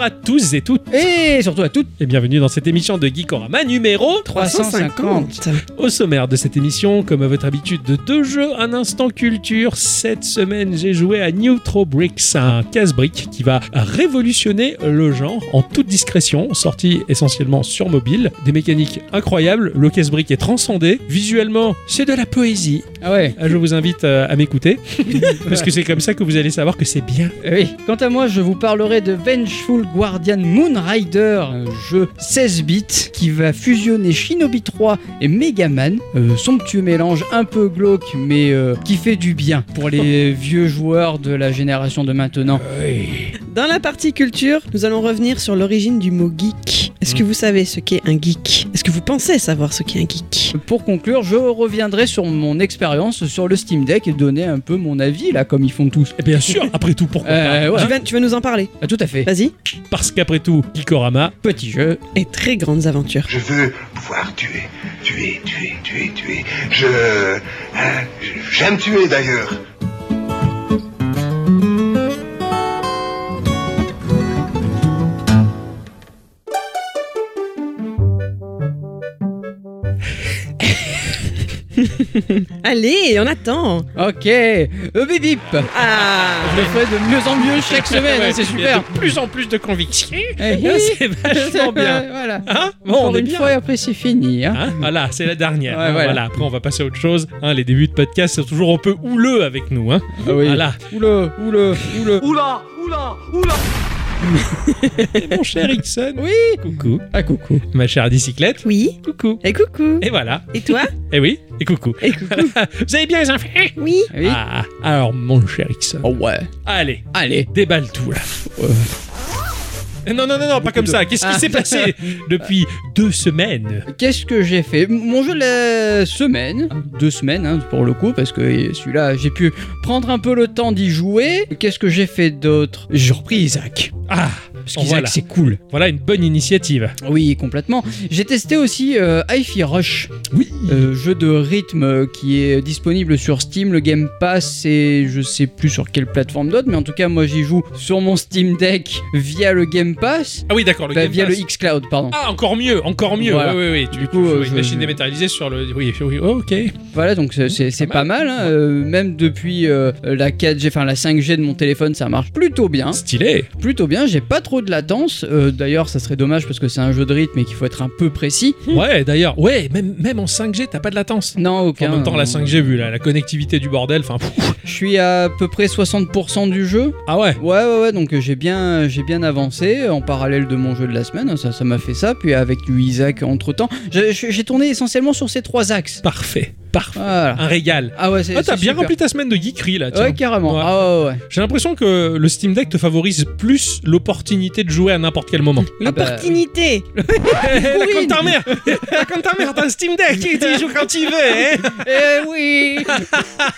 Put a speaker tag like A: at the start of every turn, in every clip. A: à tous et toutes, et surtout à toutes, et bienvenue dans cette émission de Geekorama numéro
B: 350.
A: Au sommaire de cette émission, comme à votre habitude, de deux jeux, un instant culture. Cette semaine, j'ai joué à Neutrobricks, un casse-brique qui va révolutionner le genre en toute discrétion, sorti essentiellement sur mobile. Des mécaniques incroyables, le casse-brique est transcendé. Visuellement, c'est de la poésie.
B: Ah ouais.
A: Ah, Je vous invite euh, à m'écouter, parce que c'est comme ça que vous allez savoir que c'est bien.
B: Eh Oui. Quant à moi, je vous parlerai de Vengeful Guardian Moonrider, un jeu 16 bits qui va fusionner Shinobi 3 et Mega Man. Euh, somptueux mélange un peu glauque, mais euh, qui fait du bien pour les vieux joueurs de la génération de maintenant.
C: Dans la partie culture, nous allons revenir sur l'origine du mot geek. Est-ce que vous savez ce qu'est un geek Est-ce que vous pensez savoir ce qu'est un geek
B: Pour conclure, je reviendrai sur mon expérience sur le Steam Deck et donner un peu mon avis, là, comme ils font tous.
A: Et bien sûr, après tout, pourquoi
B: Euh,
A: pas
B: ouais.
C: tu, vas, tu vas nous en parler
B: Ah, tout à fait.
C: Vas-y.
A: Parce qu'après tout, Gikorama,
B: Petit jeu.
C: Et très grandes aventures.
D: Je veux pouvoir tuer, tuer, tuer, tuer, tuer. Je. hein, je- J'aime tuer d'ailleurs.
C: Allez, on attend.
B: Ok. Euh, bip bip.
C: Ah
B: Je le ferai de mieux en mieux chaque semaine,
A: Ouais,
B: hein, c'est
A: il y
B: super.
A: a de plus en plus de conviction.
B: Eh,
A: Là, c'est vachement bien.
B: voilà.
A: Hein bon,
B: Encore
A: on est
B: une
A: bien.
B: fois et après c'est fini. Hein.
A: Hein voilà, c'est la dernière.
B: Ouais,
A: Hein, voilà.
B: voilà.
A: après on va passer à autre chose. Hein, les débuts de podcast sont toujours un peu houleux avec nous. Hein.
B: Ah oui.
A: Voilà.
B: Oule, oule, oule.
D: Oula, oula, oula.
A: Et mon cher Ixon.
B: Oui.
A: Coucou.
B: Ah coucou.
A: Ma chère bicyclette.
C: Oui.
A: Coucou.
C: Et coucou.
A: Et voilà.
C: Et toi
A: Et oui. Et coucou.
C: Et coucou.
A: Vous avez bien les enfants
C: Oui.
B: Oui.
A: Ah, alors mon cher Ixon.
B: Oh ouais.
A: Allez,
B: Allez.
A: déballe tout là. Euh, Non, non, non, non, pas comme ça. Qu'est-ce qui
B: Ah.
A: s'est passé depuis deux semaines
B: Qu'est-ce que j'ai fait M- Mon jeu de la semaine, deux semaines hein, pour le coup, parce que celui-là j'ai pu prendre un peu le temps d'y jouer. Qu'est-ce que j'ai fait d'autre J'ai repris Isaac.
A: Ah,
B: Parce
A: Oh,
B: qu'Isaac
A: voilà.
B: c'est cool.
A: voilà une bonne initiative.
B: Oui, complètement. J'ai testé aussi euh, Hi-Fi Rush.
A: Oui.
B: Euh, jeu de rythme euh, qui est disponible sur Steam, le Game Pass et je sais plus sur quelle plateforme d'autre, mais en tout cas moi j'y joue sur mon Steam Deck via le Game Pass,
A: Ah oui, d'accord. Le
B: Bah,
A: Game
B: via
A: Pass.
B: le xCloud pardon.
A: Ah, encore mieux, encore mieux.
B: Voilà.
A: Oui, oui, oui. Tu,
B: Du coup,
A: tu fais
B: euh,
A: une
B: je-
A: machine
B: je- Hein
A: dématérialisée sur le. Oui, oui, oh, ok.
B: Voilà donc c'est- c'est c'est pas mal, hein, euh, même depuis euh, la 4G, enfin la 5G de mon téléphone ça marche plutôt bien,
A: Stylé.
B: plutôt bien, j'ai pas trop de latence, Euh, d'ailleurs ça serait dommage parce que c'est un jeu de rythme et qu'il faut être un peu précis.
A: Ouais, d'ailleurs, ouais, même, même en 5G, t'as pas de latence.
B: Non
A: Enfin,
B: aucun. euh,
A: en même temps, la 5G, vu la, la connectivité du bordel, enfin. pff,
B: Je suis à peu près 60% du jeu,
A: Ah ouais.
B: Ouais, ouais, ouais, donc euh, j'ai bien, j'ai bien avancé euh, en parallèle de mon jeu de la semaine, hein, ça ça m'a fait ça, puis avec du Isaac entre temps. J'ai j'ai tourné essentiellement sur ces trois axes.
A: Parfait, parfait.
B: Voilà.
A: Un régal.
B: Ah ouais, c'est.
A: Ah, t'as
B: c'est
A: bien
B: super.
A: rempli ta semaine de geekerie là, tiens.
B: Ouais, carrément.
A: Ouais.
B: Ah ouais, ouais.
A: J'ai l'impression que le Steam Deck te favorise plus l'opportunité de jouer à n'importe quel moment.
B: Ah, bah
C: L'opportunité.
A: la comme ta mère La comme ta mère, t'as un Steam Deck et tu y joues quand il veut, hein
B: Eh oui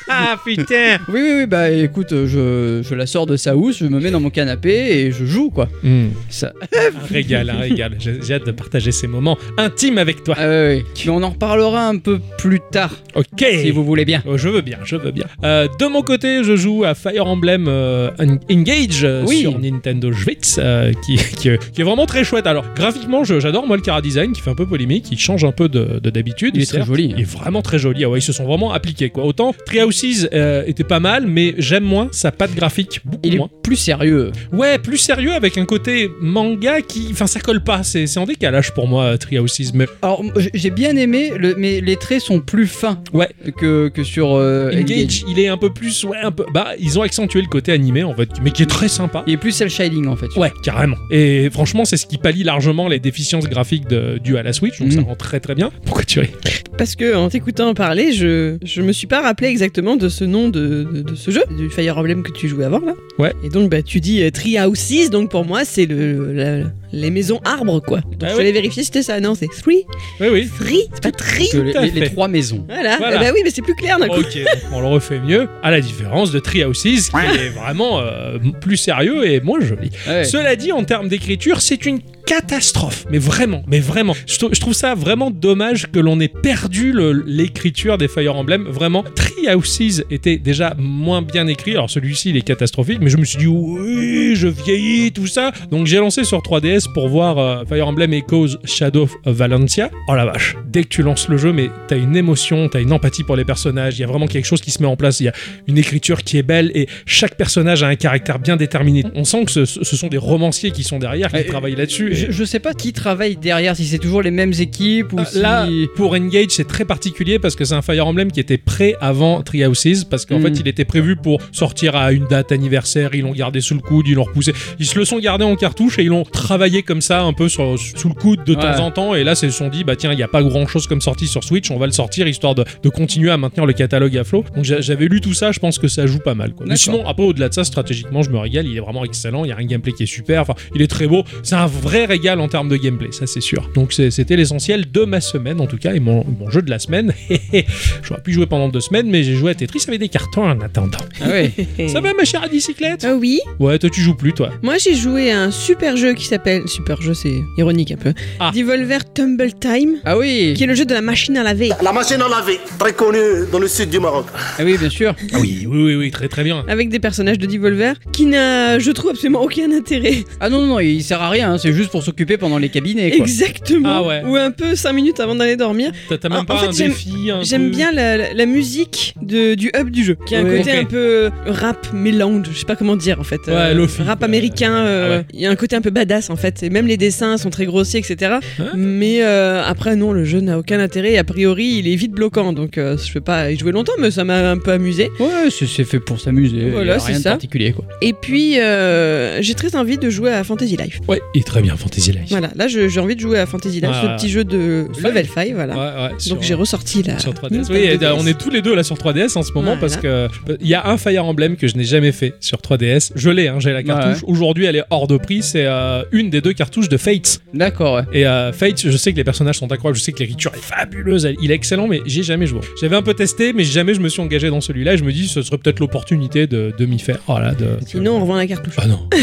A: Ah putain
B: Oui, oui, oui, bah écoute, euh, je, je la sors de sa housse, je me mets dans mon canapé et je joue, quoi.
A: Hmm.
B: Ça.
A: Un régal, un régal. J'ai j'ai hâte de partager ces moments intimes avec toi.
B: Ah ouais, ouais. Mais on en reparlera un peu plus tard,
A: Ok
B: si vous voulez bien.
A: Oh, je veux bien, je veux bien. Euh, de mon côté, je joue à Fire Emblem euh, En- Engage euh,
B: Oui.
A: sur Nintendo Switch, euh, qui, qui, est- qui est vraiment très chouette. Alors, graphiquement, je- j'adore moi le chara design qui fait un peu polémique, qui change un peu de de d'habitude.
B: Il est
A: certes.
B: très joli.
A: Il est vraiment très joli. Ah ouais, ils se sont vraiment appliqués. Quoi. Autant Treehouses euh, était pas mal, mais j'aime moins sa patte graphique, beaucoup
B: Il est
A: moins.
B: plus sérieux.
A: Ouais, plus sérieux avec un côté manga qui, enfin, ça colle pas. C'est c'est en décalage pour moi, euh, Treehouses. Mais
B: Alors, m- j'ai- j'ai bien aimé, le, mais les traits sont plus fins
A: Ouais.
B: que, que sur euh, Engage.
A: Engage, il est un peu plus, ouais, un peu. Bah, ils ont accentué le côté animé en fait, mais qui est très sympa.
B: Il est plus cel shading en fait.
A: Ouais, carrément. Et franchement, c'est ce qui pallie largement les déficiences graphiques de- dues à la Switch, donc ça
B: Mm.
A: rend très très bien. Pourquoi tu ris
C: Parce que en t'écoutant parler, je je me suis pas rappelé exactement de ce nom de, de- de ce jeu, du Fire Emblem que tu jouais avant là.
A: Ouais.
C: Et donc bah tu dis euh, Tree Houses, donc pour moi c'est le la- les maisons arbres quoi. Donc
A: Ah
C: je
A: oui.
C: vais vérifier si c'était ça. Non, c'est Three,
A: Oui, oui.
C: Three, c'est pas Tree.
B: Que les,
A: Tout à
B: les- les
A: fait.
B: trois maisons.
C: Voilà.
A: Voilà.
C: Eh bah oui, mais c'est plus clair d'un coup.
A: Ok, on le refait mieux, à la différence de Treehouses, qui est vraiment euh, plus sérieux et moins joli.
B: Ouais.
A: Cela dit, en termes d'écriture, c'est une catastrophe. Mais vraiment, mais vraiment. Je, trou- je trouve ça vraiment dommage que l'on ait perdu le- l'écriture des Fire Emblem. Vraiment, Tree Sea Houses était déjà moins bien écrit, alors celui-ci il est catastrophique, mais je me suis dit oui, je vieillis, tout ça. Donc j'ai lancé sur 3DS pour voir euh, Fire Emblem Echoes Shadow of Valencia. Oh la vache, dès que tu lances le jeu, mais t'as une émotion, t'as une empathie pour les personnages, il y a vraiment quelque chose qui se met en place, il y a une écriture qui est belle et chaque personnage a un caractère bien déterminé. On sent que ce, ce sont des romanciers qui sont derrière, qui
B: Euh,
A: travaillent là-dessus. et-
B: Je, je sais pas qui travaille derrière, si c'est toujours les mêmes équipes ou
A: Ah,
B: si.
A: Là, pour Engage, c'est très particulier parce que c'est un Fire Emblem qui était prêt avant Three Houses parce qu'en
B: Mm.
A: fait, il était prévu pour sortir à une date anniversaire. Ils l'ont gardé sous le coude, ils l'ont repoussé. Ils se le sont gardé en cartouche et ils l'ont travaillé comme ça un peu sur- sous le coude de
B: Ouais.
A: temps en temps. Et là, c'est- ils se sont dit, bah tiens, il n'y a pas grand chose comme sortie sur Switch, on va le sortir histoire de, de continuer à maintenir le catalogue à flot. Donc j'a- j'avais lu tout ça, je pense que ça joue pas mal. Quoi. Mais
B: D'accord.
A: sinon, après, au-delà de ça, stratégiquement, je me régale. Il est vraiment excellent. Il y a un gameplay qui est super. Enfin, il est très beau. C'est un vrai régal en termes de gameplay, ça c'est sûr. Donc c'est- c'était l'essentiel de ma semaine en tout cas et mon, mon jeu de la semaine. J'aurais pu jouer pendant deux semaines, mais j'ai joué à Tetris avec des cartons en attendant.
B: Ah ouais.
A: Ça va ma chère à bicyclette
C: Ah oui,
A: Ouais, toi tu joues plus toi.
C: moi j'ai joué à un super jeu qui s'appelle. Super jeu, c'est ironique un peu.
A: Ah.
C: Devolver Tumble Time,
B: Ah oui.
C: qui est le jeu de la machine à laver.
E: La machine à laver, très connue dans le sud du Maroc.
B: Ah oui, bien sûr.
A: Oui, oui, oui, oui, très très bien.
C: Avec des personnages de Devolver qui n'a, je trouve, absolument aucun intérêt.
B: Ah non, non, non, il sert à rien, hein, c'est juste pour s'occuper pendant les cabinets, quoi.
C: Exactement.
A: Ah ouais.
C: Ou un peu 5 minutes avant d'aller dormir.
A: T'as t'as
C: En-
A: même
C: Ah, en
A: pas
C: fait,
A: un
C: j'aime-
A: défi. un
C: J'aime
A: peu-
C: bien la, la- la musique de- du hub du jeu, qui a un
B: Ouais.
C: côté
A: Ok.
C: un peu euh, rap mélange, je sais pas comment dire en fait. euh,
A: Ouais, Lofi.
C: rap américain, euh,
A: Ah ouais.
C: il y a un côté un peu badass en fait. Et même les dessins sont très grossiers, etc.
A: Hein
C: mais euh, après, non, le jeu n'a aucun intérêt. Et a priori, il est vite bloquant, donc euh, je peux pas y jouer longtemps, mais ça m'a un peu amusé.
B: Ouais, c'est- c'est fait pour s'amuser.
C: Voilà,
B: y a
C: c'est
B: rien de
C: ça.
B: particulier, quoi.
C: Et puis, euh, j'ai très envie de jouer à Fantasy Life.
A: Ouais, et très bien Fantasy Life.
C: Voilà, là, je- j'ai envie de jouer à Fantasy Life,
A: Ouais,
C: ce
A: ouais.
C: petit jeu de level 5, voilà.
A: Ah. Ouais, ouais, sur-
C: Donc j'ai ressorti la.
A: Sur 3DS.
C: Nintendo
A: Oui, et, euh,
C: 3DS.
A: on est tous les deux là sur 3DS en ce moment
C: Voilà.
A: parce que euh, il y a un Fire Emblem que je n'ai jamais fait sur 3DS. Je l'ai, hein, j'ai la cartouche. Aujourd'hui, elle est hors de prix. C'est euh, une des deux cartouches de Fates.
B: D'accord, ouais.
A: Et euh, Fates, je sais que les personnages sont incroyables. Je sais que l'écriture est fabuleuse. elle- Il est excellent, mais j'ai jamais joué. J'avais un peu testé, mais jamais je me suis engagé dans celui-là. Et je me dis, ce serait peut-être l'opportunité de, de m'y faire. Oh là, de...
C: Sinon, on revend la cartouche.
A: Ah non. Ah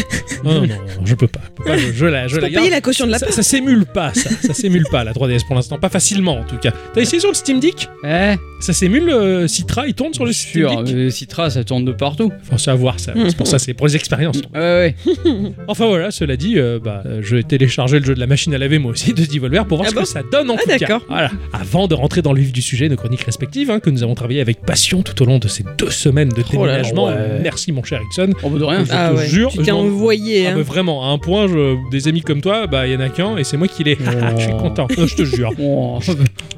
A: non, non, non, je peux pas. Je, peux pas, je- je la, je
C: Pour
A: la
C: payer
A: garde.
C: la caution de la
A: Ça, ça s'émule pas, ça. Ça s'émule pas, la 3DS pour l'instant. Pas facilement, en tout cas. T'as essayé sur le Steam Deck
B: Eh,
A: ça s'émule, euh, Citra, il tourne sur le
B: sûr,
A: Steam Deck
B: euh, Citra, ça tourne de partout.
A: Enfin, c'est à voir, ça. C'est pour ça, c'est pour les expériences.
B: Ah ouais, ouais.
A: Enfin voilà, cela dit, euh, bah, euh, je vais télécharger le jeu de la machine à laver moi aussi de Devolver pour voir
C: Ah
A: ce
C: bon
A: que ça donne en
C: Ah,
A: tout cas.
C: d'accord.
A: Voilà. Avant de rentrer dans le vif du sujet, nos chroniques respectives, hein, que nous avons travaillé avec passion tout au long de ces deux semaines de
B: Oh là là,
A: déménagement.
B: ouais.
A: Merci mon cher Ixon.
B: On peut de rien.
A: Je te jure,
C: Ah tu
A: je
C: t'es
A: m'en-
C: envoyé.
A: Ah,
C: hein.
A: bah, vraiment, à un point, je- des amis comme toi, bah il y en a qu'un et c'est moi qui l'ai. Ah, je suis content, Non, je te jure.
B: Oh,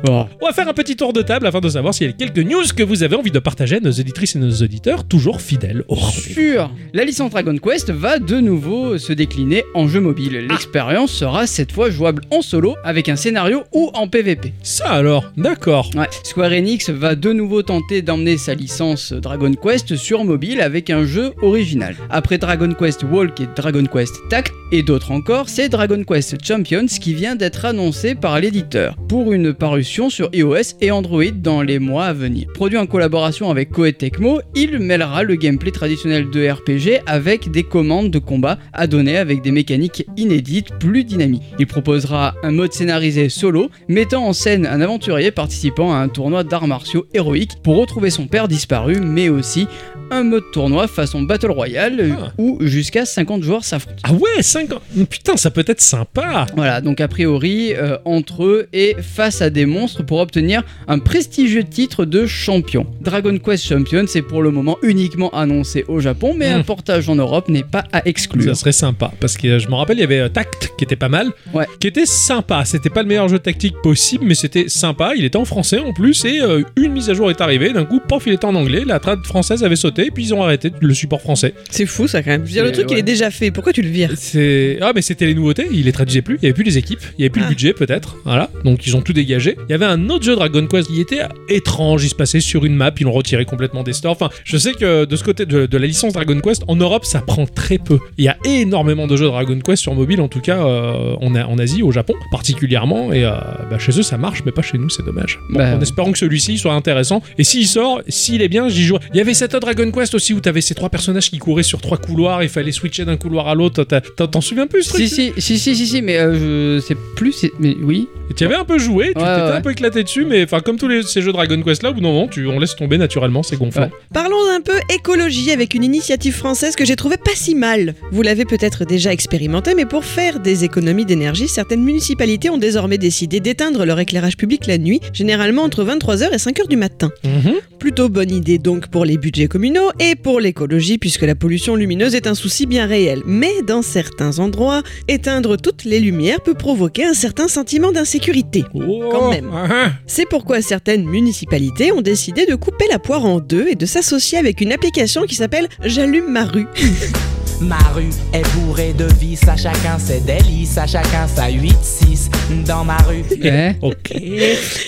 B: oh.
A: On va faire un petit tour de table afin de savoir s'il y a quelques news que vous avez envie de partager à nos auditrices et nos auditeurs, toujours fidèles au rendez-vous.
B: Sûr. La licence Dragon Quest va de nouveau se décliner en jeu mobile. L'expérience sera cette fois jouable en solo avec un scénario ou en PVP.
A: Ça alors, d'accord.
B: Ouais. Square Enix va de nouveau tenter d'emmener sa licence Dragon Quest sur mobile avec un jeu original. Après Dragon Quest Walk et Dragon Quest Tact et d'autres encore, c'est Dragon Quest Champions qui vient d'être annoncé par l'éditeur pour une parution sur iOS et Android dans les mois à venir. Produit en collaboration avec Koei Tecmo, il mêlera le gameplay traditionnel de RPG avec des commandes de combat à donner avec des mécaniques inédites plus dynamiques. Il proposera un mode scénarisé solo mettant en scène un aventurier participant à un tournoi d'arts martiaux héroïques pour retrouver son père disparu, mais aussi un mode tournoi façon Battle Royale
A: Ah.
B: où jusqu'à 50 joueurs s'affrontent.
A: Ah ouais, 5 ans Putain, ça peut être sympa
B: Voilà, donc a priori, euh, entre eux et face à des monstres pour obtenir un prestigieux titre de champion. Dragon Quest Champion, c'est pour le moment uniquement annoncé au Japon, mais
A: Mm.
B: un portage en Europe n'est pas à exclure.
A: ça serait sympa parce que euh, je me rappelle il y avait euh, Tact qui était pas mal
B: Ouais.
A: qui était sympa c'était pas le meilleur jeu tactique possible mais c'était sympa il était en français en plus et euh, une mise à jour est arrivée d'un coup pof il était en anglais la trad française avait sauté puis ils ont arrêté le support français
C: C'est fou ça quand même. Je veux dire, le
B: C'est-
C: truc il
B: ouais.
C: est déjà fait. Pourquoi tu le vires
A: c'est ah mais c'était les nouveautés il les traduisait plus il y avait plus les équipes il y avait plus
C: Ah.
A: le budget peut-être voilà donc ils ont tout dégagé il y avait un autre jeu Dragon Quest qui était étrange il se passait sur une map ils l'ont retiré complètement des stores enfin je sais que de ce côté de, de la licence Dragon Quest en Europe ça prend très peu il y a énormément de jeux Dragon Quest sur mobile en tout cas euh, en, A- en Asie au Japon particulièrement et euh, bah, chez eux ça marche mais pas chez nous c'est dommage Bon,
C: Euh,
B: Bah,
A: en espérant que celui-ci soit intéressant et s'il sort s'il est bien j'y joue il y avait cet autre Dragon Quest aussi où t'avais ces trois personnages qui couraient sur trois couloirs il fallait switcher d'un couloir à l'autre T'as- t'en t'en souviens plus ce truc
B: Si, si, si, si, si, si, mais euh, je sais plus, c'est- mais oui.
A: Et tu y avais un peu joué, tu
B: Ouais,
A: t'étais
B: ouais.
A: un peu éclaté dessus, mais enfin comme tous les, ces jeux Dragon Dragon Quest là, ou non, non, tu, on laisse tomber naturellement, c'est gonflant.
B: Ouais.
C: Parlons un peu écologie avec une initiative française que j'ai trouvée pas si mal. Vous l'avez peut-être déjà expérimenté, mais pour faire des économies d'énergie, certaines municipalités ont désormais décidé d'éteindre leur éclairage public la nuit, généralement entre 23h et 5h du matin.
A: Mhm.
C: Plutôt bonne idée donc pour les budgets communaux et pour l'écologie, puisque la pollution lumineuse est un souci bien réel. Mais dans certains endroits, éteindre toutes les lumières peut provoquer un certain sentiment d'insécurité.
A: Oh,
C: Quand même.
A: ah,
C: C'est pourquoi certaines municipalités ont décidé de couper la poire en deux et de s'associer avec une application qui s'appelle J'allume ma rue.
F: Ma rue est bourrée de vis, à chacun ses délices, à chacun sa 8-6. Dans ma rue,
B: Ouais.
A: Ok.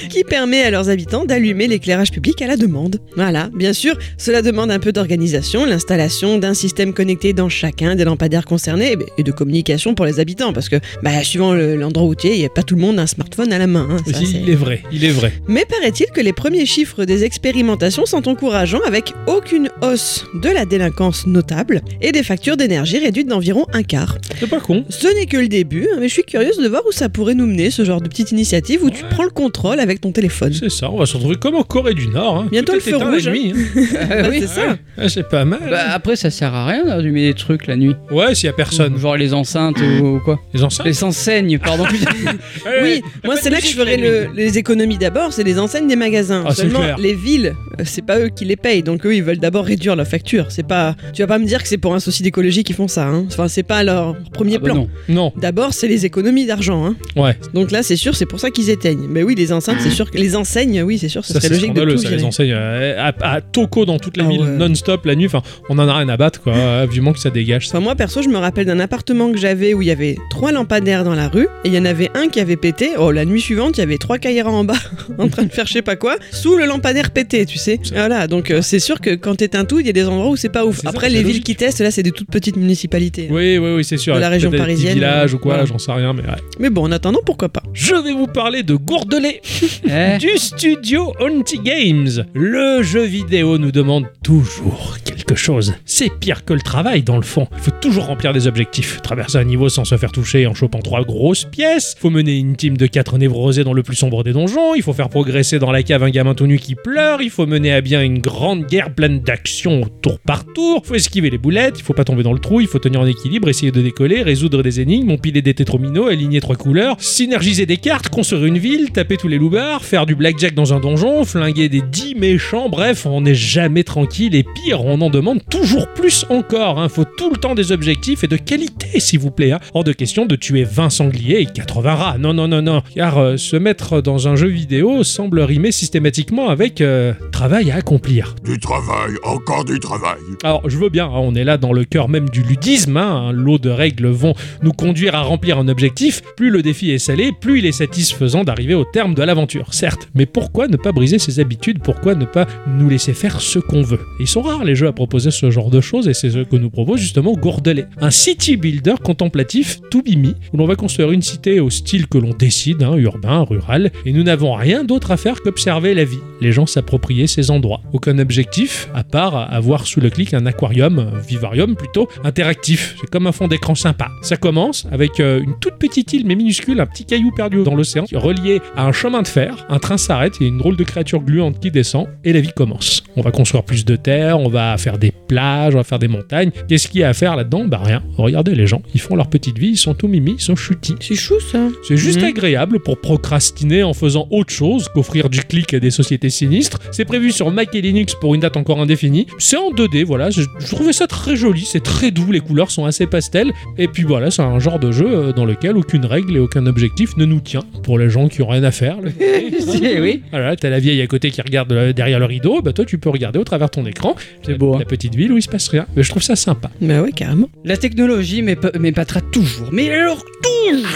C: qui permet à leurs habitants d'allumer l'éclairage public à la demande. Voilà, bien sûr, cela demande un peu d'organisation, l'installation d'un système connecté dans chacun des lampadaires concernés et- et de communication pour les habitants, parce que bah, suivant le- l'endroit où tu es, il n'y a pas tout le monde un smartphone à la main. hein, ça, c'est-
A: il est vrai, il est vrai.
C: Mais paraît-il que les premiers chiffres des expérimentations sont encourageants avec aucune hausse de la délinquance notable et des factures d'énergie réduites d'environ un quart.
A: C'est pas con.
C: Ce n'est que le début, hein, mais je suis curieuse de voir où ça pourrait nous mener, ce genre de petite initiative où tu prends le contrôle avec ton téléphone.
A: C'est ça, on va se retrouver comme en Corée du Nord. hein.
C: Bientôt
A: Tout
C: le
A: est
C: feu
A: éteint la
C: rouge, hein.
A: nuit, hein.
C: Bah,
B: oui.
C: c'est ça.
A: Ah, c'est pas mal.
B: Bah, après, ça sert à rien d'allumer des trucs la nuit.
A: ouais, s'il y a personne.
B: Genre les enceintes ou, ou quoi.
A: Les enceintes
B: Les enseignes, pardon.
A: Eh,
C: Oui,
A: y a
C: moi
A: pas de
C: c'est là que je
A: musique
C: ferai
A: la nuit.
C: le- les économies d'abord, c'est les enseignes des magasins.
A: Ah, c'est
C: Seulement
A: clair.
C: les villes, euh, c'est pas eux qui les payent, donc eux ils veulent d'abord réduire leur facture. C'est pas, tu vas pas me dire que c'est pour un souci d'écologie qu'ils font ça. hein. Enfin c'est pas leur premier
B: Ah bah
C: plan.
B: non.
A: Non,
C: D'abord c'est les économies d'argent. hein.
A: ouais, Mmh.
C: Donc là c'est sûr, c'est pour ça qu'ils éteignent. Mais oui les enceintes, c'est sûr que les enseignes, oui c'est sûr, ce
A: ça c'est
C: serait logique de
A: scandaleux,
C: tout
A: ça,
C: gérer.
A: les enseignes. euh, à, à Toco dans toute la
C: Ah
A: ville,
C: ouais.
A: non-stop la nuit, enfin, on en a rien à battre, quoi, euh, du moment que ça dégage. Ça.
C: Enfin, moi perso, je me rappelle d'un appartement que j'avais où il y avait trois lampadaires dans la rue et il y en avait un qui avait pété. Oh, la nuit suivante, il y avait trois caïras en bas en train de faire je sais pas quoi sous le lampadaire pété, tu sais.
A: Ça-
C: Voilà, donc euh, c'est sûr que quand t'éteins tout, il y a des endroits où c'est pas ouf.
A: C'est ça,
C: Après,
A: c'est
C: les villes
A: logique.
C: qui testent, là, c'est des toutes petites municipalités.
A: Oui, oui, oui, c'est sûr.
C: De la
A: peut-être
C: région
A: des petits
C: parisienne,
A: villages
C: euh,
A: ou quoi,
C: voilà.
A: j'en sais rien, mais ouais.
C: Mais bon, en attendant, pourquoi pas
A: Je vais vous parler de Gourdelet.
B: Eh.
A: du studio Auntie Games. Le jeu vidéo nous demande toujours quelque chose. C'est pire que le travail dans le fond. Il faut toujours remplir des objectifs. Traverser un niveau sans se faire toucher en chopant trois grosses pièces. Faut mener une team de quatre névrosés dans le plus sombre des donjons. Il faut faire progresser dans la cave un gamin tout nu qui pleure. Il faut mener à bien une grande guerre pleine d'actions tour par tour. Faut esquiver les boulettes. Il faut pas tomber dans le trou. Il faut tenir en équilibre, essayer de décoller, résoudre des énigmes, empiler des tétrominos, aligner trois couleurs, synergiser des cartes, construire une ville, taper tous les loupards, faire du blackjack dans un donjon, flinguer des 10 méchants, bref, on n'est jamais tranquille et pire, on en demande toujours plus encore. Il Faut tout le temps des objectifs et de qualité, s'il vous plaît. hein. Hors de question de tuer 20 sangliers et 80 rats. Non, non, non, non. Car euh, se mettre dans un jeu vidéo semble rimer systématiquement avec euh, travail à accomplir.
G: Du travail, encore du travail.
A: Alors, je veux bien, hein, on est là dans le cœur même du ludisme. hein, un lot de règles vont nous conduire à remplir un objectif. Plus le défi est salé, plus il est satisfaisant d'arriver au terme de l'aventure, certes. Mais pourquoi ne pas briser ses habitudes Pourquoi ne pas nous laisser faire ce qu'on veut Ils sont rares les jeux à proposer ce genre de choses et c'est ce que nous propose justement Gourdelet. Un city builder contemplatif tout bimi, où l'on va construire une cité au style que l'on décide, hein, urbain, rural, et nous n'avons rien d'autre à faire qu'observer la vie. Les gens s'approprier ces endroits. Aucun objectif, à part avoir sous le clic un aquarium, un vivarium plutôt, interactif. C'est comme un fond d'écran sympa. Ça commence avec euh, une toute petite île mais minuscule, un petit caillou perdu dans l'océan, qui est relié à un chemin de fer. Un train s'arrête, il y a une drôle de créature gluante qui descend, et la vie commence. On va construire plus de terre, on va faire des plages, on va faire des montagnes. Qu'est-ce qu'il y a à faire là-dedans Bah rien. Regardez les gens, ils font leur petite vie, ils sont tout mimi, ils sont chutis.
C: C'est chou ça.
A: C'est juste
B: Mhm.
A: agréable pour procrastiner en faisant autre chose qu'offrir du clic à des sociétés sinistres. C'est prévu sur Mac et Linux pour une date encore indéfinie. C'est en 2D, voilà. Je, je trouvais ça très joli, c'est très doux, les couleurs sont assez pastel. Et puis voilà, c'est un genre de jeu euh, dans lequel aucune règle et aucun objectif ne nous tient. Pour les gens qui ont rien à faire. le-
B: Si, oui.
A: Voilà, t'as la vieille à côté qui regarde euh, derrière le rideau, bah toi tu peux regarder au travers de ton écran.
B: C'est
A: La-
B: beau, hein.
A: La petite ville où il se passe rien. Mais je trouve ça sympa.
C: Bah ouais, carrément.
B: La technologie m'ép- m'épatera toujours. Mais alors toujours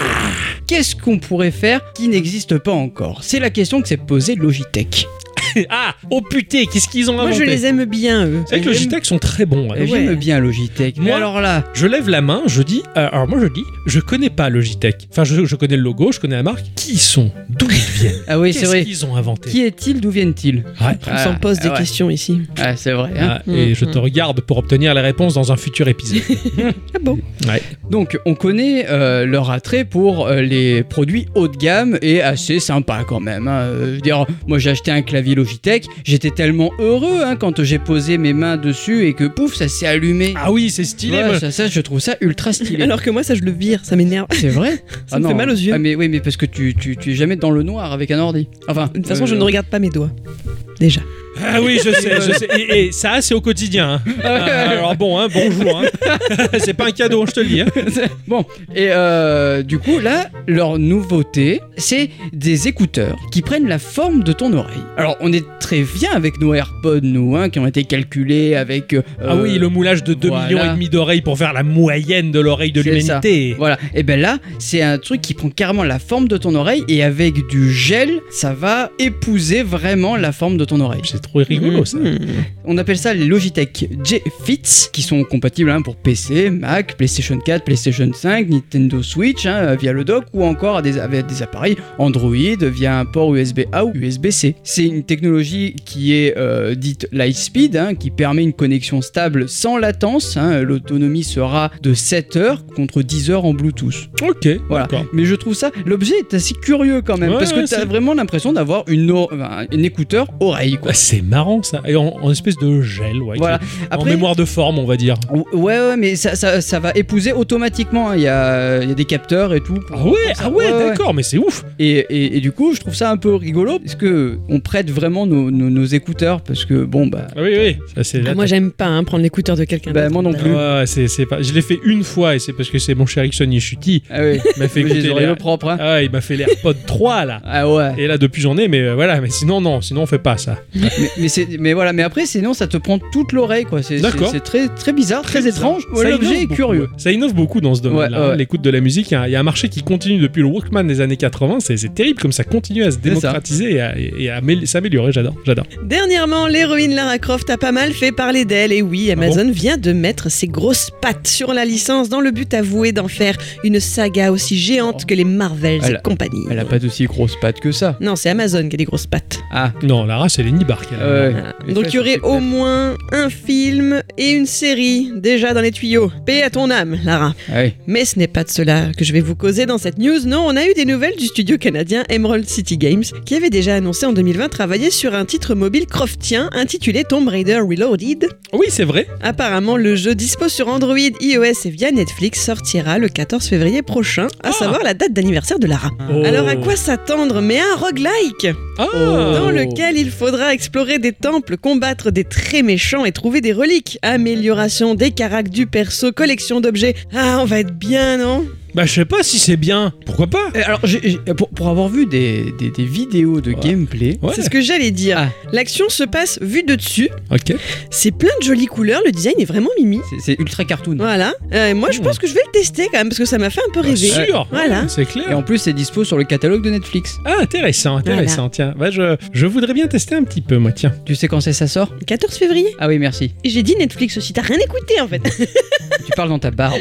B: Qu'est-ce qu'on pourrait faire qui n'existe pas encore C'est la question que s'est posée Logitech.
A: ah, oh putain, qu'est-ce qu'ils ont
C: Moi
A: inventé
C: je les aime bien eux.
A: C'est vrai que Logitech E sont très bons. ouais.
B: Et J'aime bien Logitech. Mais
A: Moi-
B: alors là,
A: Je lève la main, je dis, euh, alors moi je dis, je connais pas Logitech. Enfin, je, je connais le logo, je connais la marque. Qui ils sont D'où ils viennent
B: ah oui, c'est
A: Qu'est-ce
B: vrai.
A: qu'ils ont inventé
B: Qui est-il D'où viennent-ils
A: Ah, Ouais.
C: On s'en pose des
B: ouais.
C: questions ici.
B: Ah, c'est vrai. hein.
A: Ah, et je te regarde pour obtenir les réponses dans un futur épisode.
C: Ah bon
A: Ouais.
B: Donc, on connaît euh, leur attrait pour euh, les produits haut de gamme et assez sympa quand même. hein. Euh, je veux dire, moi j'ai acheté un clavier Logitech. J'étais tellement heureux hein, quand j'ai posé mes mains dessus et que pouf, ça s'est allumé.
A: Ah oui, c'est stylé.
B: Ouais,
A: moi.
B: ça, ça, je trouve ça ultra stylé.
C: Alors que moi, ça, je le vire, ça m'énerve.
B: C'est vrai
C: Ça me fait mal aux yeux.
B: Ah mais oui, mais parce que tu, tu, tu es jamais dans le noir avec un ordi. Enfin,
C: De toute façon,
B: euh,
C: je ne regarde pas mes doigts. Déjà.
A: Ah oui, je sais, je sais. Et, et ça, c'est au quotidien. hein. Ah, alors bon, hein, bonjour. hein. c'est pas un cadeau, je te le dis. hein.
B: Bon, et euh, du coup, là, leur nouveauté, c'est des écouteurs qui prennent la forme de ton oreille. Alors, on est très bien avec nos AirPods, nous, hein, qui ont été calculés avec... euh,
A: ah oui, le moulage de 2
B: voilà.
A: millions et demi d'oreilles pour faire la moyenne de l'oreille de
B: C'est ça.
A: l'humanité.
B: Voilà, et ben là, c'est un truc qui prend carrément la forme de ton oreille et avec du gel, ça va épouser vraiment la forme de ton oreille.
A: C'est trop rigolo
B: Mmh.
A: ça.
C: Hmm.
B: On appelle ça les Logitech J-Fits, qui sont compatibles hein, pour PC, Mac, PlayStation 4, PlayStation 5, Nintendo Switch, hein, via le dock, ou encore à des, avec des appareils Android via un port USB-A ou USB-C. C'est une technologie qui est euh, dite Lightspeed, hein, qui permet une connexion stable sans latence. hein. L'autonomie sera de 7 heures contre 10 heures en Bluetooth.
A: Ok,
B: Voilà.
A: d'accord.
B: Mais je trouve ça, l'objet est assez curieux quand même,
A: Ouais,
B: parce
A: ouais,
B: que t'as
A: c'est-
B: vraiment l'impression d'avoir une, or- enfin, une écouteur oreille, quoi.
A: Ah, C'est marrant ça. Et en, en espèce de gel, ouais, qui- Oh,
B: Voilà.
A: en mémoire de forme, on va dire.
B: Ou- Ouais, ouais, mais ça, ça, ça va épouser automatiquement. hein. Il y, a, il y a des capteurs et tout. pour-
A: Ah ouais,
B: pour ça.
A: ah ouais,
B: Ouais, ouais.
A: d'accord, mais c'est ouf.
B: Et, et- et du coup, je trouve ça un peu rigolo parce que on prête vraiment nos, nos- nos écouteurs parce que bon bah.
A: Ah oui, oui. Ça, c'est
C: Ah,
A: là,
C: moi, j'aime pas hein, prendre l'écouteur de quelqu'un
B: Bah,
C: d'autre.
B: moi non
A: t'as-
B: plus.
A: Ouais, c'est- c'est pas... Je l'ai fait une fois et c'est parce que c'est mon cher Ixon Yeshuti.
B: Ah oui.
A: Il m'a fait
B: J'ai les
A: écouter
B: oreilles
A: les...
B: propres. hein.
A: Ah, il m'a fait l'AirPod 3 là.
B: Ah ouais.
A: Et là, depuis j'en ai, mais euh, voilà, mais sinon, non, sinon on fait pas ça.
B: mais, mais c'est- mais voilà. Mais après, sinon, ça te prend toute l'oreille quoi. C'est, c'est-
A: D'accord.
B: c'est très très bizarre, très, étrange. Ouais,
A: Ça innove
B: l'objet est
A: beaucoup,
B: curieux.
A: ouais. Ça innove beaucoup dans ce domaine-là.
B: Ouais, ouais.
A: hein, L'écoute de la musique, il y a- il y, a un marché qui continue depuis le Walkman des années 80. C'est c'est terrible comme ça continue à se
B: ça.
A: démocratiser et à, et à amé- s'améliorer. J'adore, j'adore.
C: Dernièrement, l'héroïne Lara Croft a pas mal fait parler d'elle. Et oui,
B: Ah
C: Amazon vient de mettre ses grosses pattes sur la licence dans le but avoué d'en faire une saga aussi géante que les Marvels
B: Oh. Elle-
C: et compagnie.
B: Elle a pas d'aussi grosses pattes que ça.
C: Non, c'est Amazon qui a des grosses pattes.
B: Ah.
A: Non, Lara, c'est Lenny Bark. elle.
B: ouais.
C: Voilà.
B: Les
C: Donc
B: fesses,
C: il y aurait
B: c'est
C: au
B: clair.
C: moins un film et une série déjà dans les tuyaux. Paix à ton âme, Lara.
B: Ah oui.
C: Mais ce n'est pas de cela que je vais vous causer dans cette news. Non, on a eu des nouvelles du studio canadien Emerald City Games, qui avait déjà annoncé en 2020 travailler sur un titre mobile croftien intitulé Tomb Raider Reloaded.
A: Oui, c'est vrai.
C: Apparemment, le jeu dispo sur Android, iOS et via Netflix sortira le 14 février prochain, à
A: Ah.
C: savoir la date d'anniversaire de Lara.
A: Oh.
C: Alors à quoi s'attendre Mais à un roguelike
A: Ah
C: dans
B: Oh.
C: lequel il faudra explorer des temples, combattre des très méchants et trouver des reliques. Amélioration des caracs du perso, collection d'objets. Ah, on va être bien, non
A: Bah, je sais pas si c'est bien. Pourquoi pas
B: Et
C: Euh,
B: Euh, Alors, j'ai- j'ai- pour, pour avoir vu des, des- des vidéos de
A: Ouais.
B: gameplay,
A: Ouais.
C: C'est ce que j'allais dire.
B: Ah.
C: L'action se passe vue de dessus.
A: Ok.
C: C'est plein de jolies couleurs, le design est vraiment mimi.
B: c'est, c'est ultra cartoon.
C: Voilà. Euh, moi, je
A: Hmm.
C: pense que je vais le tester quand même parce que ça m'a fait un peu
A: Bah,
C: rêver.
A: sûr.
C: Voilà.
A: C'est
B: Et
A: clair.
B: en plus, c'est dispo sur le catalogue de Netflix.
A: Ah, intéressant, intéressant. Tiens, bah, je, je voudrais bien tester un petit peu, moi, tiens.
B: Tu sais quand c'est ça sort
C: 14 Euh, février.
B: Ah oui, merci.
C: Et J'ai dit Netflix aussi, t'as rien écouté en fait.
B: Tu parles dans ta barbe.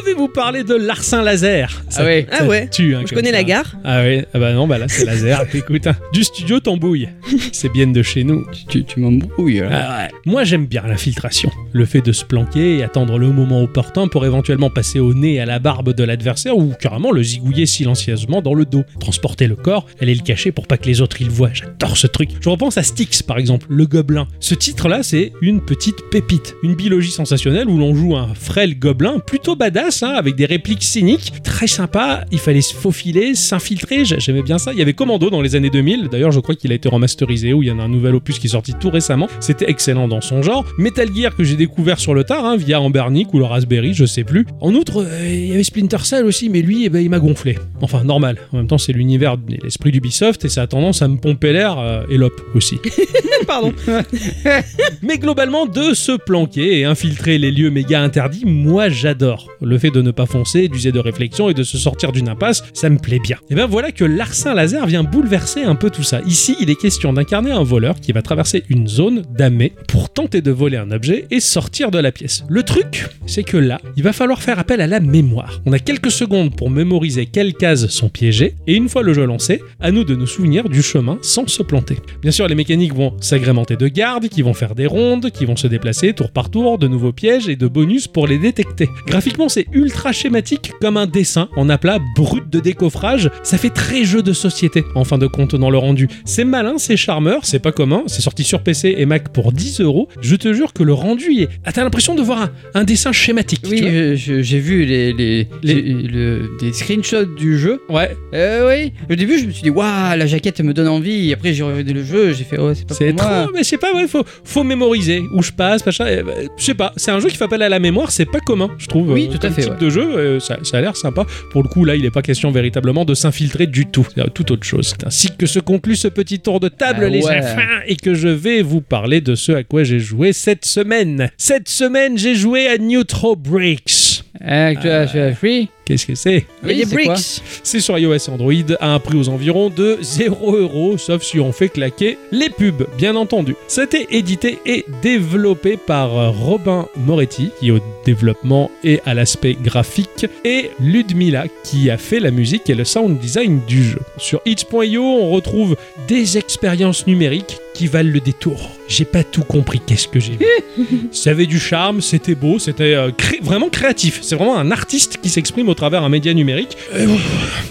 A: Je vais vous parler de Larcin Laser. Ça-
B: Ah ouais.
A: ça
C: Ah ouais.
A: tue, hein,
C: je
A: comme
C: connais la
A: ça.
C: gare.
A: Ah ouais, ah bah non, bah là c'est laser, écoute. hein. Du studio Tambouille, c'est bien de chez nous.
B: Tu, tu- tu m'embrouilles. là.
A: Ah ouais. Moi j'aime bien la filtration. Le fait de se planquer et attendre le moment opportun pour éventuellement passer au nez à la barbe de l'adversaire ou carrément le zigouiller silencieusement dans le dos. Transporter le corps, aller le cacher pour pas que les autres ils le voient. J'adore ce truc. Je repense à Styx par exemple, le gobelin. Ce titre là c'est une petite pépite. Une biologie sensationnelle où l'on joue un frêle gobelin plutôt badass hein, avec des répliques cyniques. Très sympa, il fallait se faufiler, s'infiltrer. J'a- J'aimais bien ça. Il y avait Commando dans les années 2000. D'ailleurs je crois qu'il a été remasterisé ou il y en a un nouvel opus qui est sorti tout récemment. C'était excellent dans son genre. Metal Gear que j'ai découvert sur le tard hein, via Ambernic ou le Raspberry, je sais plus. En outre, euh, il y avait Splinter Cell aussi, mais lui, eh ben, il m'a gonflé. Enfin, normal. En même temps, c'est l'univers et l'esprit d'Ubisoft et ça a tendance à me pomper l'air euh, et l'op aussi.
C: Pardon.
A: Mais globalement, de se planquer et infiltrer les lieux méga interdits, moi j'adore. Le fait de ne pas foncer, d'user de réflexion et de se sortir d'une impasse, ça me plaît bien. Et bien voilà que l'arcin laser vient bouleverser un peu tout ça. Ici, il est question d'incarner un voleur qui va traverser une zone damée pour tenter de voler un objet et sortir de la pièce. Le truc, c'est que là, il va falloir faire appel à la mémoire. On a quelques secondes pour mémoriser quelles cases sont piégées, et une fois le jeu lancé, à nous de nous souvenir du chemin sans se planter. Bien sûr, les mécaniques vont s'agrémenter de gardes, qui vont faire des rondes, qui vont se déplacer tour par tour, de nouveaux pièges et de bonus pour les détecter. Graphiquement, c'est ultra schématique comme un dessin en aplat brut de décoffrage. Ça fait très jeu de société en fin de compte dans le rendu. C'est malin, c'est charmeur, c'est pas commun. C'est sorti sur PC et Mac pour 10 euros. Je te jure que le rendu y est. Ah, t'as l'impression de voir un, un dessin schématique. tu
B: Oui, je- je- j'ai vu les, les,
A: Les-
B: j'ai- le- des screenshots du jeu.
A: vois. ouais.
B: Euh, oui. Au début, je me suis dit, waouh, la jaquette elle me donne envie. Et après, j'ai regardé le jeu, j'ai fait, oh, c'est pas
A: C'est
B: pour moi.
A: trop, mais je sais pas, ouais, faut, faut mémoriser où je passe, machin. et, bah, Je sais pas, c'est un jeu qui fait appel à la mémoire, c'est pas commun, je trouve.
B: Oui, tout à
A: comme
B: fait,
A: type
B: ouais.
A: de jeu, euh, ça, ça a l'air sympa. Pour le coup, là, il est pas question véritablement de s'infiltrer du tout. C'est euh, tout autre chose. C'est Ainsi que se conclut ce petit tour de table,
B: Ah
A: les
B: ouais.
A: enfants, et que je vais vous parler de ce à quoi j'ai joué cette semaine. Cette semaine, j'ai joué à Neutro Breaks.
B: Ah, tu as- tu as- oui.
A: Qu'est-ce que c'est
C: Et des
B: c'est quoi
C: bricks.
A: c'est sur iOS et Android à un prix aux environs de 0€, sauf si on fait claquer les pubs, bien entendu. C'était édité et développé par Robin Moretti, qui est au développement et à l'aspect graphique, et Ludmila, qui a fait la musique et le sound design du jeu. Sur itch.io, on retrouve des expériences numériques qui valent le détour. J'ai pas tout compris, qu'est-ce que j'ai vu ça avait du charme, c'était beau, c'était euh, cré- vraiment créatif. C'est vraiment un artiste qui s'exprime au travers d'un média numérique. Euh,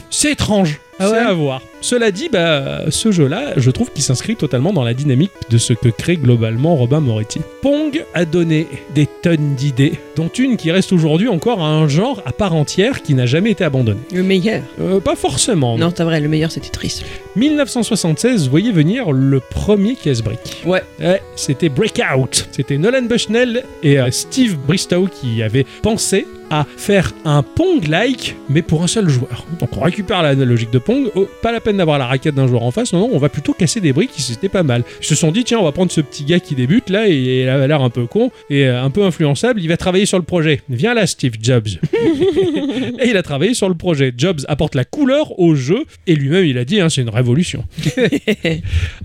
A: C'est étrange.
B: Ah
A: c'est
B: ouais
A: à voir. Cela dit, bah, ce jeu-là, je trouve qu'il s'inscrit totalement dans la dynamique de ce que crée globalement Robin Moretti. Pong a donné des tonnes d'idées, dont une qui reste aujourd'hui encore un genre à part entière qui n'a jamais été abandonné.
C: Le meilleur.
A: Euh, pas forcément.
C: Non, c'est vrai, le meilleur c'était triste.
A: 1976, voyez venir le premier casse brick
B: Ouais.
A: C'était Breakout. C'était Nolan Bushnell et euh, Steve Bristow qui avaient pensé à faire un Pong-like, mais pour un seul joueur. Donc on récupère la logique de Pong, Oh, pas la peine d'avoir la raquette d'un joueur en face, non, non, on va plutôt casser des briques, et c'était pas mal. Ils se sont dit, tiens, on va prendre ce petit gars qui débute là, et il a l'air un peu con, et euh, un peu influençable, il va travailler sur le projet. Viens là, Steve Jobs. Et il a travaillé sur le projet. Jobs apporte la couleur au jeu et lui-même il a dit hein, c'est une révolution.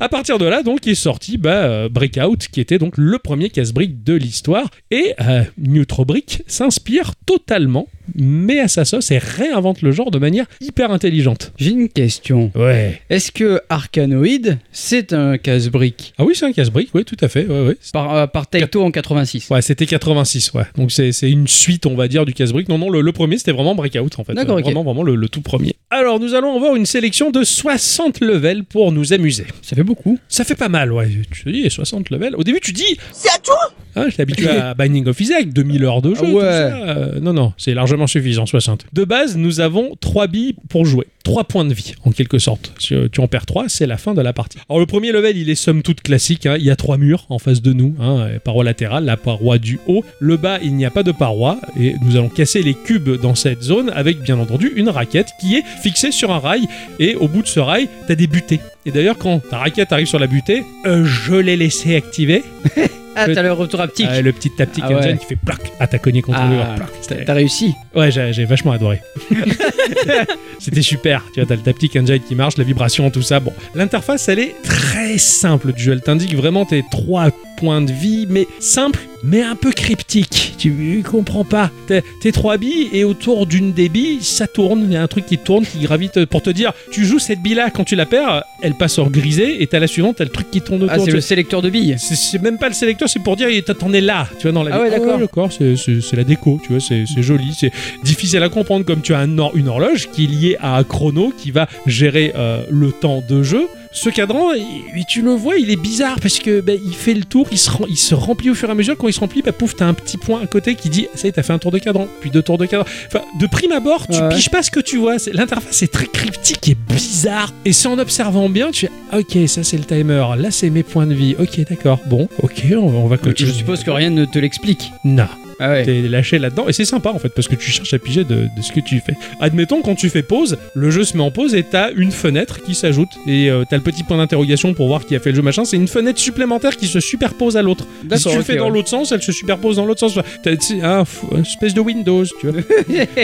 A: à partir de là donc est sorti bah, euh, Breakout qui était donc le premier casse-brique de l'histoire et euh, Neutrobrick s'inspire totalement mais à sa sauce et réinvente le genre de manière hyper intelligente.
B: J'ai une question.
A: Ouais.
B: Est-ce que Arcanoid, c'est un casse-brique
A: Ah oui c'est un casse-brique, oui tout à fait. Ouais, ouais.
B: par, euh, par Taito en 86
A: Ouais, c'était 86, ouais. Donc c'est c'est une suite, on va dire, du casse-brique. Non, non, le, le premier, c'était vraiment Breakout, en fait.
B: D'accord,
A: Euh,
B: ok.
A: Vraiment, vraiment le, le tout premier. Alors, nous allons avoir une sélection de 60 levels pour nous amuser.
B: Ça fait beaucoup.
A: Ça fait pas mal, ouais. Tu te dis, 60 levels. Au début, tu dis. C'est à toi Hein, Je suis habitué à Binding of Isaac, 2000 heures de jeu.
B: Ah ouais.
A: tout ça. Euh, non, non, c'est largement suffisant, 60. De base, nous avons 3 billes pour jouer. 3 points de vie, en quelque sorte. Si euh, tu en perds 3, c'est la fin de la partie. Alors, le premier level, il est somme toute classique. hein. Il y a 3 murs en face de nous. hein, euh, Paroi latérale, la paroi du haut. Le bas, il n'y a pas de paroi. Et nous allons casser les cubes dans cette zone avec, bien entendu, une raquette qui est fixée sur un rail et au bout de ce rail, t'as des butées. Et d'ailleurs, quand ta raquette arrive sur la butée, euh, je l'ai laissé activer.
B: Ah,
A: Le-
B: t'as le retour haptique.
A: Ah, le petit taptic
B: Ah ouais.
A: engine qui fait plac. Ah, t'as cogné contre
B: Ah,
A: le mur. Plac. C'était-
B: T'as réussi.
A: Ouais, j'ai j'ai vachement adoré. C'était super. Tu vois, t'as le taptic engine qui marche, la vibration, tout ça. Bon, l'interface, elle est très simple du jeu. Elle t'indique vraiment tes trois points de vie, mais simple, mais un peu cryptique. Tu comprends pas. T'es t'es trois billes et autour d'une des billes, ça tourne. Il y a un truc qui tourne, qui gravite pour te dire tu joues cette bille-là, quand tu la perds, elle passe en grisé et t'as la suivante, t'as le truc qui tourne autour.
B: Ah, c'est
A: Tu-
B: le sélecteur de billes.
A: c'est- C'est même pas le sélecteur, c'est pour dire t'en- t'en es là, tu vois, dans la
B: Ah
A: vie.
B: ouais, d'accord.
A: d'accord, c'est- c'est c'est la déco, tu vois, c'est c'est joli, c'est difficile à comprendre comme tu as un or- une horloge qui est liée à un chrono qui va gérer euh, le temps de jeu. Ce cadran, il- tu le vois, il est bizarre parce que ben, il fait le tour, il se, rem- il se remplit au fur et à mesure. Quand il se remplit, bah, pouf, t'as un petit point à côté qui dit ah, ça y est, t'as fait un tour de cadran, puis deux tours de cadran. Enfin, de prime abord, tu
B: Ouais.
A: piges pas ce que tu vois. C'est- L'interface est très cryptique et bizarre. Et c'est en observant bien, tu fais ah, ok, ça c'est le timer, là c'est mes points de vie. Ok, d'accord, bon, ok, on, va- on va
B: Je
A: continuer.
B: suppose que rien ne te l'explique.
A: Non,
B: Ah ouais.
A: t'es lâché là-dedans. Et c'est sympa en fait, parce que tu cherches à piger de, de ce que tu fais. Admettons, quand tu fais pause, le jeu se met en pause et t'as une fenêtre qui s'ajoute. Et euh, t'as le petit point d'interrogation pour voir qui a fait le jeu, machin. C'est une fenêtre supplémentaire qui se superpose à l'autre. Et Si tu le
B: ok,
A: fais dans
B: ouais.
A: l'autre sens, elle se superpose dans l'autre sens. T'as t'sais, un f- une espèce de Windows, tu vois.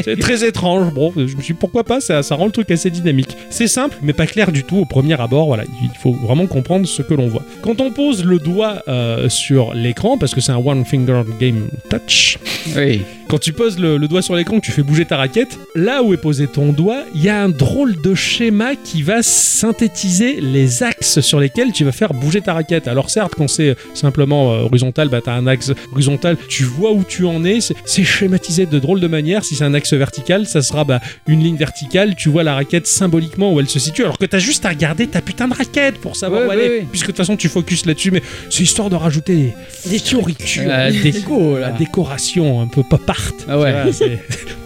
A: c'est très étrange. Bon, je me suis dit, pourquoi pas, ça, ça rend le truc assez dynamique. C'est simple, mais pas clair du tout au premier abord. Voilà, il faut vraiment comprendre ce que l'on voit. Quand on pose le doigt euh, sur l'écran, parce que c'est un one finger game touch,
B: Oui.
A: Quand tu poses le, le doigt sur l'écran, que tu fais bouger ta raquette, là où est posé ton doigt, il y a un drôle de schéma qui va synthétiser les axes sur lesquels tu vas faire bouger ta raquette. Alors certes, quand c'est simplement euh, horizontal, bah t'as un axe horizontal, tu vois où tu en es, c'est- c'est schématisé de drôle de manière. Si c'est un axe vertical, ça sera bah, une ligne verticale, tu vois la raquette symboliquement où elle se situe, alors que t'as juste à regarder ta putain de raquette pour savoir
B: Ouais,
A: où
B: ouais,
A: elle est.
B: ouais.
A: Puisque de toute façon tu focuses là-dessus, mais c'est histoire de rajouter des,
C: Des
A: fioritures,
B: La
A: des-
B: déco,
A: la
B: là.
A: décoration un peu pop art.
B: Ah ouais.
A: Tu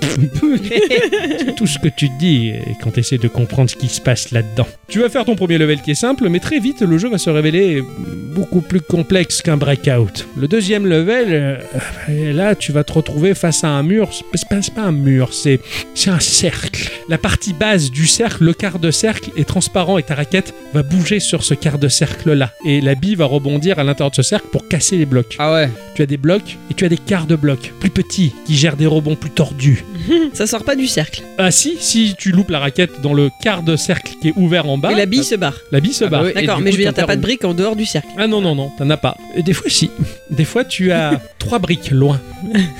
A: vois, c'est- Tout ce que tu te dis euh, quand tu essaies de comprendre ce qui se passe là-dedans. Tu vas faire ton premier level qui est simple, mais très vite le jeu va se révéler beaucoup plus complexe qu'un breakout. Le deuxième level, euh, euh, là tu vas te retrouver face à un mur. C'est pas, c'est pas un mur, c'est c'est un cercle. La partie basse du cercle, le quart de cercle, est transparent et ta raquette va bouger sur ce quart de cercle-là. Et la bille va rebondir à l'intérieur de ce cercle pour casser les blocs.
B: Ah ouais.
A: Tu as des blocs et tu as des quarts de blocs plus petits qui gèrent des rebonds plus tordus.
C: Ça sort pas du cercle.
A: Ah si, si tu loupes la raquette dans le quart de cercle qui est ouvert en bas,
C: et la bille se barre.
A: la bille se
B: Ah bah
A: barre.
B: oui. Et
C: D'accord,
B: du
C: mais
B: coup,
C: je veux dire,
B: ton
C: t'as pas
B: père-
C: de briques en dehors du cercle.
A: Ah non, non, non, t'en as pas. Et des fois, si. Des fois, tu as trois briques loin.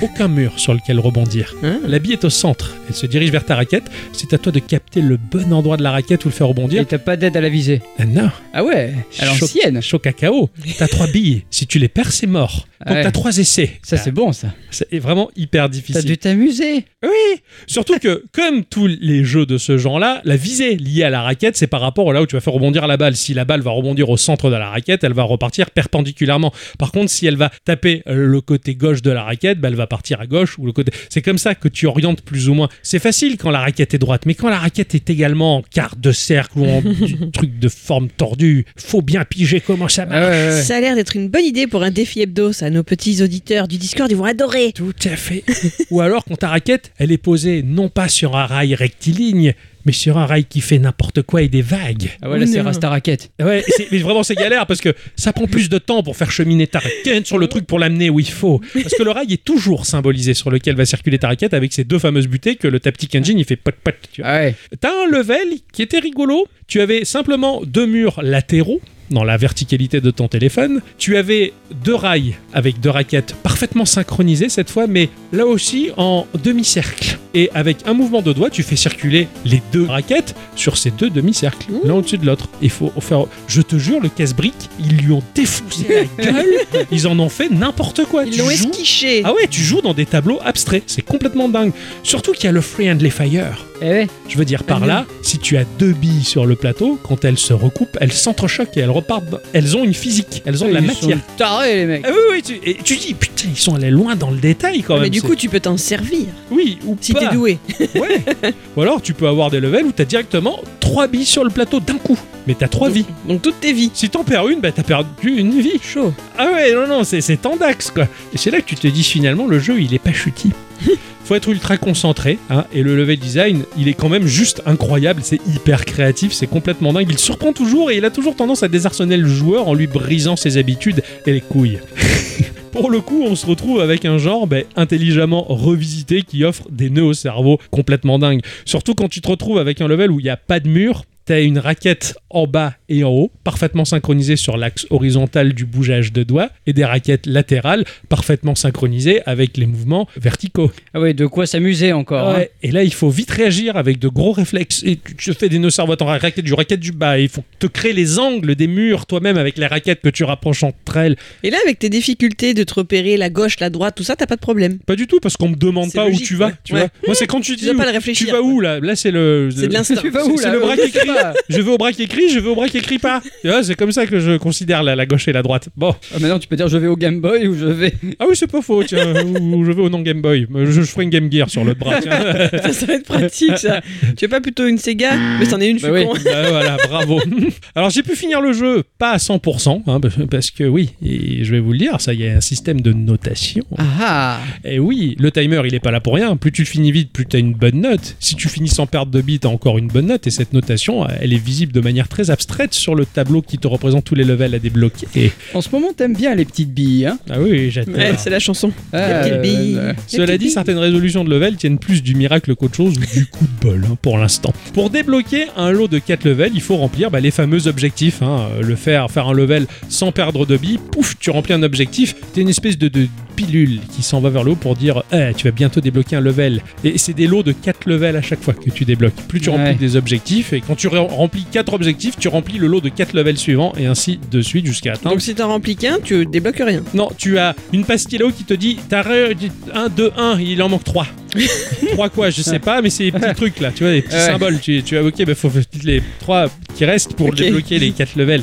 A: Aucun mur sur lequel rebondir.
C: Hein
A: La bille est au centre. Elle se dirige vers ta raquette. C'est à toi de capter le bon endroit de la raquette ou le faire rebondir.
B: Et t'as pas d'aide à la visée.
A: Ah non,
B: Ah ouais. À
A: Choc-
B: l'ancienne.
A: chaud cacao. T'as trois billes. Si tu les perds, c'est mort. Donc
B: Ouais.
A: t'as trois essais.
B: Ça, c'est bon, ça.
A: C'est vraiment hyper difficile.
B: T'as dû t'amuser.
A: Oui Surtout que, comme tous les jeux de ce genre-là, la visée liée à la raquette, c'est par rapport là où tu vas faire rebondir la balle. Si la balle va rebondir au centre de la raquette, elle va repartir perpendiculairement. Par contre, si elle va taper euh, le côté gauche de la raquette, bah, elle va partir à gauche ou le côté. C'est comme ça que tu orientes plus ou moins. C'est facile quand la raquette est droite, mais quand la raquette est également en quart de cercle ou en du truc de forme tordue, faut bien piger comment ça marche.
B: Ah ouais, ouais, ouais.
C: Ça a l'air d'être une bonne idée pour un défi hebdo, ça. Nos petits auditeurs du Discord, ils vont adorer.
A: Tout à fait. Ou alors quand ta raquette, elle est posée non pas sur un rail rectiligne, mais sur un rail qui fait n'importe quoi et des vagues.
B: Ah ouais, là, c'est
C: Non.
B: Rasta Racket.
A: Ouais, et c'est- mais vraiment c'est galère parce que ça prend plus de temps pour faire cheminer ta raquette sur le truc pour l'amener où il faut. Parce que le rail est toujours symbolisé sur lequel va circuler ta raquette avec ces deux fameuses butées que le Taptic Engine il fait pot pot. Tu vois.
B: Ah ouais.
A: T'as un level qui était rigolo. Tu avais simplement deux murs latéraux dans la verticalité de ton téléphone. Tu avais deux rails avec deux raquettes parfaitement synchronisées cette fois, mais là aussi en demi-cercle. Et avec un mouvement de doigt, tu fais circuler les deux raquettes sur ces deux demi-cercles, l'un au-dessus de l'autre. Il faut faire. Je te jure, le casse-brique, ils lui ont défoncé la gueule. Ils en ont fait n'importe quoi.
C: Ils
A: Tu
C: l'ont
A: joues-
C: esquiché.
A: Ah ouais, tu joues dans des tableaux abstraits. C'est complètement dingue. Surtout qu'il y a le Free Handly Fire.
B: Eh ouais.
A: Je veux
C: Ah
A: dire par là, si tu as deux billes sur le plateau, quand elles se recoupent, elles s'entrechoquent et elles repartent. dans- Elles ont une physique, elles ont de la
B: Ils
A: matière.
B: sont tarés, les mecs.
A: Ah oui, oui, tu, et tu dis, putain, ils sont allés loin dans le détail quand même.
C: Ah, mais du
A: c'est-
C: coup, tu peux t'en servir
A: oui, ou
C: si
A: pas.
C: t'es doué.
A: Ouais. ou alors, tu peux avoir des levels où t'as directement trois billes sur le plateau d'un coup. Mais t'as trois vies.
C: Donc toutes tes vies.
A: Si t'en perds une, bah t'as perdu une vie.
C: Chaud.
A: Ah ouais, non, non, c'est c'est Tandax, quoi. Et c'est là que tu te dis finalement, le jeu, il est pas chuti. Faut être ultra concentré, hein, et le level design, il est quand même juste incroyable, c'est hyper créatif, c'est complètement dingue, il surprend toujours et il a toujours tendance à désarçonner le joueur en lui brisant ses habitudes et les couilles. Pour le coup, on se retrouve avec un genre ben, intelligemment revisité qui offre des nœuds au cerveau complètement dingues. Surtout quand tu te retrouves avec un level où il n'y a pas de mur, t'as une raquette en bas et en haut, parfaitement synchronisée sur l'axe horizontal du bougeage de doigts, et des raquettes latérales, parfaitement synchronisées avec les mouvements verticaux.
B: Ah ouais, de quoi s'amuser
C: Ah
B: encore. hein.
A: Ouais, Et là, il faut vite réagir avec de gros réflexes. Et tu, tu fais des nœuds cerveaux en raquette du raquette du bas. Et il faut te créer les angles des murs toi-même avec les raquettes que tu rapproches entre elles.
C: Et là, avec tes difficultés de te repérer la gauche, la droite, tout ça, t'as pas de problème.
A: Pas du tout, parce qu'on me demande
C: C'est
A: pas où
C: logique,
A: tu vas.
C: ouais.
A: Tu
C: Ouais.
A: vois. Moi, c'est quand tu
C: Tu
A: dis
C: dois
A: où-
C: pas le réfléchir.
A: tu vas où là Là, c'est le.
C: C'est de l'instinct.
B: Tu vas où,
A: C'est
B: là
A: le bras qui
B: Je sais
A: crie.
B: pas.
A: Je vais au bras qui écrit, je vais au bras qui écrit pas. Tu vois, c'est comme ça que je considère la, la gauche et la droite. Bon.
B: Ah, maintenant, tu peux dire je vais au Game Boy ou je vais.
A: Ah oui, c'est pas faux, tiens. ou ou je vais au non-Game Boy. Euh, Je, je ferai une Game Gear sur l'autre bras, tiens.
C: ça, ça va être pratique, ça. tu veux pas plutôt une Sega Mais c'en est une, je suis
B: Bah oui.
C: con.
A: Bah voilà, bravo. Alors j'ai pu finir le jeu, pas à 100%, hein, parce- parce que oui, et je vais vous le dire, ça, il y a un système de notation.
B: Ah ah.
A: Et oui, le timer, il est pas là pour rien. Plus tu le finis vite, plus tu as une bonne note. Si tu finis sans perdre de bits, t'as encore une bonne note. Et cette notation, elle est visible de manière très abstraite sur le tableau qui te représente tous les levels à débloquer. Et-
B: En ce moment, t'aimes bien les petites billes, hein
A: Ah oui, j'adore.
C: Ouais, c'est la chanson.
B: Ah,
C: petites
B: euh,
C: billes.
B: euh,
A: Cela dit, certaines résolutions de level tiennent plus du miracle qu'autre chose ou du coup de bol hein, pour l'instant. Pour débloquer un lot de 4 levels, il faut remplir bah, les fameux objectifs. hein. Euh, Le faire, faire un level sans perdre de billes, pouf, tu remplis un objectif. T'es une espèce de, de pilule qui s'en va vers le haut pour dire Eh, tu vas bientôt débloquer un level. Et c'est des lots de 4 levels à chaque fois que tu débloques. Plus tu remplis
B: Ouais.
A: des objectifs, et quand tu re- remplis 4 objectifs, tu remplis le lot de 4 levels suivants, et ainsi de suite jusqu'à atteindre.
C: Donc si t'en remplis qu'un, tu débloques rien.
A: Non, tu as une pastille là-haut qui te dit T'as 1, 2, 1, il en manque 3. 3 quoi, je sais pas, mais c'est des petits trucs là, tu vois, des petits
B: Ouais.
A: symboles. Tu, tu as, ok, bah, faut faut- les 3 qui restent pour
C: Ok.
A: débloquer les 4 levels.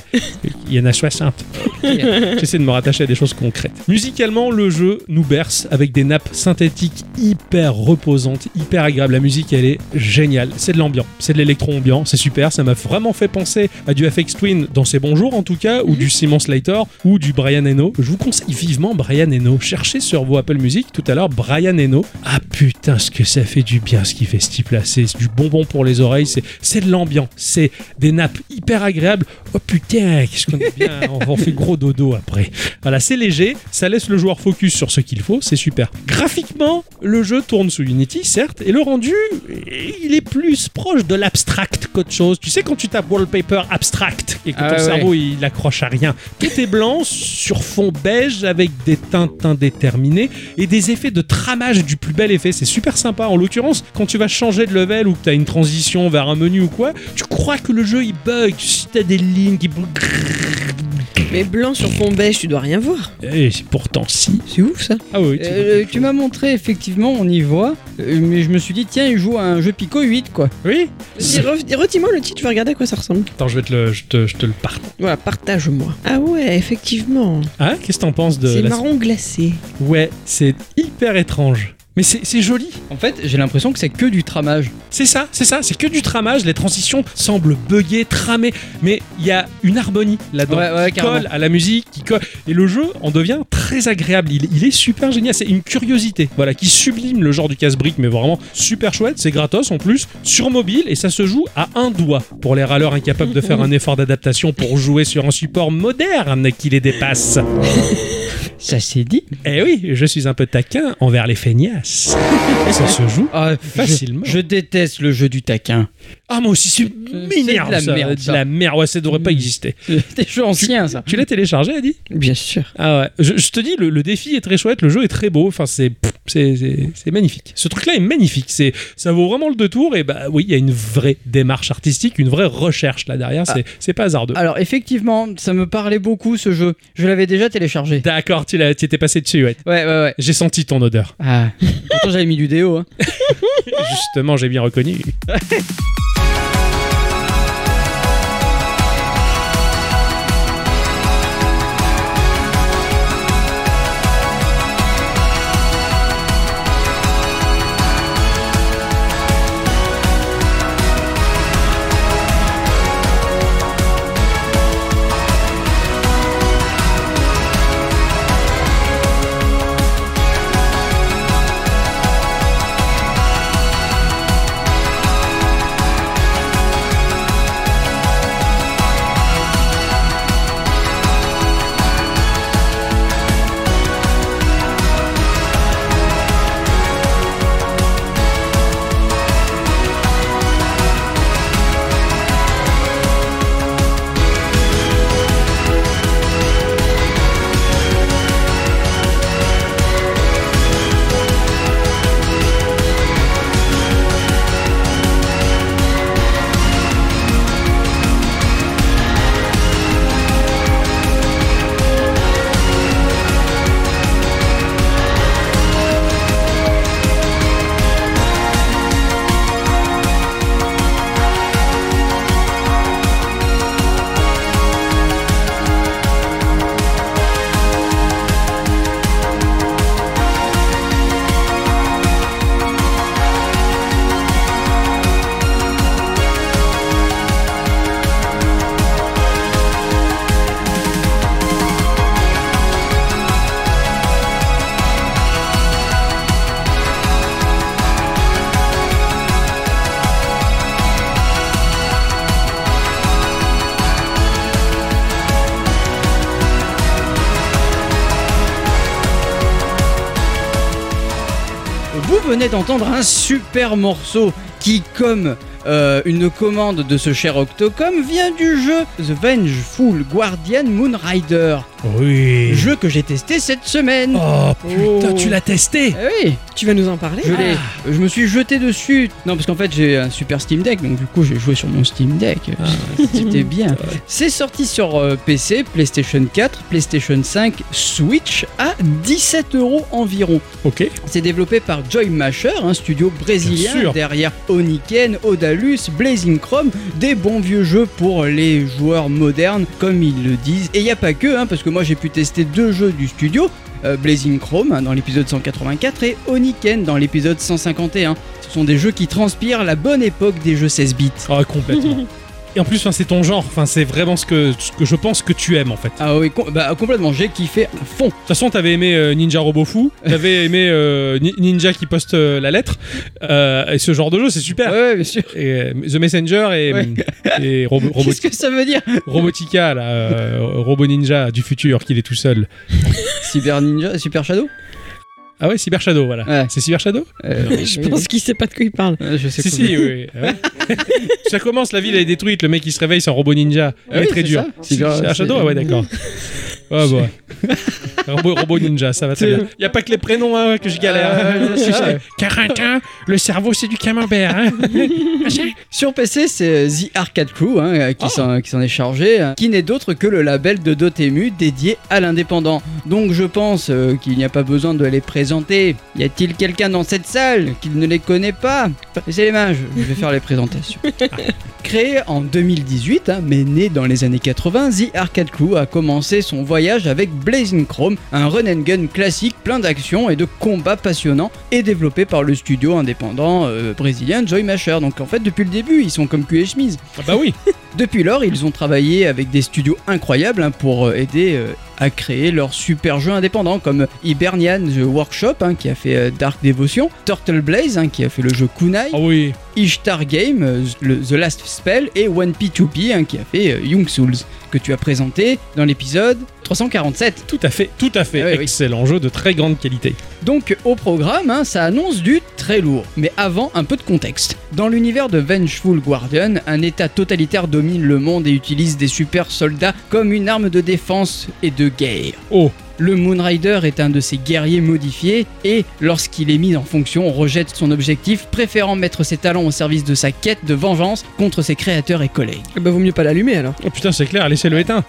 A: Il y en a 60. J'essaie de me rattacher à des choses concrètes. Musicalement, le jeu nous berce avec des nappes synthétiques hyper reposantes, hyper agréables. La musique, elle est géniale. C'est de l'ambiant, c'est de l'électro-ambiant, c'est super. Ça m'a vraiment fait penser à du FX Twin dans ses bons jours, en tout cas, ou du Simon Slater, ou du Brian Eno. Je vous conseille vivement Brian Eno. Cherchez sur vos Apple Music tout à l'heure Brian Eno. Ah putain, ce que ça fait du bien ce qu'il fait ce type-là. C'est du bonbon pour les oreilles, c'est c'est de l'ambiant, c'est des nappes hyper agréables. Oh putain, qu'est-ce qu'on est bien, on, on fait gros dodo après. Voilà, c'est léger, ça laisse le joueur focus sur ce qu'il faut, c'est super. Graphiquement, le jeu tourne sous Unity, certes, et le rendu, il est plus proche de l'abstract qu'autre chose. Tu sais, quand tu tapes wallpaper abstract et que
B: Ah
A: ton
B: ouais.
A: cerveau il accroche à rien, tout est blanc sur fond beige avec des teintes indéterminées et des effets de tramage du plus bel effet. C'est super sympa. En l'occurrence, quand tu vas changer de level ou que tu as une transition vers un menu ou quoi, tu crois que le jeu il bug. Si t'as des lignes qui. bougent-
C: Mais blanc sur fond beige, tu dois rien voir.
A: Et Eh, pourtant, si.
C: C'est ouf ça.
A: Ah oui, tu-
B: Euh, tu m'as montré, effectivement, on y voit, euh, mais je me suis dit, tiens, il joue à un jeu Pico 8, quoi.
A: Oui
C: Dis, re- Retis-moi le titre, je vais regarder à quoi ça ressemble.
A: Attends, je, vais te le, je, te, je te le parte.
C: Voilà, partage-moi. Ah ouais, effectivement.
A: Hein Qu'est-ce que t'en penses de
C: C'est
A: la-
C: marron glacé.
A: Ouais, c'est hyper étrange. Mais c'est c'est joli.
B: En fait, j'ai l'impression que c'est que du tramage.
A: C'est ça, c'est ça, c'est que du tramage. Les transitions semblent bugger, tramées, mais il y a une harmonie là-dedans
B: Ouais, ouais,
A: qui
B: carrément.
A: colle à la musique, qui colle. Et le jeu en devient très agréable. Il, il est super génial. C'est une curiosité, voilà, qui sublime le genre du casse-brique, mais vraiment super chouette. C'est gratos en plus, sur mobile, et ça se joue à un doigt pour les râleurs incapables de faire un effort d'adaptation pour jouer sur un support moderne qui les dépasse.
B: Ça s'est dit
A: Eh oui, je suis un peu taquin envers les feignasses. ça se joue
B: Ah,
A: Facilement.
B: Je, je déteste le jeu du taquin.
A: Ah moi aussi c'est
B: Euh,
A: m'énerve
B: c'est de la
A: ça.
B: merde,
A: De
B: ça.
A: la merde, ouais ça devrait pas
B: Mm.
A: exister.
B: C'est des jeux anciens, ça.
A: Tu l'as téléchargé Adi
C: Bien sûr.
A: Ah ouais. Je, je te dis le, le défi est très chouette, le jeu est très beau, enfin c'est pff, c'est- c'est c'est magnifique. Ce truc là est magnifique, c'est ça vaut vraiment le détour et bah oui, il y a une vraie démarche artistique, une vraie recherche là derrière,
B: Ah.
A: c'est c'est pas hasardeux.
B: Alors, effectivement, ça me parlait beaucoup, ce jeu. Je l'avais déjà téléchargé.
A: D'accord, tu l'as tu étais passé dessus, ouais.
B: Ouais, ouais, ouais.
A: J'ai senti ton odeur.
B: Ah, pourtant j'avais mis du déo. Hein.
A: Justement, j'ai bien reconnu.
B: Vous venez d'entendre un super morceau qui, comme euh, une commande de ce cher Octocom, vient du jeu The Vengeful Guardian Moonrider.
A: Oui.
B: Jeu que j'ai testé cette semaine.
A: Oh putain,
B: Oh.
A: tu l'as testé Ah.
B: Eh oui,
C: Tu vas nous en parler
B: je, l'ai- je me suis jeté dessus. Non, parce qu'en fait j'ai un super Steam Deck, donc du coup j'ai joué sur mon Steam Deck.
A: Ah.
B: C'était bien. C'est sorti sur euh, PC, PlayStation 4, PlayStation 5, Switch à 17 euros environ.
A: Ok.
B: C'est développé par Joy Masher, un studio
A: Bien
B: brésilien
A: sûr.
B: derrière Oniken, Odalus, Blazing Chrome, des bons vieux jeux pour les joueurs modernes, comme ils le disent. Et il n'y a pas que, hein, parce que moi j'ai pu tester deux jeux du studio. euh, Blazing Chrome hein, dans l'épisode 184 et Oniken dans l'épisode 151. Ce sont des jeux qui transpirent la bonne époque des jeux 16 bits.
A: Ah, complètement. Et en plus, enfin, c'est ton genre. Enfin, c'est vraiment ce que, ce que je pense que tu aimes en fait. De
B: Ah oui, com- bah, complètement, j'ai kiffé à fond.
A: toute façon, t'avais aimé euh, Ninja Robo Fou, t'avais aimé euh, Ni- Ninja qui poste euh, la lettre, euh, et ce genre de jeu, c'est super.
B: Ouais, bien sûr.
A: Et, euh, The Messenger et,
B: Ouais.
A: et Robo- Robo-
B: Qu'est-ce que ça veut dire
A: Robotica, là, euh, Robo Ninja du futur, qu'il est tout seul.
B: Cyber Ninja, Super Shadow
A: Ah ouais, Cyber Shadow, voilà.
B: Ouais.
A: C'est Cyber Shadow
B: Euh,
C: Ah, Je
B: oui,
C: pense qu'il sait pas de quoi il parle.
B: oui. Euh, je sais
A: Si,
B: pas.
A: si, oui. oui. Ouais. ça commence, la ville est détruite, le mec il se réveille sans robot ninja. Il
B: Ah
A: est
B: oui,
A: très
B: c'est
A: dur.
B: ça.
A: C'est
B: Cyber-
A: Cyber Shadow,
B: c'est-
A: ah ouais, d'accord. Ouais, bon. robot, robot ninja, ça va très bien. Il a pas que les prénoms hein, que je galère.
B: Euh,
A: Je
B: c'est ça.
A: sais. Carintin, le cerveau c'est du camembert. hein.
B: Sur PC, c'est euh, The Arcade Crew hein, qui s'en- qui s'en est chargé, hein, qui n'est d'autre que le label de Dotemu dédié à l'indépendant. Donc je pense euh, qu'il n'y a pas besoin de les présenter. Y a-t-il quelqu'un dans cette salle qui ne les connaît pas Baissez les mains, je, je vais faire les présentations. Créé en 2018, hein, mais né dans les années 80, The Arcade Crew a commencé son voyage avec Blazing Chrome, un run and gun classique plein d'action et de combats passionnants, et développé par le studio indépendant euh, brésilien Joy Masher. Donc en fait, depuis le début, ils sont comme cul et chemise.
A: Ah bah oui.
B: Depuis lors, ils ont travaillé avec des studios incroyables hein, pour euh, aider euh, à créer leurs super jeux indépendants comme Hibernian The Workshop hein, qui a fait euh, Dark Devotion, Turtle Blaze hein, qui a fait le jeu Kunai,
A: Ah oui.
B: Ishtar Game, euh, le- The Last Spell et 1P2P hein, qui a fait euh, Young Souls que tu as présenté dans l'épisode 347.
A: Tout à fait, tout à fait.
B: Ah ouais, oui.
A: Excellent jeu de très grande qualité.
B: Donc au programme, hein, ça annonce du très lourd. Mais avant, un peu de contexte. Dans l'univers de Vengeful Guardian, un état totalitaire domine le monde et utilise des super soldats comme une arme de défense et de guerre.
A: Oh,
B: Le Moonrider est un de ces guerriers modifiés et, lorsqu'il est mis en fonction, rejette son objectif, préférant mettre ses talents au service de sa quête de vengeance contre ses créateurs et collègues.
C: Eh ben, vaut mieux pas l'allumer alors.
A: oh putain, c'est clair, laissez-le éteint.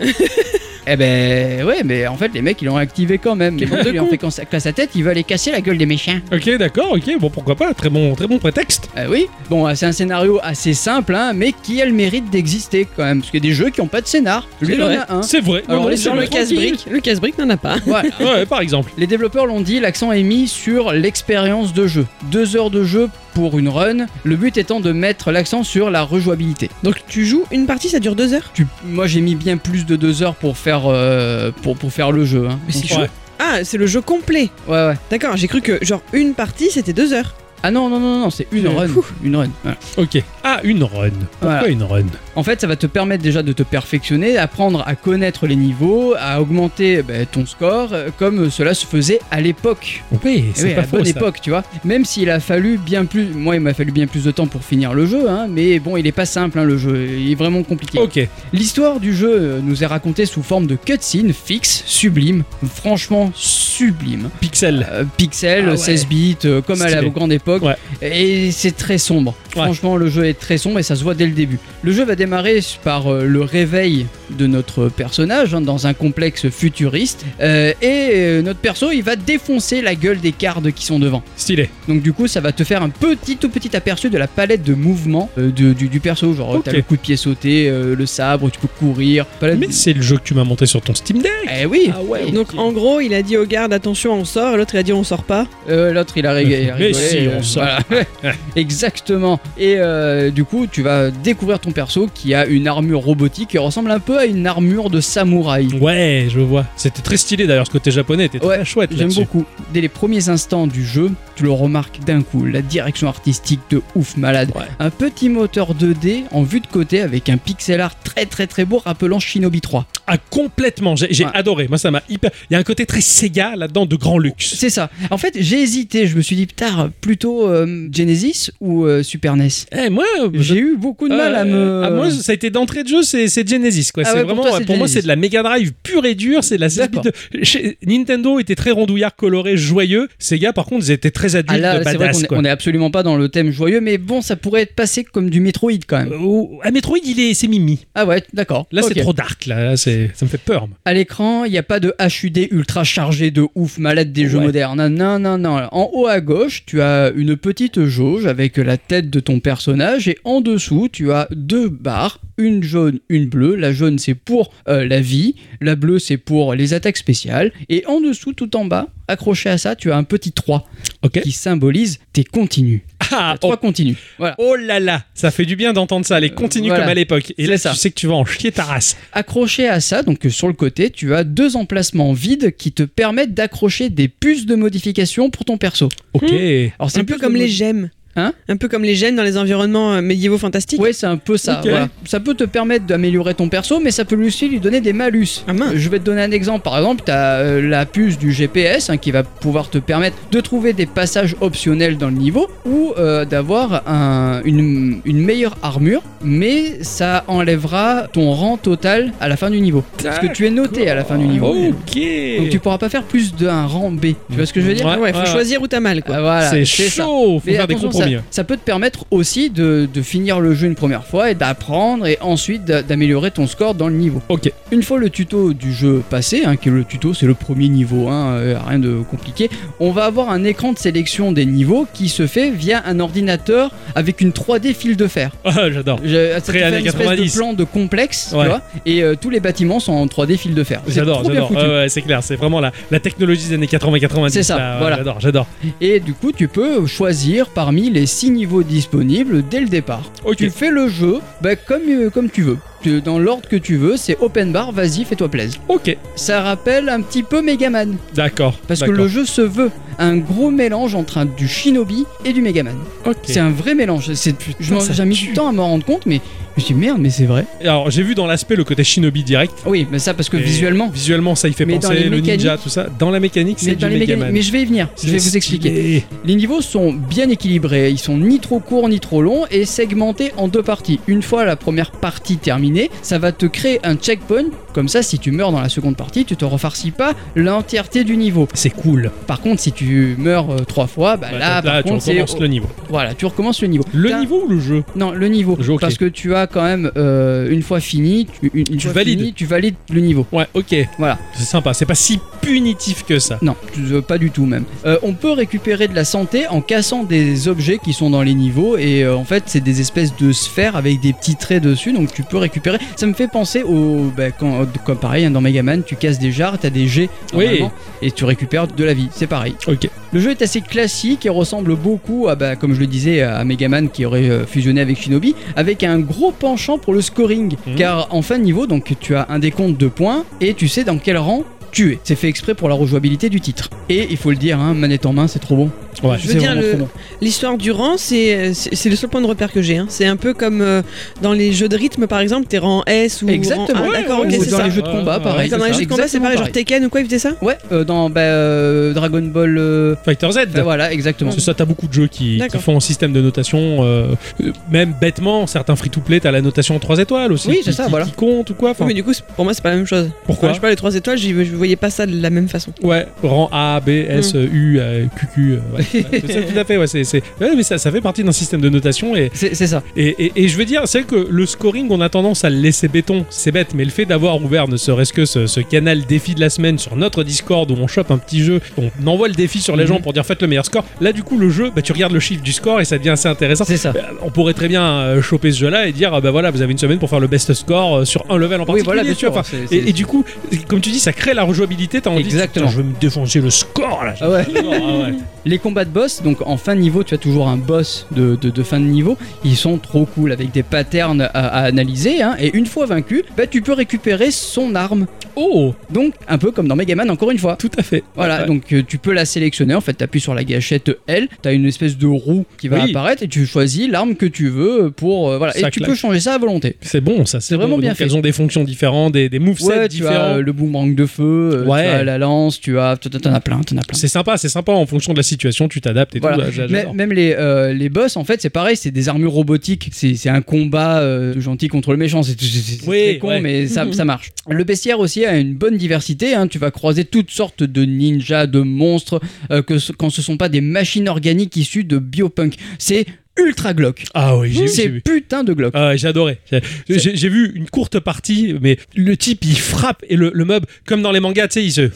B: Eh ben ouais, mais en fait les mecs ils l'ont activé quand même. Mais quand
C: bande de
B: il en
C: cons.
B: fait quand ça classe sa tête, il va aller casser la gueule des méchants.
A: Ok, d'accord, ok, bon pourquoi pas, très bon, très bon prétexte.
B: Ah oui. Bon, euh, c'est un scénario assez simple, hein, mais qui a le mérite d'exister quand même, parce qu'il y a des jeux qui ont pas de scénar. Lui
C: C'est
B: il en
C: vrai.
B: a un.
A: C'est vrai.
B: Hein Alors,
A: Non, non,
B: les
A: c'est
C: Genre
B: gens
A: vrai.
C: le casse-brique. Le casse-brique n'en a pas.
B: Voilà.
A: Ouais, par exemple.
B: Les développeurs l'ont dit, l'accent est mis sur l'expérience de jeu. Deux heures de jeu pour une run, le but étant de mettre l'accent sur la rejouabilité.
C: Donc tu joues une partie, ça dure deux heures
B: Tu- Moi j'ai mis bien plus de deux heures pour faire, euh, pour, pour faire le jeu. hein.
C: c'est
A: Ouais.
C: Ah, c'est le jeu complet.
B: Ouais, ouais.
C: D'accord, j'ai cru que genre une partie c'était deux heures.
B: Ah non, non, non, non, c'est une
C: Euh,
B: run.
C: ouf.
B: Une run. voilà.
A: Ok. Ah, une run. Pourquoi
B: Voilà.
A: une run
B: En fait, ça va te permettre déjà de te perfectionner, apprendre à connaître les niveaux, à augmenter bah, ton score, euh, comme cela se faisait à l'époque.
A: Oui,
B: Eh
A: c'est
B: oui, à
A: pas
B: la
A: faux,
B: bonne
A: ça.
B: époque, tu vois. Même s'il a fallu bien plus, moi, il m'a fallu bien plus de temps pour finir le jeu, hein, mais bon, il est pas simple, hein, le jeu, il est vraiment compliqué.
A: Ok,
B: L'histoire du jeu euh, nous est racontée sous forme de cutscene fixe, sublime, franchement sublime.
A: pixel.
B: Euh, pixel,
A: Ah ouais.
B: 16 bits, euh, comme à la
A: Stylé.
B: grande époque.
A: Ouais.
B: Et c'est très sombre.
A: Ouais.
B: Franchement, le jeu est très sombre et ça se voit dès le début. Le jeu va démarrer par euh, le réveil de notre personnage hein, dans un complexe futuriste. Euh, et euh, notre perso, il va défoncer la gueule des cardes qui sont devant.
A: Stylé.
B: Donc du coup, ça va te faire un petit tout petit aperçu de la palette de mouvements euh, de- du, du perso. Genre, euh,
A: Ok.
B: t'as le coup de pied sauté, euh, le sabre, tu peux courir. Palette...
A: Mais c'est le jeu que tu m'as monté sur ton Steam Deck.
B: Eh oui
A: ouais.
C: Donc en gros, il a dit aux gardes attention, on sort, et l'autre il a dit on sort pas.
B: Euh, L'autre, il a rig- il a
A: Mais
B: rigolé.
A: si, on
B: euh,
A: sort.
B: voilà. Exactement. Et euh, du coup, tu vas découvrir ton perso qui a une armure robotique qui ressemble un peu à une armure de samouraï.
A: Ouais, je vois. C'était très stylé d'ailleurs, ce côté japonais était
B: Ouais,
A: très chouette
B: J'aime
A: là-dessus.
B: beaucoup. Dès les premiers instants du jeu, tu le remarques d'un coup, la direction artistique de ouf malade.
A: Ouais.
B: Un petit moteur 2D en vue de côté avec un pixel art très très très beau rappelant Shinobi 3.
A: Ah, ah, complètement. J'ai j'ai
B: Ouais.
A: adoré. Moi, ça m'a hyper. Il y a un côté très Sega là-dedans de grand luxe.
B: C'est ça. En fait, j'ai hésité. Je me suis dit, putain, plutôt euh, Genesis ou euh, Super NES.
A: Eh, moi, je-
B: J'ai eu beaucoup de mal à me.
A: Euh, ah, moi, ça a été d'entrée de jeu, c'est c'est Genesis. Quoi.
B: Ah
A: c'est
B: ouais, pour
A: vraiment,
B: toi,
A: pour, moi,
B: c'est Genesis.
A: c'est de la Mega Drive pure et dure. C'est de la 16 bits.
B: D'accord.
A: de- Chez- Nintendo était très rondouillard, coloré, joyeux. Sega, par contre, ils étaient très adultes,
B: Ah, là, c'est vrai
A: badass.
B: qu'on est-
A: quoi.
B: on est absolument pas dans le thème joyeux, mais bon, ça pourrait être passé comme du Metroid quand même.
A: Euh, ou- ah, Metroid, il est, c'est mimi.
B: Ah ouais, d'accord.
A: Là,
B: Ok.
A: c'est trop dark. Là, Là, c'est, ça me fait peur. moi.
B: À l'écran, il n'y a pas de HUD ultra chargé de ouf malade des jeux
A: Ouais.
B: modernes. Non, non, non. En haut à gauche, tu as une petite jauge avec la tête de ton personnage et en dessous, tu as deux barres, une jaune, une bleue. La jaune, c'est pour euh, la vie, la bleue, c'est pour les attaques spéciales. Et en dessous, tout en bas, accroché à ça, tu as un petit 3
A: Ok.
B: qui symbolise tes continues.
A: Ah, oh,
B: 3 continues. Voilà.
A: oh là là, ça fait du bien d'entendre ça. Les continue
B: Euh, voilà.
A: comme à l'époque. Et
B: C'est
A: là,
B: ça.
A: tu sais que tu vas en chier ta race.
B: Accroché à ça, donc euh, sur le côté, tu as deux emplacements vides qui te permettent d'accrocher des puces de modification pour ton perso.
A: Ok.
B: Alors
C: un peu
B: plus
C: comme
B: de
C: les
B: modi-
C: gemmes.
B: Hein
C: Un peu comme les gemmes dans les environnements euh, médiévaux fantastiques.
B: Ouais, c'est un peu ça.
A: Ok.
B: voilà. Ça peut te permettre d'améliorer ton perso, mais ça peut lui aussi lui donner des malus.
C: Ah mince.
B: Je vais te donner un exemple. Par exemple, tu as la puce du GPS hein, qui va pouvoir te permettre de trouver des passages optionnels dans le niveau ou euh, d'avoir un- une, une meilleure armure, mais ça enlèvera ton rang total à la fin du niveau. Parce que tu es noté à la fin du niveau.
A: Ok.
B: Donc tu pourras pas faire plus d'un rang B. Tu vois ce que je veux dire
A: Mmh. Ouais,
C: Ah ouais, faut
A: ouais, ouais.
C: choisir où t'as mal quoi.
B: Ah, voilà,
A: c'est
B: ça.
A: chaud. Faut
B: Mais
A: faire des
B: attention,
A: compromis. hein.
B: Ça, ça peut te permettre aussi de, de finir le jeu une première fois et d'apprendre et ensuite d'a- d'améliorer ton score dans le niveau.
A: Ok.
B: Une fois le tuto du jeu passé, hein, qui est le tuto c'est le premier niveau, hein, euh, rien de compliqué, on va avoir un écran de sélection des niveaux qui se fait via un ordinateur avec une 3D fil de fer.
A: Ah, j'adore.
B: Je- Ça te
A: Très
B: fait
A: années
B: une espèce
A: 90.
B: de plan de complexe, tu
A: Ouais.
B: vois, et euh, tous les bâtiments sont en 3D fil de fer. C'est
A: J'adore,
B: trop bien
A: j'adore.
B: foutu.
A: Ouais, ouais, c'est clair, c'est vraiment la, la technologie des années 80-90.
B: C'est ça,
A: là, ouais,
B: voilà.
A: J'adore, j'adore.
B: Et du coup, tu peux choisir parmi les 6 niveaux disponibles dès le départ.
A: Ok.
B: Tu fais le jeu bah, comme, euh, comme tu veux. Tu- Dans l'ordre que tu veux, c'est open bar, vas-y, fais-toi plaisir.
A: Ok,
B: Ça rappelle un petit peu Megaman,
A: d'accord.
B: parce que
A: d'accord.
B: le jeu se veut un gros mélange entre un- du Shinobi et du Megaman.
A: Ok.
B: C'est un vrai mélange. C'est- je m'en-
A: ça
B: J'ai mis
A: tue.
B: du temps à m'en rendre compte, mais je me suis dit merde, mais c'est vrai.
A: Alors, j'ai vu dans l'aspect le côté shinobi direct.
B: Oui, mais ça parce que
A: Et
B: visuellement.
A: Visuellement, ça y fait
B: Mais dans
A: penser,
B: les
A: le ninja,
B: mécaniques-
A: tout ça. Dans la mécanique,
B: Mais,
A: c'est du
B: dans les
A: Megaman.
B: Megaman- mais je vais y venir, je vais vous
A: Stylé.
B: expliquer. Les niveaux sont bien équilibrés, ils sont ni trop courts ni trop longs et segmentés en deux parties. Une fois la première partie terminée, ça va te créer un checkpoint, comme ça si tu meurs dans la seconde partie, tu te refarcis pas l'entièreté du niveau.
A: C'est cool.
B: Par contre, si tu meurs euh, trois fois, bah,
A: Bah,
B: là, par
A: tu
B: contre,
A: recommences
B: c'est-
A: le niveau.
B: Voilà, tu recommences le niveau.
A: Le
B: T'as-
A: niveau ou le jeu
B: Non, le niveau.
A: Le jeu, ok.
B: Parce que tu as quand même, euh, une fois fini, tu, une- une
A: Tu
B: fois
A: valides.
B: fini, tu valides le niveau.
A: Ouais, ok.
B: Voilà.
A: C'est sympa, c'est pas si punitif que ça.
B: Non, tu- euh, pas du tout même. Euh, on peut récupérer de la santé en cassant des objets qui sont dans les niveaux et euh, en fait c'est des espèces de sphères avec des petits traits dessus donc tu peux récupérer. Ça me fait penser au bah, quand, euh, comme pareil hein, dans Megaman tu casses des jarres, t'as des jets
A: Oui.
B: normalement, et tu récupères de la vie. C'est pareil.
A: Ok.
B: Le jeu est assez classique et ressemble beaucoup à bah, comme je le disais à Megaman qui aurait euh, fusionné avec Shinobi avec un gros penchant pour le scoring
A: Mhm.
B: car en fin de niveau donc tu as un décompte de points et tu sais dans quel rang tu es. C'est fait exprès pour la rejouabilité du titre. Et il faut le dire, hein, manette en main, c'est trop bon.
A: Ouais.
C: Je veux
B: C'est
C: dire,
B: vraiment
C: le-
B: trop bon.
C: L'histoire du rang, c'est c'est- c'est le seul point de repère que j'ai. hein. C'est un peu comme euh, dans les jeux de rythme, par exemple, t'es rang S ou
B: Exactement.
C: rang A. Ah, D'accord,
B: Ou
C: ok, c'est
B: dans
C: ça.
B: les jeux de
A: Ouais,
B: combat,
A: ouais,
B: pareil.
A: ouais,
C: Dans les
B: c'est
C: jeux de combat, c'est
B: exactement
C: pareil, genre Tekken ou quoi, ils faisaient ça
B: Ouais, euh, dans bah, euh, Dragon Ball. euh,
A: Fighter Z.
B: bah, voilà, exactement.
A: C'est ça, t'as beaucoup de jeux qui, qui
C: D'accord.
A: font un système de notation, euh, euh, même bêtement, certains free-to-play, t'as la notation 3 étoiles aussi,
B: Oui, c'est
A: qui,
B: ça,
A: qui-
B: voilà.
A: qui compte ou quoi. Enfin,
C: Oui, mais du coup, c'est- pour moi, c'est pas la même chose.
A: Pourquoi
C: Enfin, Je sais pas, les trois étoiles, j'y- je voyais pas ça de la même façon.
A: Ouais, rang A, B, S, U, euh, Q, Q. euh, ouais. Ouais, tout, ça, tout à fait, ouais, c'est, c'est- ouais, mais ça, ça fait partie d'un système de notation et,
B: C'est c'est ça.
A: et, et- et je veux dire, c'est vrai que le scoring, on a tendance à le laisser béton, c'est bête, mais le fait d'avoir ouvert ne serait-ce que ce, ce canal défi de la semaine sur notre Discord où on chope un petit jeu, on envoie le défi sur les
B: Mhm.
A: gens pour dire faites le meilleur score, là du coup le jeu, bah, tu regardes le chiffre du score et ça devient assez intéressant.
B: C'est ça.
A: Euh, On pourrait très bien euh, choper ce jeu-là et dire, euh, bah voilà, vous avez une semaine pour faire le best score euh, sur un level en particulier.
B: Oui, voilà, bien
A: tu vois.
B: sûr.
A: Enfin,
B: c'est- c'est-
A: et, et du coup, comme tu dis, ça crée la rejouabilité. T'as envie de-
B: Exactement.
A: Putain, je vais me défoncer le score là.
B: Ah ouais.
A: Ah ouais.
B: Les combats de boss, donc en fin de niveau, tu as toujours un boss de, de- de fin de niveau, ils sont trop cool avec des patterns à, à analyser. hein, et une fois vaincu, bah, tu peux récupérer son arme.
A: Oh,
B: Donc, un peu comme dans Megaman, encore une fois.
A: tout à fait.
B: Voilà,
A: Ouais.
B: donc euh, tu peux la sélectionner. En fait, tu appuies sur la gâchette L, tu as une espèce de roue qui va
A: Oui.
B: apparaître et tu choisis l'arme que tu veux pour. euh, voilà,
A: Ça
B: et tu
A: claque.
B: peux changer ça à volonté.
A: C'est bon, ça, c'est
B: C'est vraiment
A: bon.
B: bien
A: Donc,
B: fait.
A: Elles ont des fonctions différentes, des, des movesets
B: Ouais, tu as
A: différents.
B: euh, le boomerang de feu, euh,
A: Ouais.
B: tu as la lance, tu as. T'en as plein, t'en as plein.
A: C'est sympa, c'est sympa. En fonction de la situation, tu t'adaptes et
B: Voilà.
A: tout. J'a-
B: Mais-
A: j'adore.
B: même les, euh, les boss, en fait, c'est pareil, c'est des armures robotiques, c'est c'est un combat euh, de gentil contre le méchant, c'est c'est- c'est
A: Oui,
B: très con,
A: ouais.
B: mais ça, ça marche. Le bestiaire aussi a une bonne diversité, hein. tu vas croiser toutes sortes de ninjas, de monstres, euh, que ce- quand ce sont pas des machines organiques issues de biopunk. C'est ultra glauque.
A: Ah oui, j'ai- j'ai
B: C'est
A: vu.
B: putain de glauque.
A: Ah ouais, j'ai adoré. J'ai- J'ai j'ai vu une courte partie, mais le type il frappe et le, le mob, comme dans les mangas, tu sais, il se.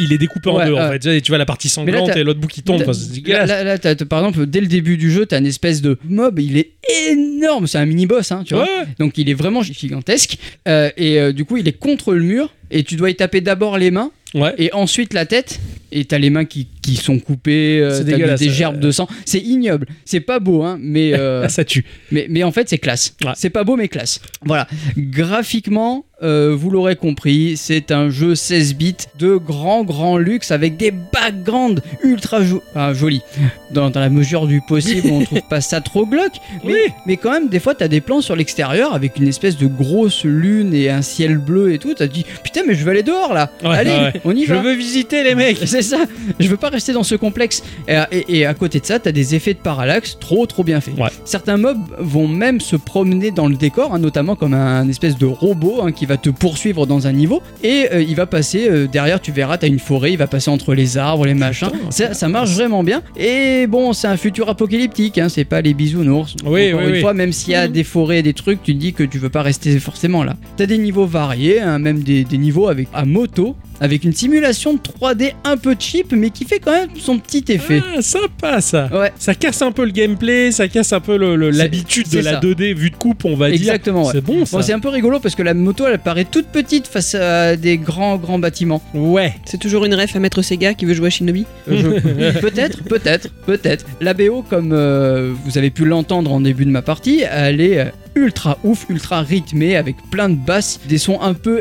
A: Il est découpé en
B: Ouais,
A: deux en
B: euh,
A: fait. Et Tu vois la partie
B: là,
A: sanglante
B: t'as-
A: et l'autre bout qui tombe.
B: Là-
A: Enfin, c'est
B: Là,
A: dégueulasse.
B: là, là, t'as- t'as- par exemple, dès le début du jeu, t'as une espèce de mob, il est énorme, c'est un mini-boss, hein, tu vois.
A: Ouais.
B: Donc il est vraiment gigantesque. Euh, et euh, du coup, il est contre le mur. Et tu dois y taper d'abord les mains
A: Ouais.
B: et ensuite la tête. Et t'as les mains qui, qui sont coupées,
A: C'est
B: euh, t'as
A: dégueulasse,
B: des, des gerbes de sang. C'est ignoble. C'est pas beau, hein, mais, euh,
A: Ah, ça tue.
B: mais, mais en fait, c'est classe.
A: Ouais.
B: C'est pas beau, mais classe. Voilà. Graphiquement, euh, vous l'aurez compris, c'est un jeu 16 bits de grand, grand luxe avec des backgrounds ultra jo- enfin, jolis. Dans, dans la mesure du possible, on trouve pas ça trop glauque, mais,
A: Oui.
B: mais quand même, des fois, t'as des plans sur l'extérieur avec une espèce de grosse lune et un ciel bleu et tout. T'as dit, putain, mais je vais aller dehors là.
A: Ouais,
B: Allez,
A: ouais.
B: on y
A: Je
B: va.
A: veux visiter les mecs.
B: C'est ça, je veux pas rester dans ce complexe. Et, et- et à côté de ça, t'as des effets de parallaxe trop trop bien faits.
A: Ouais.
B: Certains mobs vont même se promener dans le décor, hein, notamment comme un espèce de robot hein, qui va te poursuivre dans un niveau et euh, il va passer euh, derrière, tu verras, t'as une forêt, il va passer entre les arbres, les machins.
A: Putain,
B: Ça, ça marche vraiment bien. Et bon, c'est un futur apocalyptique, hein, c'est pas les bisounours.
A: Oui,
B: Encore
A: oui,
B: une
A: oui.
B: fois, même s'il y a des forêts et des trucs, tu te dis que tu veux pas rester forcément là. T'as des niveaux variés, hein, même des, des niveaux avec à moto, avec une simulation de 3D un peu cheap, mais qui fait quand même son petit effet.
A: Ah, sympa ça.
B: Ouais.
A: Ça casse un peu le gameplay, ça casse un peu le- le-
B: C'est-
A: l'habitude de
B: c'est
A: la
B: ça.
A: 2D vue de coupe, on va
B: Exactement,
A: dire.
B: ouais.
A: C'est bon ça.
B: Bon, c'est un peu rigolo parce que la moto elle paraît toute petite face à des grands grands bâtiments.
A: ouais.
C: C'est toujours une ref à Maître Sega qui veut jouer à Shinobi.
B: Je- Peut-être, peut-être, peut-être. La BO, comme euh, vous avez pu l'entendre en début de ma partie, elle est euh, ultra ouf, ultra rythmée, avec plein de basses, des sons un peu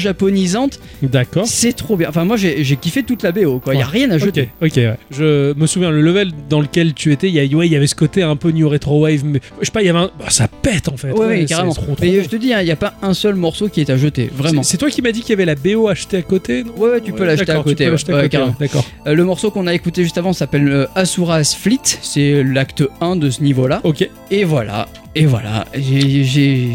B: électro-japonisantes.
A: D'accord.
B: C'est trop bien. Enfin, moi, j'ai j'ai kiffé toute la BO, quoi. Il a
A: Hein Ouais.
B: rien à jeter.
A: Ok, ok, ouais. Je me souviens, le level dans lequel tu étais, il y, a- ouais, il y avait ce côté un peu New Retro Wave, mais je sais pas, il y avait un. bah, ça pète en fait.
B: Ouais, ouais,
A: c'est
B: carrément.
A: trop, trop
B: Mais
A: bon.
B: euh, je te dis, hein, il n'y a pas un seul morceau qui est à jeter, vraiment.
A: C'est c'est toi qui m'as dit qu'il y avait la BO achetée à côté, non
B: Ouais, ouais, tu peux l'acheter à
A: d'accord, tu
B: côté.
A: peux
B: ouais.
A: l'acheter à
B: Ouais,
A: côté,
B: carrément.
A: ouais, D'accord.
B: Euh, le morceau qu'on a écouté juste avant s'appelle euh, Asura's Fleet. C'est l'acte 1 de ce niveau-là.
A: Ok.
B: Et voilà, et voilà, j'ai- j'ai-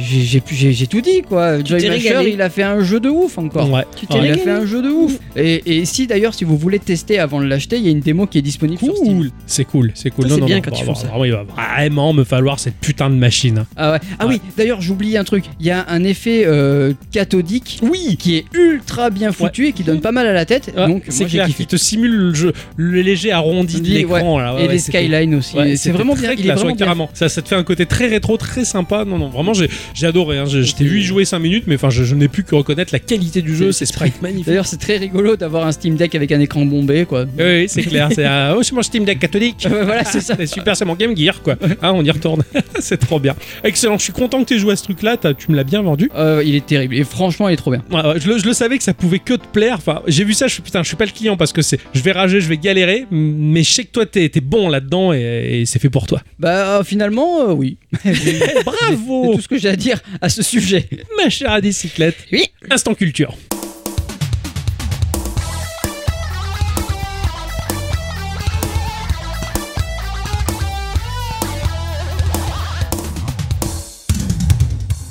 B: j'ai j'ai- j'ai- j'ai tout dit quoi. Joy
C: t'es
B: Masher,
C: régalé.
B: il a fait un jeu de ouf encore. Ah,
A: Ouais. Ah,
C: Tu t'es
A: Ouais.
B: Il a
C: régalé.
B: fait un jeu de ouf. Et, et si d'ailleurs, si vous voulez tester avant de l'acheter, il y a une démo qui est disponible sur Steam.
A: Cool, c'est cool, c'est cool.
C: Ça,
A: non,
C: c'est
A: non,
C: bien
A: non,
C: quand
A: bon,
C: ils font
A: bon,
C: ça.
A: vraiment, il va vraiment me falloir cette putain de machine.
B: Ah, ouais. ah oui, d'ailleurs, j'oublie un truc. Il y a un effet euh, cathodique
A: Oui,
B: qui est ultra bien foutu et qui donne pas mal à la tête.
A: Ouais,
B: donc,
A: Ah, c'est
B: moi j'ai
A: clair
B: kiffé.
A: qu'il te simule le, jeu, le léger arrondi de
B: Oui,
A: l'écran là. ouais,
B: et
A: ouais,
B: les
A: c'était-
B: skylines aussi.
A: ouais,
B: c'est
A: c'était
B: vraiment
A: très
B: bien. Il est
A: classe,
B: vraiment
A: ouais,
B: bien.
A: carrément. Ça, ça te fait un côté très rétro, très sympa. Non, non, vraiment, j'ai j'ai adoré. hein. Je, je t'ai vu y jouer 5 minutes, mais enfin, je, je n'ai pu que reconnaître la qualité du jeu. C'est
B: C'est-
A: sprites magnifique.
B: D'ailleurs, c'est très rigolo d'avoir un Steam Deck avec un écran bombé quoi.
A: Oui, oui, c'est clair. C'est un... oh, c'est mon Steam Deck catholique.
B: Ouais, voilà, c'est ça.
A: C'est super, c'est mon Game Gear quoi. Ah, on y retourne. c'est trop bien. Excellent. Je suis content que tu aies joué à ce truc-là. T'as- Tu me l'as bien vendu.
B: Euh, il est terrible. Et franchement, il est trop bien.
A: Ouais, ouais, je, le, je le savais que ça pouvait que te plaire. Enfin, j'ai vu ça, je suis putain, je suis pas le client parce que c'est, je vais rager, je vais galérer. Mais je sais que toi, t'es t'es bon là-dedans et, et c'est fait pour toi.
B: Bah euh, finalement, euh, oui. Eh, C'est
A: Bravo,
B: tout ce que j'ai à dire à ce sujet.
A: ma chère à bicyclette.
B: Oui.
A: Instant culture.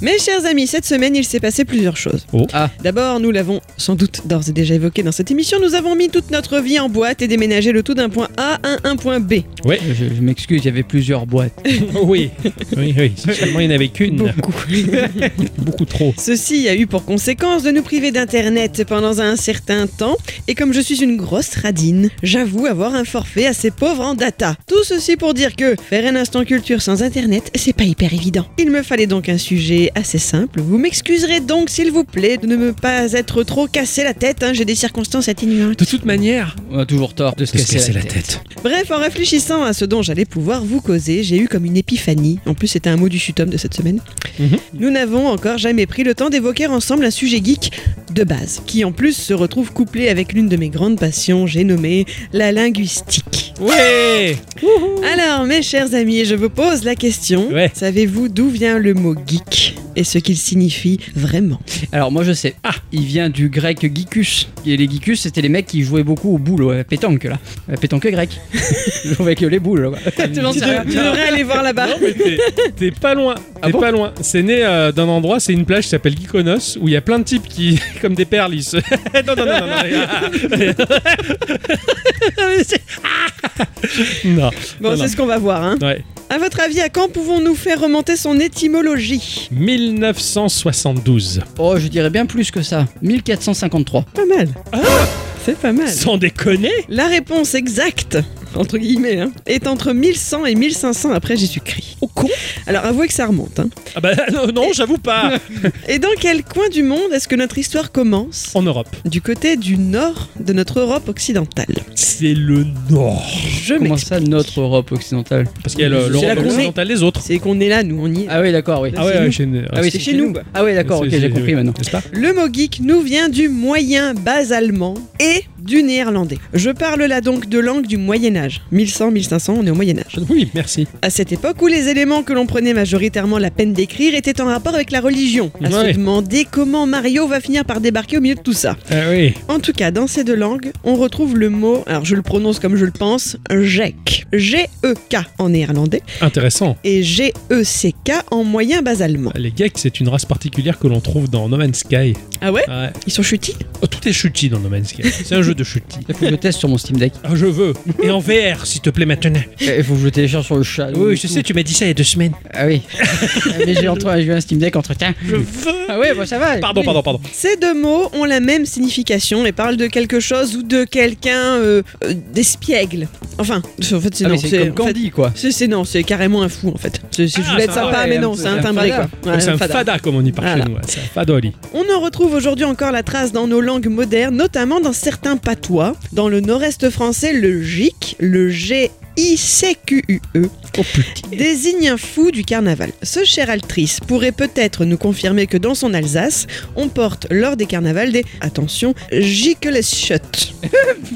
C: Mes chers amis, cette semaine, il s'est passé plusieurs choses.
A: Oh.
B: Ah.
C: D'abord, nous l'avons sans doute d'ores et déjà évoqué dans cette émission, nous avons mis toute notre vie en boîte et déménagé le tout d'un point A à un point B.
A: Euh,
B: Je, je m'excuse, il y avait plusieurs boîtes.
A: oui, oui, oui. Si seulement il n'y en avait qu'une. Beaucoup. Beaucoup trop.
C: Ceci a eu pour conséquence de nous priver d'internet pendant un certain temps, et comme je suis une grosse radine, j'avoue avoir un forfait assez pauvre en data. Tout ceci pour dire que faire un instant culture sans internet, c'est pas hyper évident. Il me fallait donc un sujet assez simple. Vous m'excuserez donc, s'il vous plaît, de ne me pas être trop cassé la tête. hein, J'ai des circonstances atténuantes.
A: De toute manière,
B: On a toujours tort de se
A: de se
B: casser,
A: casser
B: la, tête.
C: Bref, en réfléchissant à ce dont j'allais pouvoir vous causer, j'ai eu comme une épiphanie. En plus, c'était un mot du sutum de cette semaine.
A: Mhm.
C: Nous n'avons encore jamais pris le temps d'évoquer ensemble un sujet geek de base, qui en plus se retrouve couplé avec l'une de mes grandes passions, j'ai nommé la linguistique.
A: Ouais
C: Alors, mes chers amis, je vous pose la question.
A: Ouais.
C: Savez-vous d'où vient le mot geek et ce qu'il signifie vraiment
B: Alors moi je sais. Ah, il vient du grec geekus. Et les geekus c'était les mecs qui jouaient beaucoup aux boules, ouais, pétanque là. Euh, Pétanque grecque. Ils jouaient que les boules. ouais.
C: Tu m'en sais rien. Tu devrais aller voir là-bas.
A: Non, mais t'es- T'es pas loin, t'es
B: Ah bon
A: pas loin. C'est né euh, d'un endroit, c'est une plage qui s'appelle Gikonos, où il y a plein de types qui, comme des perles, ils se... non, non, non, non, non. non.
C: Bon,
A: Non, non.
C: c'est ce qu'on va voir. Hein.
A: Ouais.
C: À votre avis, à quand pouvons-nous faire remonter son étymologie
A: 1972.
B: Oh, je dirais bien plus que ça. 1453.
C: Pas mal. c'est pas
B: Ah.
C: mal.
A: Sans déconner
C: La réponse exacte, entre guillemets, hein, est entre 1100 et 1500 après Jésus-Christ.
A: Oh con
C: Alors avouez que ça remonte. hein.
A: Ah bah non, non, j'avoue pas
C: Et dans quel coin du monde est-ce que notre histoire commence
A: En Europe.
C: Du côté du nord de notre Europe occidentale.
A: C'est le Nord.
C: Je
B: Comment
C: m'explique.
B: ça notre Europe occidentale
A: Parce qu'il y a le-
B: C'est
A: l'Europe
B: là qu'on est.
A: occidentale des autres.
C: C'est qu'on est là, nous, on y est.
B: Ah oui, d'accord, oui.
A: Ah ouais, ouais, chez-
B: Ah oui,
C: c'est chez nous.
B: Ah oui, d'accord,
A: C'est-
B: OK,
A: c'est-
B: j'ai compris maintenant.
A: N'est-ce pas
C: Le mot geek nous vient du moyen bas allemand et du néerlandais. Je parle là donc de langue du Moyen Âge. 1100-1500, on est au Moyen Âge.
A: Oui, merci.
C: À cette époque où les éléments que l'on prenait majoritairement la peine d'écrire étaient en rapport avec la religion, à
A: Ouais.
C: se demander comment Mario va finir par débarquer au milieu de tout ça.
A: Ah oui.
C: En tout cas, dans ces deux langues, on retrouve le mot, alors je le prononce comme je le pense, E GEK. G-E-K E en néerlandais
A: Intéressant.
C: et G-E-C-K en moyen bas allemand.
A: Les geeks, c'est une race particulière que l'on trouve dans No Man's Sky.
C: Ah ouais
A: Ouais.
C: Ils sont chutis
A: Oh, tout est chutis dans No Man's Sky. C'est un jeu de chutis.
B: Il faut que je teste sur mon Steam Deck.
A: Ah, je veux. Et en VR, s'il te plaît, maintenant.
B: Il faut que je le télécharge sur le chat.
A: Oui, je sais, tu m'as dit ça il y a deux semaines.
B: Ah oui. Mais j'ai entre- j'ai eu un Steam Deck entre temps.
A: Je veux.
B: Ah ouais, bah ça va.
A: Pardon,
B: oui.
A: pardon, pardon.
C: Ces deux mots ont la même signification et parlent de quelque chose ou de quelqu'un euh, euh, d'espiègle. Enfin, en fait, c'est
B: Ah
C: non,
B: oui, c'est comme
C: en fait,
B: Candy quoi.
C: C'est, c'est- non, c'est carrément un fou en fait. C'est, c'est- je
A: Ah,
C: voulais être
A: ça va,
C: sympa,
B: ouais,
C: mais
B: un
C: non,
B: peu-
C: c'est un
B: un
C: timbré
B: fada.
C: quoi. Ouais,
A: Donc, c'est
C: un
A: un
C: fada.
A: fada, comme on dit par
C: Voilà.
A: chez nous. ouais, C'est un fadoli.
C: On en retrouve aujourd'hui encore la trace dans nos langues modernes, notamment dans certains patois. Dans le nord-est français, le GIC, le G. ICQUE
A: Oh putain.
C: E. désigne un fou du carnaval. Ce cher altrice pourrait peut-être nous confirmer que dans son Alsace, on porte lors des carnavals des, attention, gicleschottes.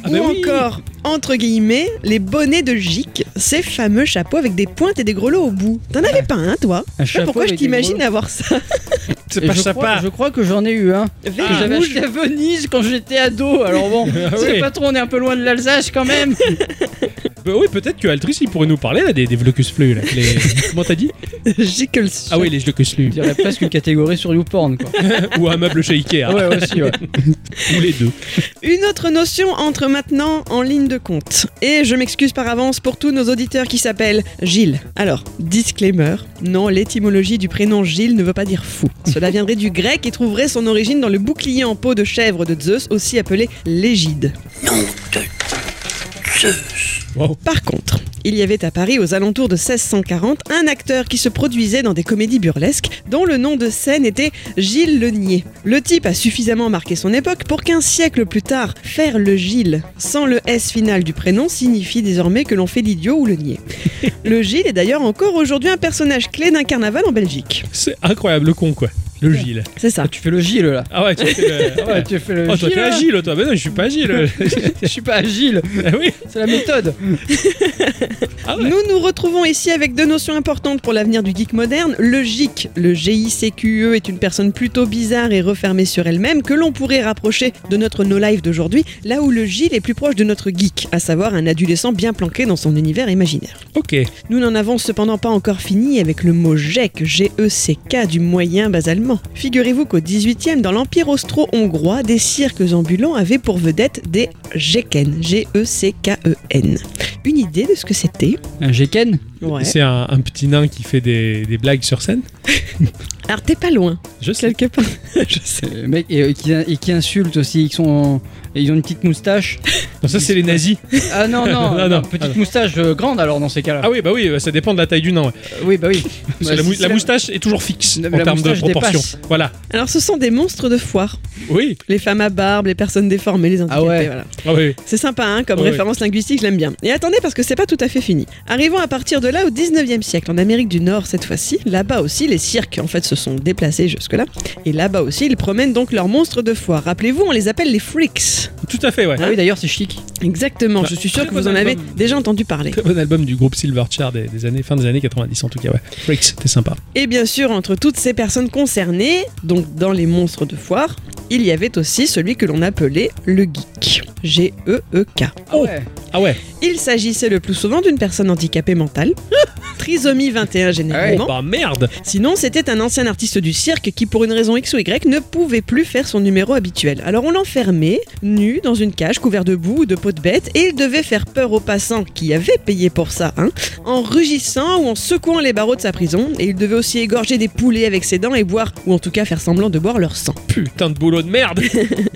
A: Ah
C: Ou
A: bah oui.
C: encore, entre guillemets, les bonnets de gic, ces fameux chapeaux avec des pointes et des grelots au bout. T'en
A: Ah.
C: avais pas un, toi
B: Un
C: Je sais pas
B: chapeau
C: pourquoi je
B: avec des
C: t'imagine
B: grelots.
C: avoir ça.
A: C'est
B: Et
A: pas
B: je,
A: sympa.
B: crois, je crois que j'en ai eu un.
C: Vert
B: que j'avais
C: rouge.
B: acheté à Venise quand j'étais ado. Alors bon,
A: Ah
B: c'est
A: oui.
B: pas trop, on est un peu loin de l'Alsace quand même.
A: Bah oui, peut-être que Altrice, il pourrait nous parler là, des, des Vlocus Fleu. Là. Les- Comment t'as dit
C: Gicleschottes.
A: Ah oui, les Vlocus Fleu.
B: Je dirais presque une catégorie sur YouPorn quoi.
A: Ou un meuble chez Ikea.
B: Ah Ouais, aussi, ouais.
A: Ou les deux.
C: Une autre notion entre maintenant en ligne de compte. Et je m'excuse par avance pour tous nos auditeurs qui s'appellent Gilles. Alors, disclaimer, non, l'étymologie du prénom Gilles ne veut pas dire fou. Cela viendrait du grec et trouverait son origine dans le bouclier en peau de chèvre de Zeus, aussi appelé l'égide.
A: Wow.
C: Par contre, il y avait à Paris aux alentours de 1640 un acteur qui se produisait dans des comédies burlesques dont le nom de scène était Gilles le Nier. Le type a suffisamment marqué son époque pour qu'un siècle plus tard, faire le Gilles sans le S final du prénom signifie désormais que l'on fait l'idiot ou le nier. Le Gilles est d'ailleurs encore aujourd'hui un personnage clé d'un carnaval en Belgique.
A: C'est incroyable, le con, quoi. Le Gilles.
C: C'est ça.
B: Tu fais le Gilles là.
A: Ah ouais, tu fais le... ah ouais.
B: tu fais le hein.
A: Oh, toi, t'es
B: là.
A: agile, toi. Mais non, je suis pas agile.
B: Je suis pas agile,
A: ah oui.
B: c'est la méthode.
A: Ah ouais.
C: Nous nous retrouvons ici avec deux notions importantes pour l'avenir du geek moderne. Le geek, le GICQE, E, est une personne plutôt bizarre et refermée sur elle-même que l'on pourrait rapprocher de notre No Life d'aujourd'hui, là où le Gil est plus proche de notre geek, à savoir un adolescent bien planqué dans son univers imaginaire.
A: Ok.
C: Nous n'en avons cependant pas encore fini avec le mot GEC, G-E-C-K du moyen bas allemand. Figurez-vous qu'au 18e, dans l'Empire austro-hongrois, des cirques ambulants avaient pour vedette des E Geken, G-E-C-K-E-N. E Une idée de ce que c'était
B: Un Géken
C: Ouais.
A: C'est un, un petit nain qui fait des, des blagues sur scène.
C: Alors t'es pas loin,
A: Je sais.
C: quelque part. Je sais.
B: Euh, mec, et, euh, qui, et qui insultent aussi, qui sont en- et ils ont une petite moustache.
A: Non, ça, c'est les nazis.
B: Ah non, non,
A: Non, non,
B: non, petite
A: ah non.
B: moustache euh, grande alors dans ces cas-là.
A: Ah oui, bah oui, ça dépend de la taille du nain. ouais.
B: Euh, oui, bah oui.
A: Parce
B: Bah,
A: que la,
B: si
A: mou-
B: c'est
A: la moustache est toujours fixe
B: La-
A: en
B: la
A: termes de
B: moustache
A: proportion.
B: dépasse.
A: Voilà.
C: Alors ce sont des monstres de foire.
A: Oui.
C: Les femmes à barbe, les personnes déformées, les handicapés.
B: Ah ouais.
C: voilà.
A: Ah oui.
C: C'est sympa hein, comme
A: Ah ouais.
C: référence linguistique, je l'aime bien. Et attendez parce que c'est pas tout à fait fini. Arrivons à partir de là au 19e siècle, en Amérique du Nord cette fois-ci. Là-bas aussi, les cirques en fait se sont déplacés jusque-là. Et là-bas aussi, ils promènent donc leurs monstres de foire. Rappelez-vous, on les appelle les freaks.
A: Tout à fait, ouais.
B: Ah oui, d'ailleurs, c'est chic.
C: Exactement,
A: Bah,
C: je suis sûr
A: très
C: que vous
A: bon
C: en avez
A: album.
C: déjà entendu parler.
A: Très bon album du groupe Silverchair des, des années, fin des années 90 en tout cas, ouais. Freaks, c'était sympa.
C: Et bien sûr, entre toutes ces personnes concernées, donc dans les monstres de foire, il y avait aussi celui que l'on appelait le geek. E G-E-E-K.
A: Oh.
B: ouais.
A: Ah ouais,
C: Il s'agissait le plus souvent d'une personne handicapée mentale, trisomie 21 généralement.
A: bah merde
C: Sinon, c'était un ancien artiste du cirque qui, pour une raison X ou Y, ne pouvait plus faire son numéro habituel. Alors on l'enfermait, nu, dans une cage, couvert de boue ou de peau de bête, et il devait faire peur aux passants qui avaient payé pour ça, hein, en rugissant ou en secouant les barreaux de sa prison, et il devait aussi égorger des poulets avec ses dents et boire, ou en tout cas faire semblant de boire leur sang.
A: Putain de boulot de merde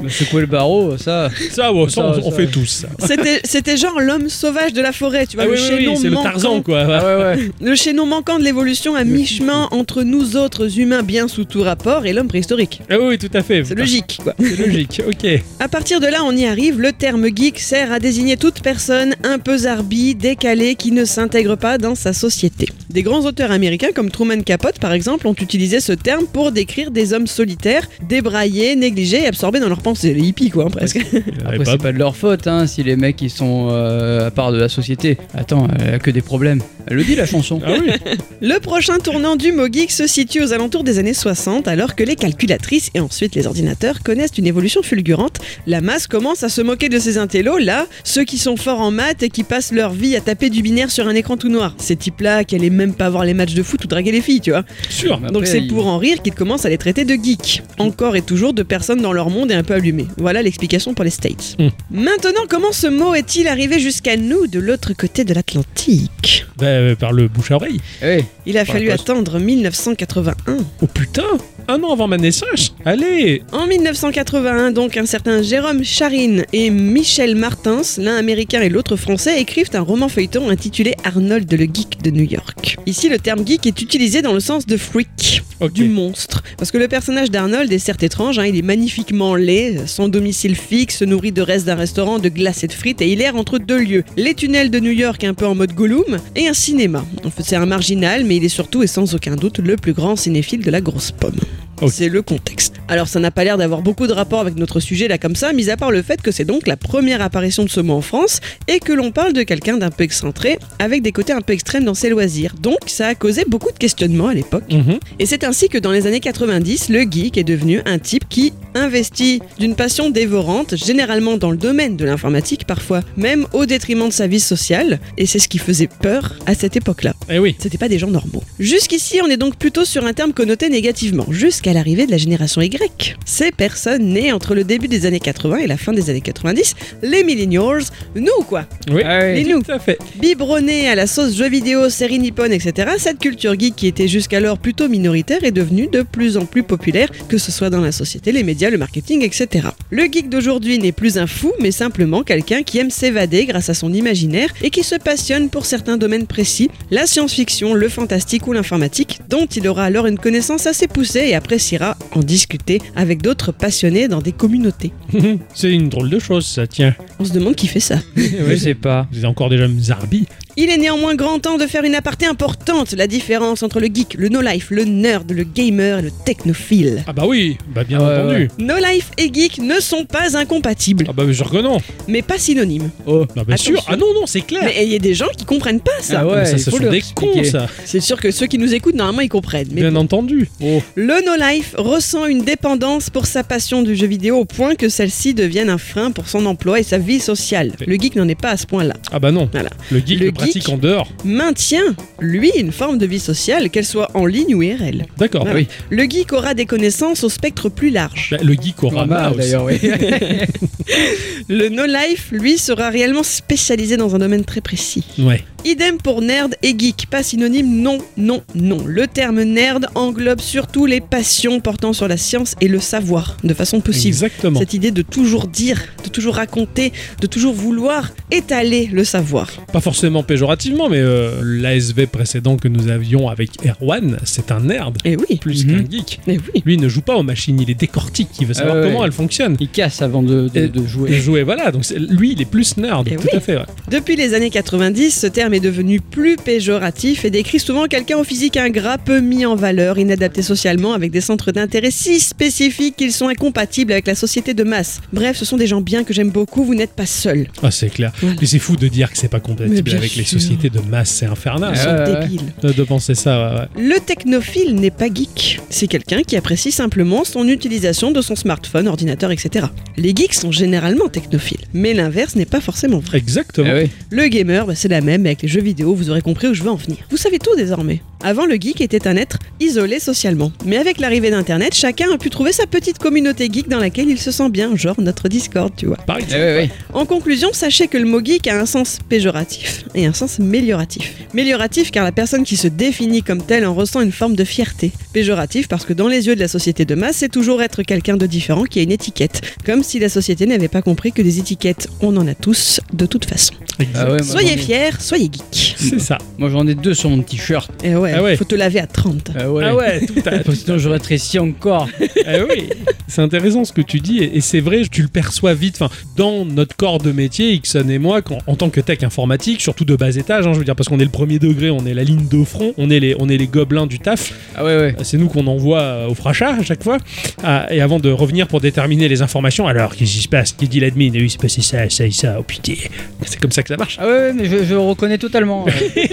B: Bah, Secouer le barreau, ça.
A: Ça, ouais, ça,
B: Ça,
A: on, on
B: ça.
A: fait tous ça.
C: C'était c'était genre l'homme sauvage de la forêt, tu vois,
A: Ah
C: le
A: oui, oui,
C: chaînon
A: oui, c'est le
C: manquant.
A: Tarzan quoi.
B: Ah ouais, ouais.
C: Le chaînon manquant de l'évolution à mi-chemin entre nous autres humains bien sous tout rapport et l'homme préhistorique.
A: Ah oui, tout à fait.
C: C'est logique, quoi.
A: C'est logique, ok.
C: À partir de là, on y arrive. Le terme geek sert à désigner toute personne un peu zarbi, décalée, qui ne s'intègre pas dans sa société. Des grands auteurs américains comme Truman Capote, par exemple, ont utilisé ce terme pour décrire des hommes solitaires, débraillés, négligés et absorbés dans leurs pensées. Les hippies, quoi, hein, presque.
B: Après, c'est pas de leur faute hein, si les mecs ils sont euh, à part de la société. Attends, elle a que des problèmes. Elle le dit la chanson.
A: Ah oui,
C: Le prochain tournant du mot geek se situe aux alentours des années 60, alors que les calculatrices et ensuite les ordinateurs connaissent une évolution fulgurante. La masse commence à se moquer de ces intellos, là, ceux qui sont forts en maths et qui passent leur vie à taper du binaire sur un écran tout noir. Ces types-là qui allaient même pas voir les matchs de foot ou draguer les filles, tu vois.
A: sûr.
B: Après,
C: Donc c'est
B: il-
C: pour en rire qu'ils commencent à les traiter de geeks. Encore et toujours de personnes dans leur monde et un peu allumées. Voilà l'explication pour les States.
A: Hmm.
C: Maintenant, comment ce mot est-il arrivé jusqu'à nous de l'autre côté de l'Atlantique
A: Bah, euh, par le bouche à oreille.
B: Eh,
C: il a
B: Par
C: fallu
B: la poste.
C: attendre 1981.
A: Oh putain, un an avant ma naissance. Allez,
C: En 1981, donc, un certain Jérôme Charine et Michel Martins, l'un américain et l'autre français, écrivent un roman feuilleton intitulé Arnold le geek de New York. Ici, le terme geek est utilisé dans le sens de freak,
A: ok.
C: du monstre. Parce que le personnage d'Arnold est certes étrange, hein, il est magnifiquement laid, sans domicile fixe, se nourrit de restes d'un restaurant, de glace et de frites, et il erre entre deux lieux. Les tunnels de New York un peu en mode Gollum, et un cinéma. En fait, c'est un marginal, mais il est surtout et sans aucun doute le plus grand cinéphile de la grosse pomme.
A: Ok.
C: C'est le contexte. Alors ça n'a pas l'air d'avoir beaucoup de rapport avec notre sujet là comme ça, mis à part le fait que c'est donc la première apparition de ce mot en France et que l'on parle de quelqu'un d'un peu excentré, avec des côtés un peu extrêmes dans ses loisirs. Donc ça a causé beaucoup de questionnements à l'époque.
A: Mhm.
C: Et c'est ainsi que dans les années 90, le geek est devenu un type qui investit d'une passion dévorante, généralement dans le domaine de l'informatique, parfois même au détriment de sa vie sociale, et c'est ce qui faisait peur à cette époque-là.
A: Eh oui.
C: C'était pas des gens normaux. Jusqu'ici, on est donc plutôt sur un terme connoté négativement, jusqu'à l'arrivée de la génération Y. Ces personnes nées entre le début des années 80 et la fin des années 90, les millennials, nous quoi
A: Oui.
B: Ah ouais.
C: Les loups.
A: Tout à fait.
C: Biberonnée à la sauce jeux vidéo, séries nippones, etc., cette culture geek qui était jusqu'alors plutôt minoritaire est devenue de plus en plus populaire, que ce soit dans la société, les médias, le marketing, etc. Le geek d'aujourd'hui n'est plus un fou, mais simplement quelqu'un qui aime s'évader grâce à son imaginaire et qui se passionne pour certains domaines précis, la science-fiction, le fantastique ou l'informatique, dont il aura alors une connaissance assez poussée et appréciera en discuter avec d'autres passionnés dans des communautés.
A: c'est une drôle de chose, ça, tiens.
C: On se demande qui fait ça.
B: Je sais pas.
A: Vous êtes encore déjà Zarbi.
C: Il est néanmoins grand temps de faire une aparté importante, la différence entre le geek, le no-life, le nerd, le gamer et le technophile.
A: Ah bah oui, bah bien
B: Ah ouais,
A: entendu.
B: ouais.
C: No-life et geek ne sont pas incompatibles,
A: Ah bah je reconnais.
C: mais pas synonymes.
B: Oh.
A: Ah bah sûr.
C: Attention.
A: Ah non non, c'est clair.
C: Mais il y a des gens qui comprennent pas ça.
B: Ah ouais,
A: Mais ça,
B: il
A: ce
B: faut
A: sont
B: leur
A: des cons,
B: expliquer.
A: ça.
C: C'est sûr que ceux qui nous écoutent, normalement, ils comprennent. Mais
A: Bien entendu.
B: Oh.
C: Le no-life ressent une dépendance pour sa passion du jeu vidéo au point que celle-ci devienne un frein pour son emploi et sa vie sociale. Le geek n'en est pas à ce point-là.
A: Ah bah non.
C: Voilà.
A: Le geek,
C: Le
A: le,
C: geek
A: pratique en dehors.
C: maintient, lui, une forme de vie sociale, qu'elle soit en ligne ou IRL.
A: D'accord.
C: Ah
B: oui.
C: Le geek aura des connaissances au spectre plus large.
A: Bah, le geek aura
B: Rama,
A: mal
B: d'ailleurs, oui.
C: Le no-life, lui, sera réellement spécialisé dans un domaine très précis.
A: Ouais.
C: Idem pour nerd et geek, pas synonyme, non, non, non. Le terme nerd englobe surtout les passions portant sur la science et le savoir, de façon possible.
A: Exactement.
C: Cette idée de toujours dire, de toujours raconter, de toujours vouloir étaler le savoir.
A: Pas forcément péjorativement, mais euh, l'ASV précédent que nous avions avec Erwan, c'est un nerd
C: Et Eh oui,
A: plus
B: Mhm.
A: qu'un geek.
C: et oui.
A: Lui il ne joue pas aux machines, il les décortique, il veut savoir
B: Ah ouais.
A: comment elles fonctionnent.
B: Il casse avant de, de-
A: Et-
B: de
A: Et
B: jouer.
A: jouer, voilà. Donc c'est- lui, il est plus nerd,
C: Eh
A: tout
C: oui.
A: à fait. ouais.
C: Depuis les années 90, ce terme est devenu plus péjoratif et décrit souvent quelqu'un au physique ingrat, peu mis en valeur, inadapté socialement, avec des centres d'intérêt si spécifiques qu'ils sont incompatibles avec la société de masse. Bref, ce sont des gens bien que j'aime beaucoup, vous n'êtes pas seuls.
A: Ah, c'est clair.
C: Voilà.
A: Mais c'est fou de dire que c'est pas
C: Mais
A: compatible
C: bien
A: avec les
C: sûr.
A: sociétés de masse, c'est infernal.
C: Ils sont
B: Ah ouais, ouais.
C: débiles.
A: De, de penser ça, ouais, ouais.
C: Le technophile n'est pas geek. C'est quelqu'un qui apprécie simplement son utilisation de son smartphone, ordinateur, etc. Les geeks sont généralement technophiles, mais l'inverse n'est pas forcément vrai.
A: Exactement.
B: Ah oui.
C: Le gamer, bah, c'est la même, mais avec les jeux vidéo, vous aurez compris où je veux en venir. Vous savez tout désormais. Avant, le geek était un être isolé socialement. Mais avec l'arrivée d'Internet, chacun a pu trouver sa petite communauté geek dans laquelle il se sent bien, genre notre Discord, tu vois.
A: Par
B: Ah
A: exemple.
B: oui, oui.
C: En conclusion, sachez que le mot geek a un sens péjoratif et un sens mélioratif. Mélioratif car la personne qui se définit comme telle en ressent une forme de fierté. Péjoratif parce que dans les yeux de la société de masse, c'est toujours être quelqu'un de différent qui a une étiquette. Comme si la société n'avait pas compris que des étiquettes, on en a tous de toute façon.
B: Ah ouais, moi,
C: Soyez
B: j'en ai-
C: fiers, soyez geeks.
A: C'est ça.
B: Moi j'en ai deux sur mon t-shirt.
C: Eh ouais,
A: Ah ouais.
C: faut te laver à 30.
B: Ah ouais.
A: Ah ouais, tout à
B: Parce que Sinon je rétrécis encore.
A: Ah oui. C'est intéressant ce que tu dis et et c'est vrai, tu le perçois vite. Enfin, dans notre corps de métier, Ixon et moi, quand- en tant que tech informatique, surtout de bas étage, hein, je veux dire, parce qu'on est le premier degré, on est la ligne de front, on est les, on est les gobelins du taf.
B: Ah ouais, ouais.
A: C'est nous qu'on envoie euh, au fracas à chaque fois. Ah, et avant de revenir pour déterminer les informations, alors qu'est-ce qui se passe Qui dit l'admin Eh Oui, c'est passé ça, ça et ça. Oh putain, c'est comme ça que ça marche.
B: Ah ouais, ouais, mais je, je reconnais totalement. ouais.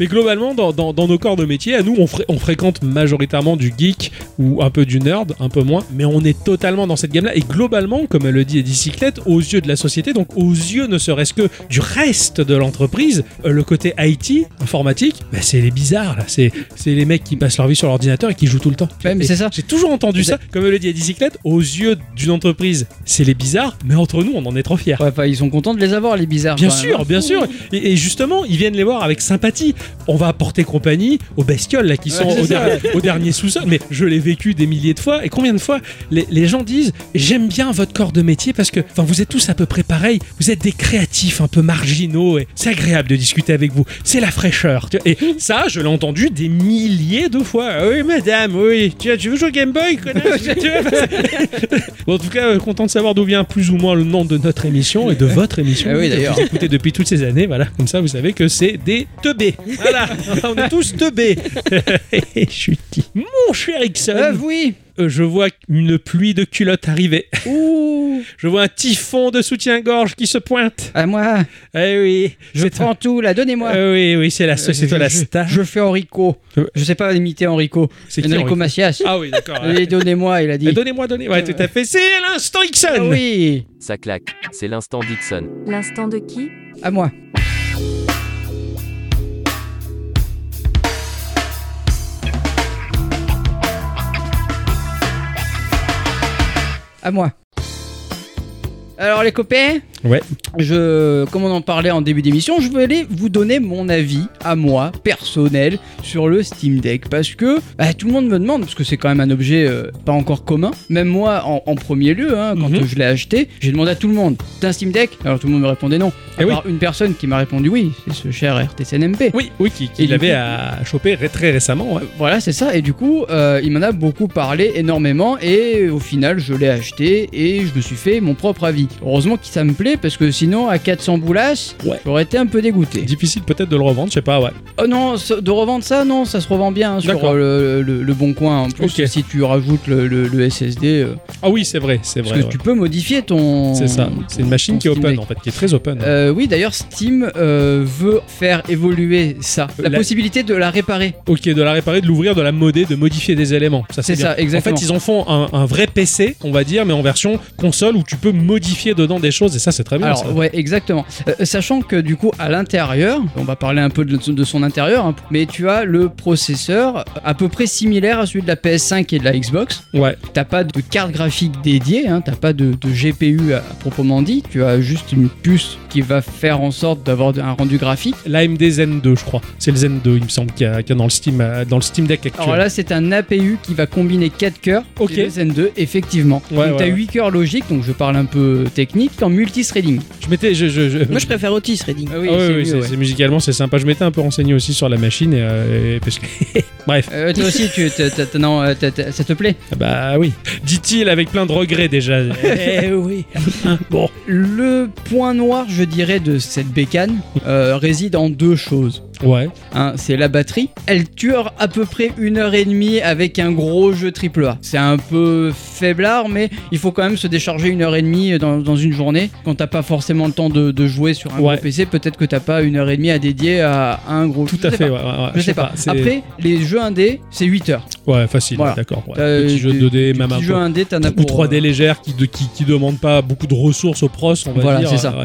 A: Mais globalement, dans, dans- dans nos corps de métier, à nous, on, fré- on fréquente majoritairement du geek ou un peu du nerd, un peu moins, mais on est totalement dans cette gamme-là. Et globalement, comme le dit Eddie Cyclette, aux yeux de la société, donc aux yeux ne serait-ce que du reste de l'entreprise, euh, le côté IT, informatique, bah, c'est les bizarres, là. C'est c'est les mecs qui passent leur vie sur l'ordinateur et qui jouent tout le temps.
B: Ouais, mais
A: Et
B: c'est ça.
A: J'ai toujours entendu ça. Comme le dit Eddie Cyclette, aux yeux d'une entreprise, c'est les bizarres, mais entre nous, on en est trop fiers.
B: Ouais, enfin, ils sont contents de les avoir, les bizarres. hein.
A: Bien
B: quand même.
A: sûr, bien sûr. Et, et justement, ils viennent les voir avec sympathie. On va apporter compagnie aux bestioles là qui
B: Ouais,
A: sont
B: c'est
A: au,
B: ça,
A: dernier, au dernier sous-sol. Mais je l'ai vécu des milliers de fois. Et combien de fois les, les gens disent j'aime bien votre corps de métier parce que enfin vous êtes tous à peu près pareil. Vous êtes des créatifs un peu marginaux et c'est agréable de discuter avec vous. C'est la fraîcheur. tu vois. Et ça, je l'ai entendu des milliers de fois. Ah Oui, madame. Oui. Tu, tu veux jouer au Game Boy connasse Tu vois Bon, en tout cas, euh, content de savoir d'où vient plus ou moins le nom de notre émission et de votre émission.
B: Ah oui,
A: que
B: d'ailleurs.
A: vous écoutez depuis toutes ces années, voilà. Comme ça, vous savez que c'est des teubés. Voilà, on est tous teubés. Chutis. Mon cher Ixon,
B: Euh, oui.
A: euh, je vois une pluie de culottes arriver.
B: Ouh.
A: Je vois un typhon de soutien-gorge qui se pointe.
B: À moi.
A: Eh oui,
B: Je
A: c'est-
B: prends tout, là, donnez-moi.
A: Eh oui, oui, c'est la, c'est toi la
B: je,
A: star.
B: je fais Enrico.
A: Euh.
B: Je sais pas imiter Enrico.
A: C'est qui,
B: Enrico,
A: Enrico
B: Macias.
A: Ah oui, d'accord.
B: Allez, donnez-moi, il a dit.
A: Eh, Donnez-moi, donnez-moi. Ouais, tout à fait. C'est l'instant Ixon.
B: Euh. Ah oui.
H: Ça claque, c'est l'instant Dixon.
I: L'instant de qui
B: À moi. À moi. Alors les copains,
A: Ouais.
B: je, comme on en parlait en début d'émission, je voulais vous donner mon avis à moi personnel sur le Steam Deck parce que bah, tout le monde me demande parce que c'est quand même un objet euh, pas encore commun. Même moi, en, en premier lieu, hein, quand
A: Mhm.
B: euh, je l'ai acheté, j'ai demandé à tout le monde "T'as un Steam Deck Alors tout le monde me répondait non. À
A: Eh oui.
B: part une personne qui m'a répondu oui, c'est ce cher RTCNMP.
A: Oui, oui, qui, qui
B: Et du
A: l'avait
B: coup-
A: à choper ré- très récemment. ouais.
B: Voilà, c'est ça. Et du coup, euh, il m'en a beaucoup parlé énormément. Et au final, je l'ai acheté et je me suis fait mon propre avis. Heureusement que ça me plaît parce que sinon, à 400 boulasses,
A: Ouais.
B: j'aurais été un peu dégoûté.
A: Difficile peut-être de le revendre, je sais pas, ouais.
B: Oh non, ce- de revendre ça, non, ça se revend bien hein, sur
A: D'accord.
B: euh, le, le- le bon coin. En plus,
A: Ok.
B: si tu rajoutes le, le- le SSD, euh,
A: Ah oui, c'est vrai, c'est
B: parce
A: vrai.
B: que
A: ouais.
B: tu peux modifier ton.
A: C'est ça. C'est une machine
B: ton
A: qui est
B: Steam
A: open
B: Deck.
A: en fait, qui est très open.
B: Euh, oui, d'ailleurs, Steam euh, veut faire évoluer ça. La,
A: La- Ah
B: possibilité de la réparer.
A: Ok, de la réparer, de l'ouvrir, de la modder, de modifier des éléments. Ça
B: C'est
A: c'est
B: ça,
A: bien.
B: exactement.
A: En fait, ils en font un, un vrai PC, on va dire, mais en version console où tu peux modifier dedans des choses et ça c'est c'est très bien.
B: Alors,
A: ça.
B: ouais, exactement. Euh, sachant que du coup, à l'intérieur, on va parler un peu de, de son intérieur, hein, mais tu as le processeur à peu près similaire à celui de la PS5 et de la Xbox.
A: Ouais.
B: T'as pas de carte graphique dédiée, hein, t'as pas de, de GPU à, à proprement dit, tu as juste une puce qui va faire en sorte d'avoir un rendu graphique.
A: L'AMD Zen 2, je crois. C'est le Zen 2, il me semble, qu'il y a, qu'il y a dans, le Steam, euh, dans le Steam Deck actuel.
B: Alors là, c'est un APU qui va combiner 4 cœurs
A: Ok.
B: et le Zen 2, effectivement.
A: Ouais,
B: donc, t'as
A: ouais,
B: 8 cœurs logiques, donc je parle un peu technique, en multithreading.
A: je m'étais. Je, je, je-
C: Moi, je préfère Otis Reading.
B: Ah
A: Ah oui, oui,
B: mieux,
A: c'est-
B: ouais.
A: c'est- musicalement c'est sympa. Je m'étais un peu renseigné aussi sur la machine et, euh, et- parce que bref,
B: Euh, toi aussi, tu, t'as- t'as- non, euh, t'as- t'as- ça te plaît
A: bah oui, dit-il avec plein de regrets déjà. Eh oui. Bon,
B: Le point noir, je dirais, de cette bécane euh, réside en deux choses.
A: ouais.
B: Hein, c'est la batterie. Elle dure à peu près une heure et demie avec un gros jeu AAA. C'est un peu faiblard, mais il faut quand même se décharger une heure et demie dans, dans une journée. Quand t'as pas forcément le temps de, de jouer sur un
A: Ouais.
B: gros PC, peut-être que t'as pas une heure et demie à dédier à, à un gros
A: Tout
B: je
A: à
B: sais
A: fait.
B: pas.
A: ouais, ouais, ouais,
B: Je sais pas.
A: c'est-
B: Après, les jeux indés, c'est 8 heures.
A: ouais, facile.
B: Voilà.
A: D'accord. Ouais.
B: Euh,
A: Petit jeu
B: du-
A: 2D,
B: du
A: même un
B: petit
A: peu.
B: jeu indé, t'en as
A: ou
B: pour
A: 3D
B: euh,
A: légère qui, de, qui, qui demande pas beaucoup de ressources aux pros, on va
B: Voilà,
A: dire. euh,
B: c'est ça.
A: Ouais.
B: euh,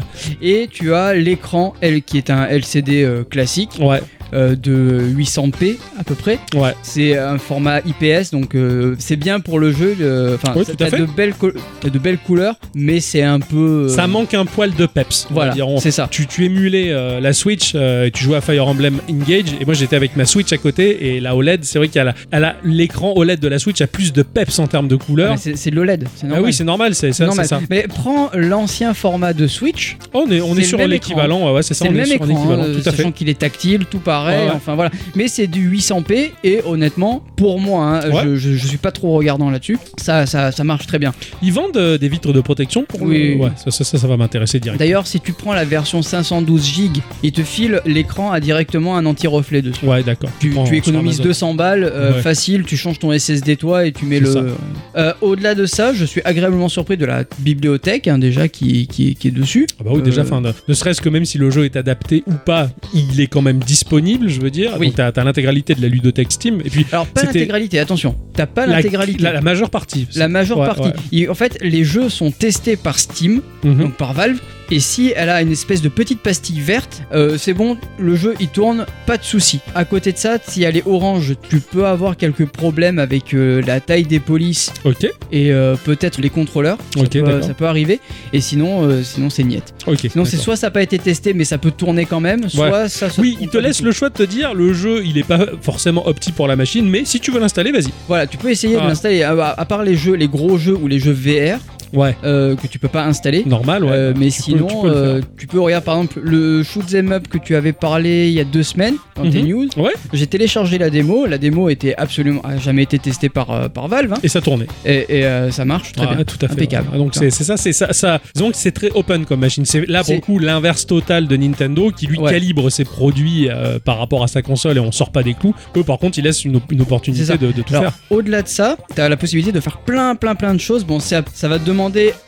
B: Et tu as l'écran, elle, qui est un LCD euh, classique.
A: Ouais,
B: euh, de 800p à peu près.
A: ouais.
B: C'est un format IPS, donc euh, c'est bien pour le jeu. euh, Enfin,
A: Oui,
B: ça-
A: tout à
B: t'as
A: fait.
B: de belles col- t'as de belles couleurs, mais c'est un peu. euh,
A: Ça manque un poil de peps. on va
B: Voilà,
A: dire. On-
B: c'est ça.
A: tu, tu émulais euh, la Switch euh, et tu jouais à Fire Emblem Engage et moi j'étais avec ma Switch à côté et la OLED c'est vrai qu'elle a- elle a l'écran OLED de la Switch a plus de peps en termes de
B: Ah,
A: couleurs
B: mais C'est c'est de l'OLED, c'est
A: ah
B: normal.
A: oui c'est normal c'est ça,
B: C'est
A: c'est
B: normal.
A: ça.
B: Mais prends l'ancien format de Switch,
A: Oh, on est on
B: C'est
A: est
B: le
A: sur
B: même
A: l'équivalent ouais, ouais, c'est ça
B: c'est
A: on
B: le
A: est
B: même
A: sur un
B: écran,
A: équivalent
B: euh,
A: tout à fait
B: sachant qu'il est tactile, tout pareil,
A: Ouais, ouais.
B: enfin voilà. Mais c'est du 800p et honnêtement, pour moi, hein,
A: Ouais.
B: je, je- je suis pas trop regardant là-dessus. Ça, ça, ça marche très bien.
A: ils vendent euh, des vitres de protection pour
B: Oui.
A: ouais ça ça, ça, ça va m'intéresser direct
B: D'ailleurs, si tu prends la version 512 Go, il te file l'écran à directement un anti-reflet dessus.
A: ouais d'accord
B: Tu,
A: prends
B: tu
A: sur
B: économises
A: Amazon.
B: 200 balles, euh,
A: Ouais.
B: facile, tu changes ton SSD toi et tu mets
A: C'est ça.
B: le... Euh, Au-delà de ça, je suis agréablement surpris de la bibliothèque hein, déjà qui, qui, qui est dessus.
A: Ah bah oui, déjà,
B: Euh,
A: fin de- ne serait-ce que même si le jeu est adapté ou pas, il est quand même disponible, je veux dire.
B: Oui.
A: Donc t'as t'as l'intégralité de la ludothèque Steam. Et puis
B: Alors pas
A: C'était-
B: l'intégralité, attention, t'as pas
A: la-
B: l'intégralité.
A: La,
B: La,
A: la majeure partie.
B: majeure
A: Ouais,
B: partie.
A: ouais.
B: Et en fait, les jeux sont testés par Steam,
A: Mhm.
B: donc par Valve, et si elle a une espèce de petite pastille verte, euh, c'est bon, le jeu il tourne, pas de souci. À côté de ça, si elle est orange, tu peux avoir quelques problèmes avec euh, la taille des polices
A: Ok,
B: et euh, peut-être les contrôleurs. Ça,
A: Ok,
B: peut,
A: d'accord.
B: ça peut arriver. Et sinon, euh, sinon c'est niette.
A: ok.
B: Sinon, c'est
A: d'accord.
B: soit ça n'a pas été testé, mais ça peut tourner quand même, soit ça se
A: Oui,
B: tourne
A: il te
B: pas du
A: laisse
B: tout.
A: le choix de te dire le jeu, il est pas forcément opti pour la machine, mais si tu veux l'installer, vas-y.
B: Voilà, tu peux essayer
A: Ah.
B: de l'installer. À, à- à part les jeux, les gros jeux ou les jeux VR
A: Ouais,
B: euh, que tu peux pas installer.
A: normal, ouais.
B: Euh, mais
A: Tu peux-
B: sinon,
A: tu peux le
B: euh, tu peux regarder par exemple le shoot 'em up que tu avais parlé il y a deux semaines dans tes
A: Mhm.
B: news.
A: faire. Ouais,
B: J'ai téléchargé la démo. La démo était absolument a jamais été testée par euh, par Valve hein.
A: et ça tournait.
B: et, et, euh, ça marche très
A: Ah,
B: bien.
A: Tout à fait.
B: Impeccable.
A: ouais. Donc c'est c'est ça, c'est ça, ça. Disons que c'est très open comme machine. C'est là pour
B: C'est-
A: le coup l'inverse total de Nintendo qui lui
B: Ouais.
A: calibre ses produits euh, par rapport à sa console et on sort pas des clous. Eux par contre, ils laissent une, op- une
B: C'est
A: opportunité
B: ça.
A: de, de tout
B: Alors,
A: faire.
B: au-delà de ça, tu as la possibilité de faire plein, plein, plein de choses. Bon, ça, ça va te demander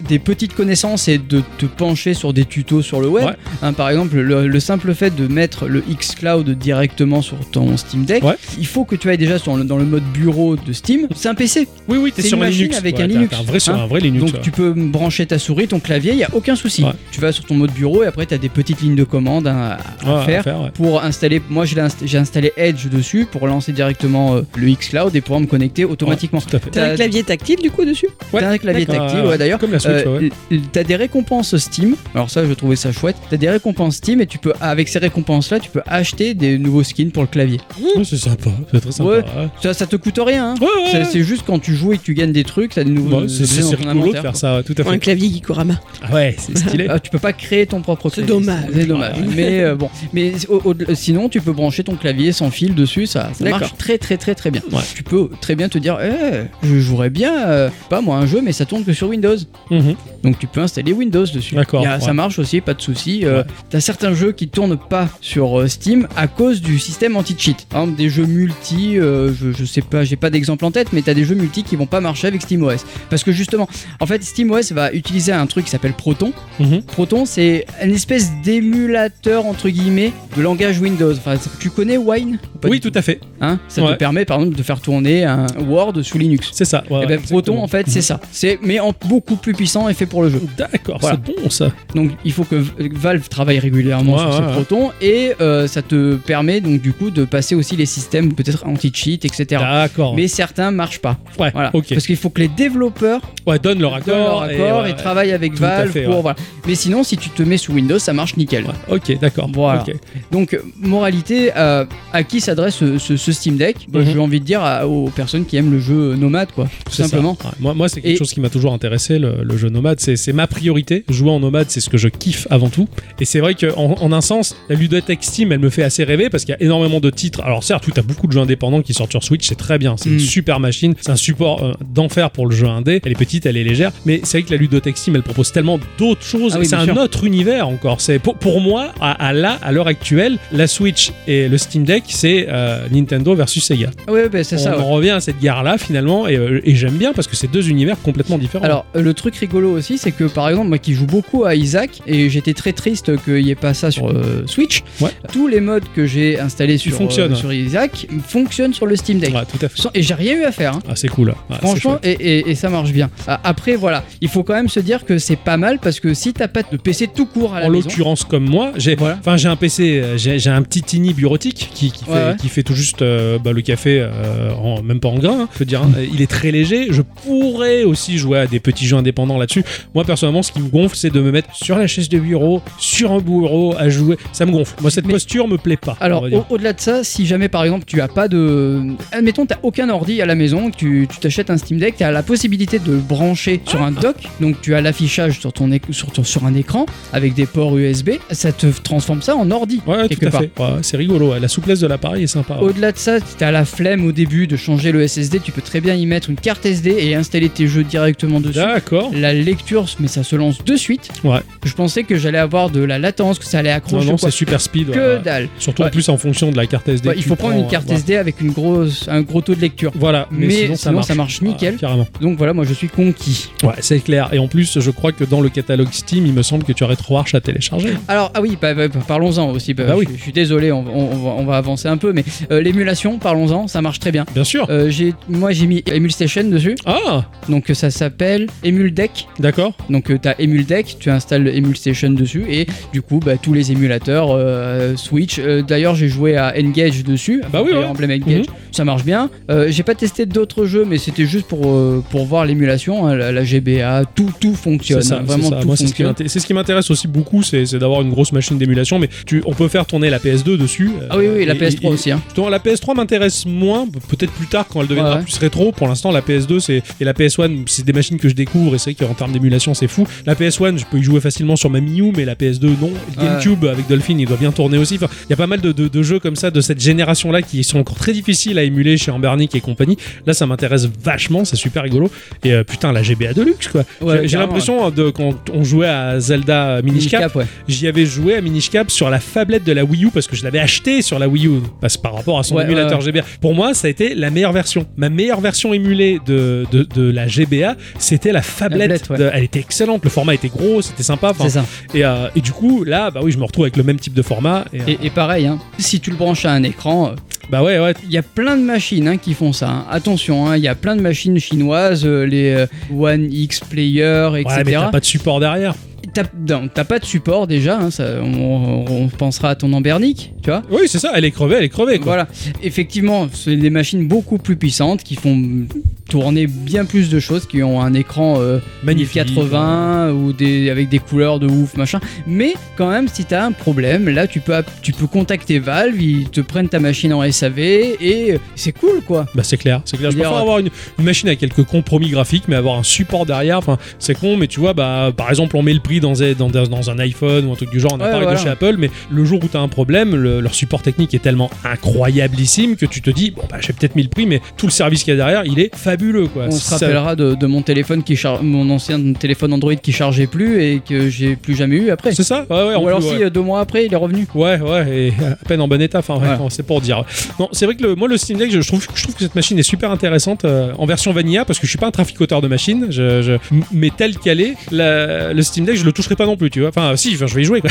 B: des petites connaissances et de te pencher sur des tutos sur le web.
A: Ouais.
B: Hein, par exemple, le, le simple fait de mettre le xCloud directement sur ton Steam Deck,
A: Ouais.
B: il faut que tu ailles déjà sur le- dans le mode bureau de Steam. C'est un PC,
A: Oui, oui, t'es
B: c'est
A: sur
B: une
A: un
B: machine
A: Linux.
B: avec
A: Ouais,
B: un
A: t'as-
B: Linux,
A: t'as Un vrai, sur
B: hein.
A: un vrai Linux.
B: donc
A: ouais.
B: tu peux brancher ta souris, ton clavier, il n'y a aucun souci.
A: Ouais.
B: Tu vas sur ton mode bureau et après, tu as des petites lignes de commande hein, à, à
A: Ouais, à
B: faire
A: faire, ouais.
B: pour installer. Moi, je l'ai inst- j'ai installé Edge dessus pour lancer directement euh, le xCloud et pouvoir me connecter automatiquement.
A: Ouais, tout à fait.
C: T'as un clavier tactile du coup dessus
A: Ouais,
B: T'as un clavier
A: d'accord.
B: tactile, ouais, d'ailleurs.
A: Comme la Switch,
B: Euh,
A: ouais.
B: l- T'as des récompenses Steam. Alors ça, je trouvais ça chouette. T'as des récompenses Steam et tu peux, avec ces récompenses-là, tu peux acheter des nouveaux skins pour le clavier.
A: Ouais, c'est sympa, c'est très sympa.
B: Ouais.
A: ouais.
B: Ça, ça te coûte rien. hein.
A: Ouais, ouais,
B: Ça,
A: ouais.
B: C'est juste quand tu joues et que tu gagnes des trucs, t'as des nouveaux.
A: Ouais,
B: des
A: c'est c'est
B: objets dans ton
A: rigolo de
B: inventaire,
A: faire
B: quoi.
A: ça, ouais, tout à
C: Ou Un
A: fait.
C: clavier Gikorama.
A: Ah ouais, c'est stylé.
B: Ah, tu peux pas créer ton propre
C: C'est
B: clavier.
C: dommage.
B: C'est dommage. mais euh, bon, mais au- au- sinon tu peux brancher ton clavier sans fil dessus, ça, ça
C: D'accord.
B: marche très très très très bien.
A: Ouais.
B: Tu peux très bien te dire, Eh, je jouerais bien, euh, pas moi un jeu, mais ça tourne que sur Windows.
A: Mhm.
B: Donc tu peux installer Windows dessus.
A: D'accord,
B: Il y a-
A: ouais.
B: Ça marche aussi, pas de souci. Euh,
A: Ouais.
B: T'as certains jeux qui tournent pas sur euh, Steam à cause du système anti-cheat. Par exemple, des jeux multi, euh, je, je sais pas, j'ai pas d'exemple en tête, mais t'as des jeux multi qui vont pas marcher avec SteamOS. Parce que justement, en fait, SteamOS va utiliser un truc qui s'appelle Proton.
A: Mhm.
B: Proton, c'est une espèce d'émulateur entre guillemets de langage Windows. Enfin, c'est- tu connais Wine ou pas
A: Oui,
B: du
A: tout à fait,
B: Hein ça
A: Ouais.
B: te permet par exemple de faire tourner un Word sous Linux.
A: c'est ça. ouais,
B: Eh
A: ouais,
B: ben, Proton,
A: exactement.
B: en fait, c'est ça. C'est mais en beaucoup beaucoup plus puissant et fait pour le jeu.
A: D'accord,
B: Voilà.
A: c'est bon ça.
B: Donc il faut que V- Valve travaille régulièrement
A: Ouais,
B: sur ses
A: ouais, ouais.
B: protons et euh, ça te permet donc du coup de passer aussi les systèmes peut-être anti-cheat, etc.
A: D'accord.
B: Mais certains marchent pas.
A: ouais,
B: Voilà.
A: ok.
B: Parce qu'il faut que les développeurs
A: Ouais, donne leur
B: donnent leur
A: accord.
B: accord et,
A: ouais.
B: travaillent avec
A: Tout à
B: Valve
A: fait,
B: pour.
A: ouais.
B: voilà. Mais sinon, si tu te mets sous Windows, ça marche nickel.
A: Ouais, Ok, d'accord.
B: Voilà.
A: ok.
B: Donc, moralité, euh, à qui s'adresse ce, ce- ce Steam Deck bah,
A: Mhm.
B: J'ai envie de dire à- aux personnes qui aiment le jeu nomade, quoi. Tout
A: C'est ça.
B: simplement.
A: Ouais, Moi, moi c'est quelque
B: Et-
A: chose qui m'a toujours intéressé, le, le jeu nomade. C'est c'est ma priorité. Jouer en nomade, c'est ce que je kiffe avant tout. Et c'est vrai qu'en en, en un sens, la ludothèque Steam, elle me fait assez rêver parce qu'il y a énormément de titres. Alors, certes, oui, t'as beaucoup de jeux indépendants qui sortent sur Switch, c'est très bien. C'est
B: Mm.
A: une super machine. C'est un support euh, d'enfer pour le jeu indé. Elle est petite, elle est légère. Mais c'est vrai que la ludothèque Steam, elle propose tellement d'autres choses.
B: Ah oui,
A: c'est un
B: bien sûr.
A: autre univers encore. C'est pour, pour moi, à, à là, à l'heure actuelle, la Switch et le Steam Deck, c'est euh, Nintendo versus Sega
B: Ah ouais, bah, c'est
A: on
B: ça. ouais.
A: en revient à cette guerre-là finalement, et, euh, et j'aime bien parce que c'est deux univers complètement différents.
B: Alors, euh, le truc rigolo aussi, c'est que par exemple, moi qui joue beaucoup à Isaac, et j'étais très triste qu'il n'y ait pas ça sur euh, Switch,
A: Ouais.
B: tous les modes que j'ai installés sur,
A: fonctionnent,
B: euh, sur Isaac fonctionnent sur le Steam Deck.
A: Ouais, tout à fait.
B: Sans- Et j'ai rien eu à faire. hein.
A: Ah, c'est cool. Ouais,
B: Franchement, et, et- et ça marche bien. Ah, Après, voilà, il faut quand même se dire que c'est pas mal parce que si t'as pas de PC tout court
A: c'est
B: à la
A: chouette. en
B: maison,
A: l'occurrence comme moi, j'ai
B: Voilà.
A: enfin j'ai un PC, euh, j'ai j'ai un petit tiny bureautique qui, qui fait,
B: Ouais, ouais.
A: qui fait tout juste euh, bah, le café, euh, en- même pas en grain, hein, je veux dire. hein. Il est très léger. Je pourrais aussi jouer à des petits jeux indépendants là-dessus. Moi personnellement, ce qui me gonfle, c'est de me mettre sur la chaise de bureau, sur un bureau à jouer. Ça me gonfle. Moi, cette
B: Mais-
A: posture me plaît pas. on
B: Alors
A: va dire.
B: au- au-delà de ça, si jamais par exemple tu as pas de, admettons t'as aucun ordi à la maison, que tu tu t'achètes un Steam Deck, tu as la possibilité de le brancher sur un dock, donc tu as l'affichage sur ton, éc- sur ton- sur un écran avec des ports USB, ça te transforme ça en ordi.
A: Ouais,
B: quelque
A: tout à
B: part.
A: fait. Ouais, c'est rigolo. ouais. La souplesse de l'appareil est sympa. ouais.
B: Au-delà de ça, si t'as la flemme au début de changer le SSD, tu peux très bien y mettre une carte SD et installer tes jeux directement dessus.
A: D'accord.
B: La lecture, mais ça se lance de suite.
A: Ouais.
B: Je pensais que j'allais avoir de la latence, que ça allait accrocher.
A: Non, non,
B: ou quoi.
A: c'est super speed. ouais,
B: que
A: ouais.
B: dalle.
A: Surtout en
B: Ouais.
A: plus en fonction de la carte SD.
B: Ouais,
A: que
B: Bah, il
A: tu
B: faut prendre
A: prends,
B: une carte
A: euh,
B: SD avec une grosse, un gros taux de lecture.
A: Voilà, mais,
B: Mais
A: sinon, ça,
B: sinon,
A: marche.
B: ça marche nickel.
A: Ouais, carrément.
B: Donc voilà, moi je suis conquis.
A: Ouais, c'est clair. Et en plus, je crois que dans le catalogue Steam, il me semble que tu aurais trois arches à télécharger.
B: Alors, ah oui, bah, bah, bah, parlons-en aussi. bah,
A: Bah
B: je,
A: oui.
B: je suis désolé, on, on- on va, on va avancer un peu, mais euh, l'émulation, parlons-en, ça marche très bien.
A: Bien sûr.
B: Euh, j'ai- moi j'ai mis Emul Station dessus,
A: Ah,
B: donc euh, ça s'appelle Emul Deck.
A: d'accord.
B: Donc euh, t'as Emul Deck, tu installes Emul Station dessus et du coup bah, tous les émulateurs euh, Switch. Euh, D'ailleurs j'ai joué à Engage dessus,
A: Bah oui,
B: Fire
A: ouais.
B: Emblem Engage, ça marche bien. Euh, j'ai pas testé d'autres jeux, mais c'était juste pour euh, pour voir l'émulation, hein, la, la GBA, tout tout fonctionne,
A: C'est ça,
B: hein,
A: c'est
B: vraiment
A: ça.
B: tout
A: Moi, c'est ce qui
B: fonctionne.
A: m'inté- c'est ce qui m'intéresse aussi beaucoup, c'est c'est d'avoir une grosse machine d'émulation. Mais tu, on peut faire tourner la PS2 dessus. euh,
B: Ah oui oui la
A: et-
B: PS3
A: et-
B: aussi. hein.
A: Justement, la PS3 m'intéresse moins, peut-être plus tard quand elle deviendra
B: Ouais, ouais.
A: plus rétro. Pour l'instant, la PS2 c'est- et la PS1, c'est des machines que je découvre et c'est vrai qu'en termes d'émulation, c'est fou. La PS1, je peux y jouer facilement sur ma Miu, mais la PS2, non.
B: Ouais.
A: GameCube avec Dolphin, il doit bien tourner aussi. Enfin, il y a pas mal de, de- de jeux comme ça de cette génération-là qui sont encore très difficiles à émuler chez Ambernick et compagnie. Là, ça m'intéresse vachement, c'est super rigolo. Et euh, putain, la GBA Deluxe, quoi.
B: Ouais,
A: J'ai- J'ai
B: carrément,
A: l'impression hein, de quand on jouait à Zelda euh, Minish Cap,
B: Minicap, ouais.
A: J'y avais joué à Minish Cap sur la fablette de la Wii U parce que je l'avais acheté sur la Wii U parce par rapport à son
B: Ouais,
A: émulateur
B: ouais.
A: GBA. Pour moi, ça a été la meilleure version. Ma meilleure version émulée de, de, de la GBA, c'était la fablette.
B: Fablette, ouais.
A: de- elle était excellente, le format était gros, c'était sympa. enfin,
B: C'est ça.
A: Et, euh, et du coup, là, bah oui, je me retrouve avec le même type de format. Et, euh,
B: Et, et pareil, hein, si tu le branches à un écran, euh,
A: bah ouais, ouais.
B: il y a plein de machines hein, qui font ça. hein. Attention, hein, il y a plein de machines chinoises, euh, les euh, One X Player, etc.
A: Ouais, mais t'as pas de support derrière.
B: T'as non, t'as pas de support déjà, hein, ça- on, on pensera à ton Ambernic, tu vois.
A: Oui, c'est ça, elle est crevée, elle est crevée. Quoi.
B: Voilà, effectivement, c'est des machines beaucoup plus puissantes qui font tourner bien plus de choses, qui ont un écran euh,
A: Magnifique.
B: 80 ou des, avec des couleurs de ouf machin. Mais quand même, si t'as un problème, là tu peux, app- tu peux contacter Valve, ils te prennent ta machine en SAV et c'est cool quoi.
A: Bah c'est clair, c'est clair. Je euh,
B: D'ailleurs,
A: préfère avoir une, une machine avec quelques compromis graphiques, mais avoir un support derrière. Enfin, c'est con, mais tu vois, bah par exemple, on met le prix dans, un- dans, un- dans un iPhone ou un truc du genre, un
B: Ouais,
A: appareil
B: voilà.
A: de chez Apple, mais le jour où t'as un problème, le- leur support technique est tellement incroyablissime que tu te dis, bon bah j'ai peut-être mis le prix, mais tout le service qu'il y a derrière, il est fabuleux quoi.
B: On se
A: Ça-
B: rappellera de, de mon téléphone qui char- mon ancien téléphone Android qui chargeait plus et que j'ai plus jamais eu après.
A: C'est ça Ouais, ouais, en
B: Ou
A: plus,
B: alors
A: ouais.
B: si euh, deux mois après il est revenu.
A: Ouais, ouais, et à peine en bon état. Enfin, ouais,
B: Ouais.
A: non, c'est pour dire. Non, c'est vrai que le- moi, le Steam Deck, je trouve, je trouve que cette machine est super intéressante euh, en version vanilla parce que je suis pas un traficoteur de machines. Je, je- mais tel qu'elle est, la- le Steam Deck, je le toucherai pas non plus, tu vois. Enfin, si, enfin, je vais y jouer, quoi.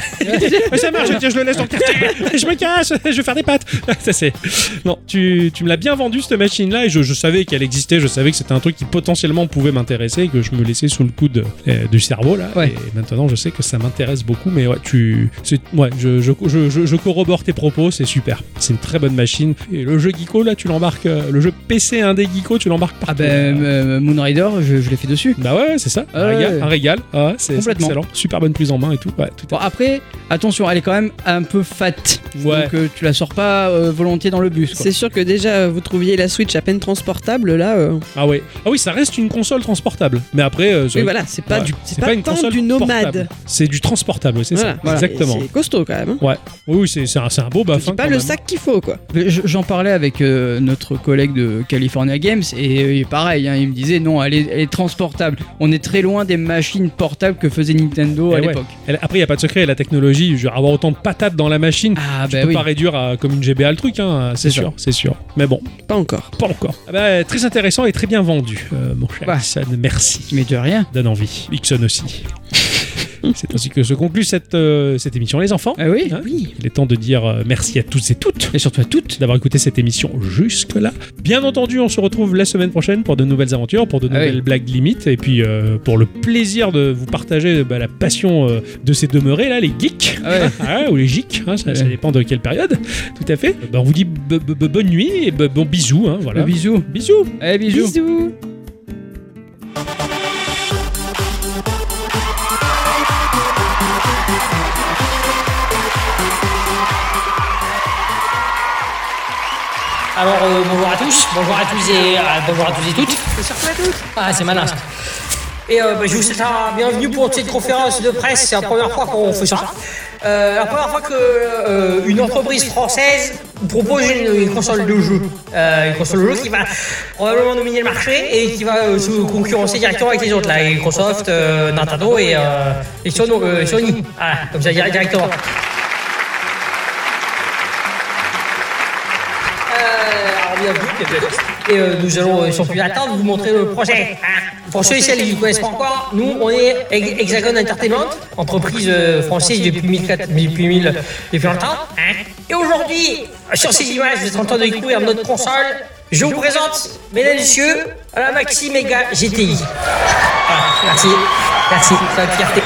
A: Ouais, ça marche, tiens, je le laisse dans le quartier. Je me cache, je vais faire des pattes. Ça, c'est. Non, tu, tu me l'as bien vendu, cette machine-là, et je, je savais qu'elle existait, je savais savais que c'était un truc qui potentiellement pouvait m'intéresser et que je me laissais sous le coude euh, du cerveau là.
B: Ouais.
A: Et maintenant, je sais que ça m'intéresse beaucoup, mais ouais, tu, c'est, ouais, je, je, je, je- je corrobore tes propos, c'est super. C'est une très bonne machine. Et le jeu Geeko là, tu l'embarques, euh, le jeu PC 1D Geeko, tu l'embarques
B: Ah
A: partout.
B: bah, euh, Moon Rider, je, je l'ai fait dessus.
A: Bah ouais, ouais, c'est ça.
B: Ah
A: un
B: ouais.
A: régal. Un régal. Ah ouais, c'est, c'est
B: Complètement.
A: excellent. Super bonne prise en main et tout. Ouais, tout
B: Bon, après, attention, elle est quand même un peu fat.
A: Ouais.
B: Donc euh, tu la sors pas euh, volontiers dans le bus. quoi.
C: C'est sûr que déjà euh, vous trouviez la Switch à peine transportable là. euh,
A: Ah ouais. Ah oui, ça reste une console transportable. Mais après, euh,
C: Oui
A: c'est-
C: voilà, c'est pas
A: ouais,
C: du, c'est pas, tant du nomade.
A: portable. C'est du transportable, ouais, c'est
C: Voilà.
A: ça.
C: Voilà.
A: Exactement.
C: Et C'est costaud quand même. hein.
A: Oui, oui, c'est, c'est un, c'est un beau hein. baffin.
C: C'est pas
A: quand
C: le
A: même.
C: sac qu'il faut quoi.
B: Mais je- J'en parlais avec euh, notre collègue de California Games et euh, pareil, hein, il me disait non, elle est, elle est transportable. On est très loin des machines portables que faisait Nintendo
A: Eh
B: à
A: ouais.
B: l'époque.
A: Elle- Après, il n'y a pas de secret. La technologie, je veux dire, avoir autant de patates dans la machine,
B: Ah
A: tu
B: bah
A: peux
B: oui.
A: pas réduire à- comme une GBA le truc, hein, c'est,
B: C'est ça.
A: sûr, c'est sûr. Mais bon,
C: Pas encore.
A: pas encore. Ah bah, très intéressant et très bien vendu, euh, mon cher
B: Ouais.
A: Ixon. Merci.
B: Mais de rien.
A: Donne envie. Ixon aussi. c'est ainsi que se conclut cette, euh, cette émission, les enfants.
B: Ah oui.
A: Hein Il est temps de dire euh, merci à tous et toutes.
B: Et surtout à toutes.
A: d'avoir écouté cette émission jusque-là. Bien entendu, on se retrouve la semaine prochaine pour de nouvelles aventures, pour de
B: Ah oui.
A: nouvelles blagues limites, et puis euh, pour le plaisir de vous partager bah, la passion euh, de ces demeurés, là, les geeks,
B: Ah ouais.
A: Ah, ou les geeks, hein, ça, ça
B: Ouais.
A: dépend de quelle période, tout à fait. Bah, on vous dit b- b- b- bonne nuit et b- bon bisous, hein, voilà.
B: Le bisou.
A: Bisous
B: Allez, Eh, bisous.
C: Bisous.
I: Alors euh, bonjour à tous, bonjour à tous et euh, bonjour à tous et toutes. Ah c'est malin. ça. Et euh, bah, je vous souhaite la bienvenue pour cette conférence de presse. C'est la première fois qu'on fait ça. Euh, la première fois que euh, une entreprise française propose une, une console de jeu, Euh, une console de jeu qui va probablement dominer le marché et qui va euh, se concurrencer directement avec les autres, là, Microsoft, euh, Nintendo et, euh, et Sono- euh, Sony. Voilà, comme ça dire- directement. Euh, alors, bienvenue, bienvenue. Et euh, nous allons, euh, sans plus attendre, vous montrer le projet. hein. Pour ceux et celles qui ne connaissent pas encore, nous, on est Hex- Hexagon Entertainment, entreprise euh, française depuis 1004 depuis 1000 depuis longtemps. hein. Et aujourd'hui, sur ces images, vous êtes en train de découvrir notre console. Je vous présente, mesdames et messieurs, la Maxi Mega GTI. Voilà, merci, merci, c'est une fierté.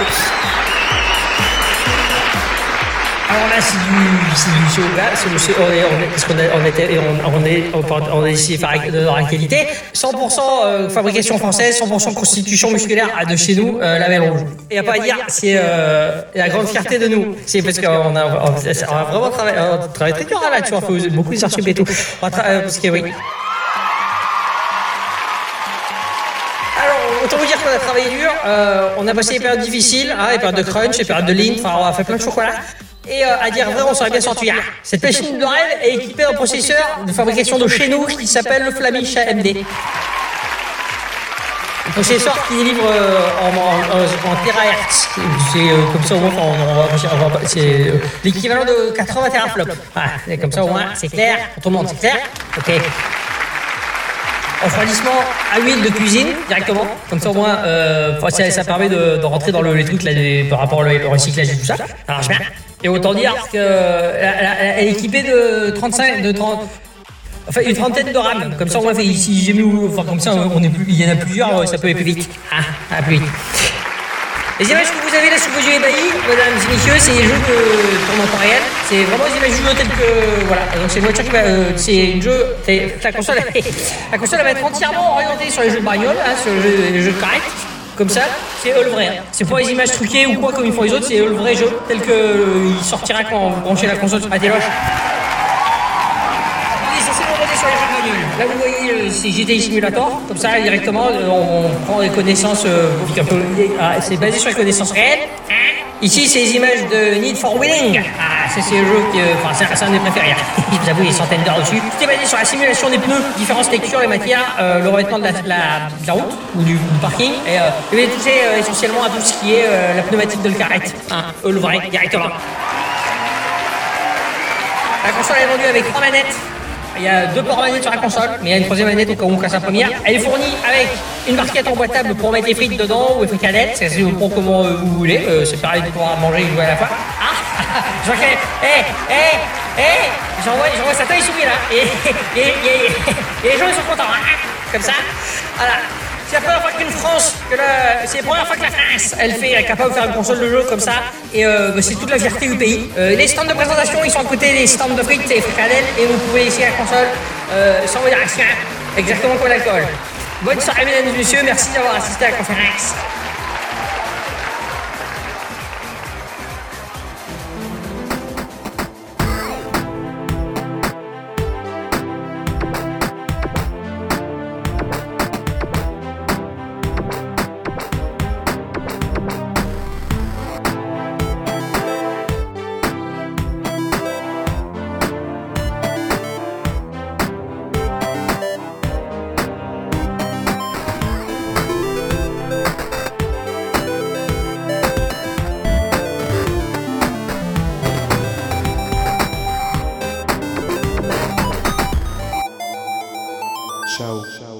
I: Alors là, c'est du, c'est du sauna, c'est du sauna, on est, on est, parce qu'on est, on était, on, on est, on, porte- on est ici par- dans la qualité. 100% euh, fabrication française, 100% constitution musculaire ah, de chez nous, euh, la Belle Rouge. Et à pas à dire, c'est euh, la grande fierté de nous. C'est parce qu'on a, on, on a vraiment travaillé, on travaille très dur hein, là-dessus, on fait beaucoup de archives et tout. On a tra- euh, parce que oui. Alors, autant vous dire qu'on a travaillé dur. euh, on a passé des périodes difficiles, hein, des périodes de crunch, des périodes de lean, enfin, on a fait plein de chocolat. Et euh, à dire vrai, on serait bien sorti. hein. Cette machine de rêve est équipée d'un processeur de fabrication de chez nous qui s'appelle le Flamish AMD. Un processeur qui délivre euh, en, en, en- en terahertz. C'est euh, comme ça au moins, on, on va, on va- c'est euh, l'équivalent de 80 teraflops. Voilà, et comme ça au moins, c'est clair. Pour tout le monde, c'est clair. Ok refroidissement à huile de cuisine directement. Comme ça, au moins, euh, enfin, ça, ça permet de, de rentrer dans le, les trucs là, des- par rapport au au recyclage et tout ça. Ça marche bien. Et autant dire que euh, elle- elle- elle est équipée de 35, de 30. Enfin, une trentaine de RAM. Comme ça, au moins, si j'ai mis, enfin, comme ça, on est plus, il y en a plusieurs, ça peut aller plus vite. Ah, ah, plus vite. Les images que vous avez là sous vos yeux ébahis, mesdames et messieurs, c'est des jeux de tournoi en temps réel. C'est vraiment des images du jeu tel que. Voilà. Et donc c'est une voiture qui va. euh, c'est une jeu. c'est- La console, la console elle va être entièrement orientée sur les jeux de bagnole, hein, sur les jeux, les jeux de carrettes. Comme ça, c'est eux le vrai. hein. C'est pas les images truquées ou quoi comme ils font les autres, c'est eux le vrai jeu tel que euh, il sortira quand vous branchez la console sur la téloche. On est censé remonter sur les jeux de menus. Là, vous voyez, euh, c'est GTI Simulator. Comme ça, directement, euh, on, on prend des connaissances. euh, un peu- ah, c'est basé sur les connaissances réelles. Ici, c'est les images de Need for Winning. Ah, ça, c'est le jeu qui. euh, Enfin, c'est- c'est un des préférés. Je vous avoue, il y a des centaines d'heures dessus. C'est basé sur la simulation des pneus, différentes textures et matières, euh, le revêtement de la, de la- de la route ou du, du parking. Et euh, vous allez toucher euh, essentiellement à tout ce qui est euh, la pneumatique de le carrette. Hein, eux, le vrai, directement. La console est vendue avec trois manettes. Il y a deux ports manettes sur la console, mais il y a une troisième manette au cas où on casse la première. Elle est fournie avec une barquette emboîtable pour mettre les frites dedans ou les fricadettes, c'est pour comment euh, vous voulez. Euh, c'est pareil de pouvoir manger et jouer à la fois. Ah Jean-Claude Hé Hé Hé J'envoie ça taille souris là. Et, et- et- et les gens ils sont contents. hein. comme ça. Voilà. C'est la première fois qu'une France, que la- c'est la première fois que la France, elle fait, elle est capable de faire une console de jeu comme ça. Et euh, bah, c'est toute la fierté du pays. Euh, les stands de présentation, ils sont à côté des stands de frites et fricadelles. Et vous pouvez essayer la console euh, sans modération, exactement comme l'alcool. Bonne soirée, mesdames et messieurs. Merci d'avoir assisté à la conférence.
F: Ciao.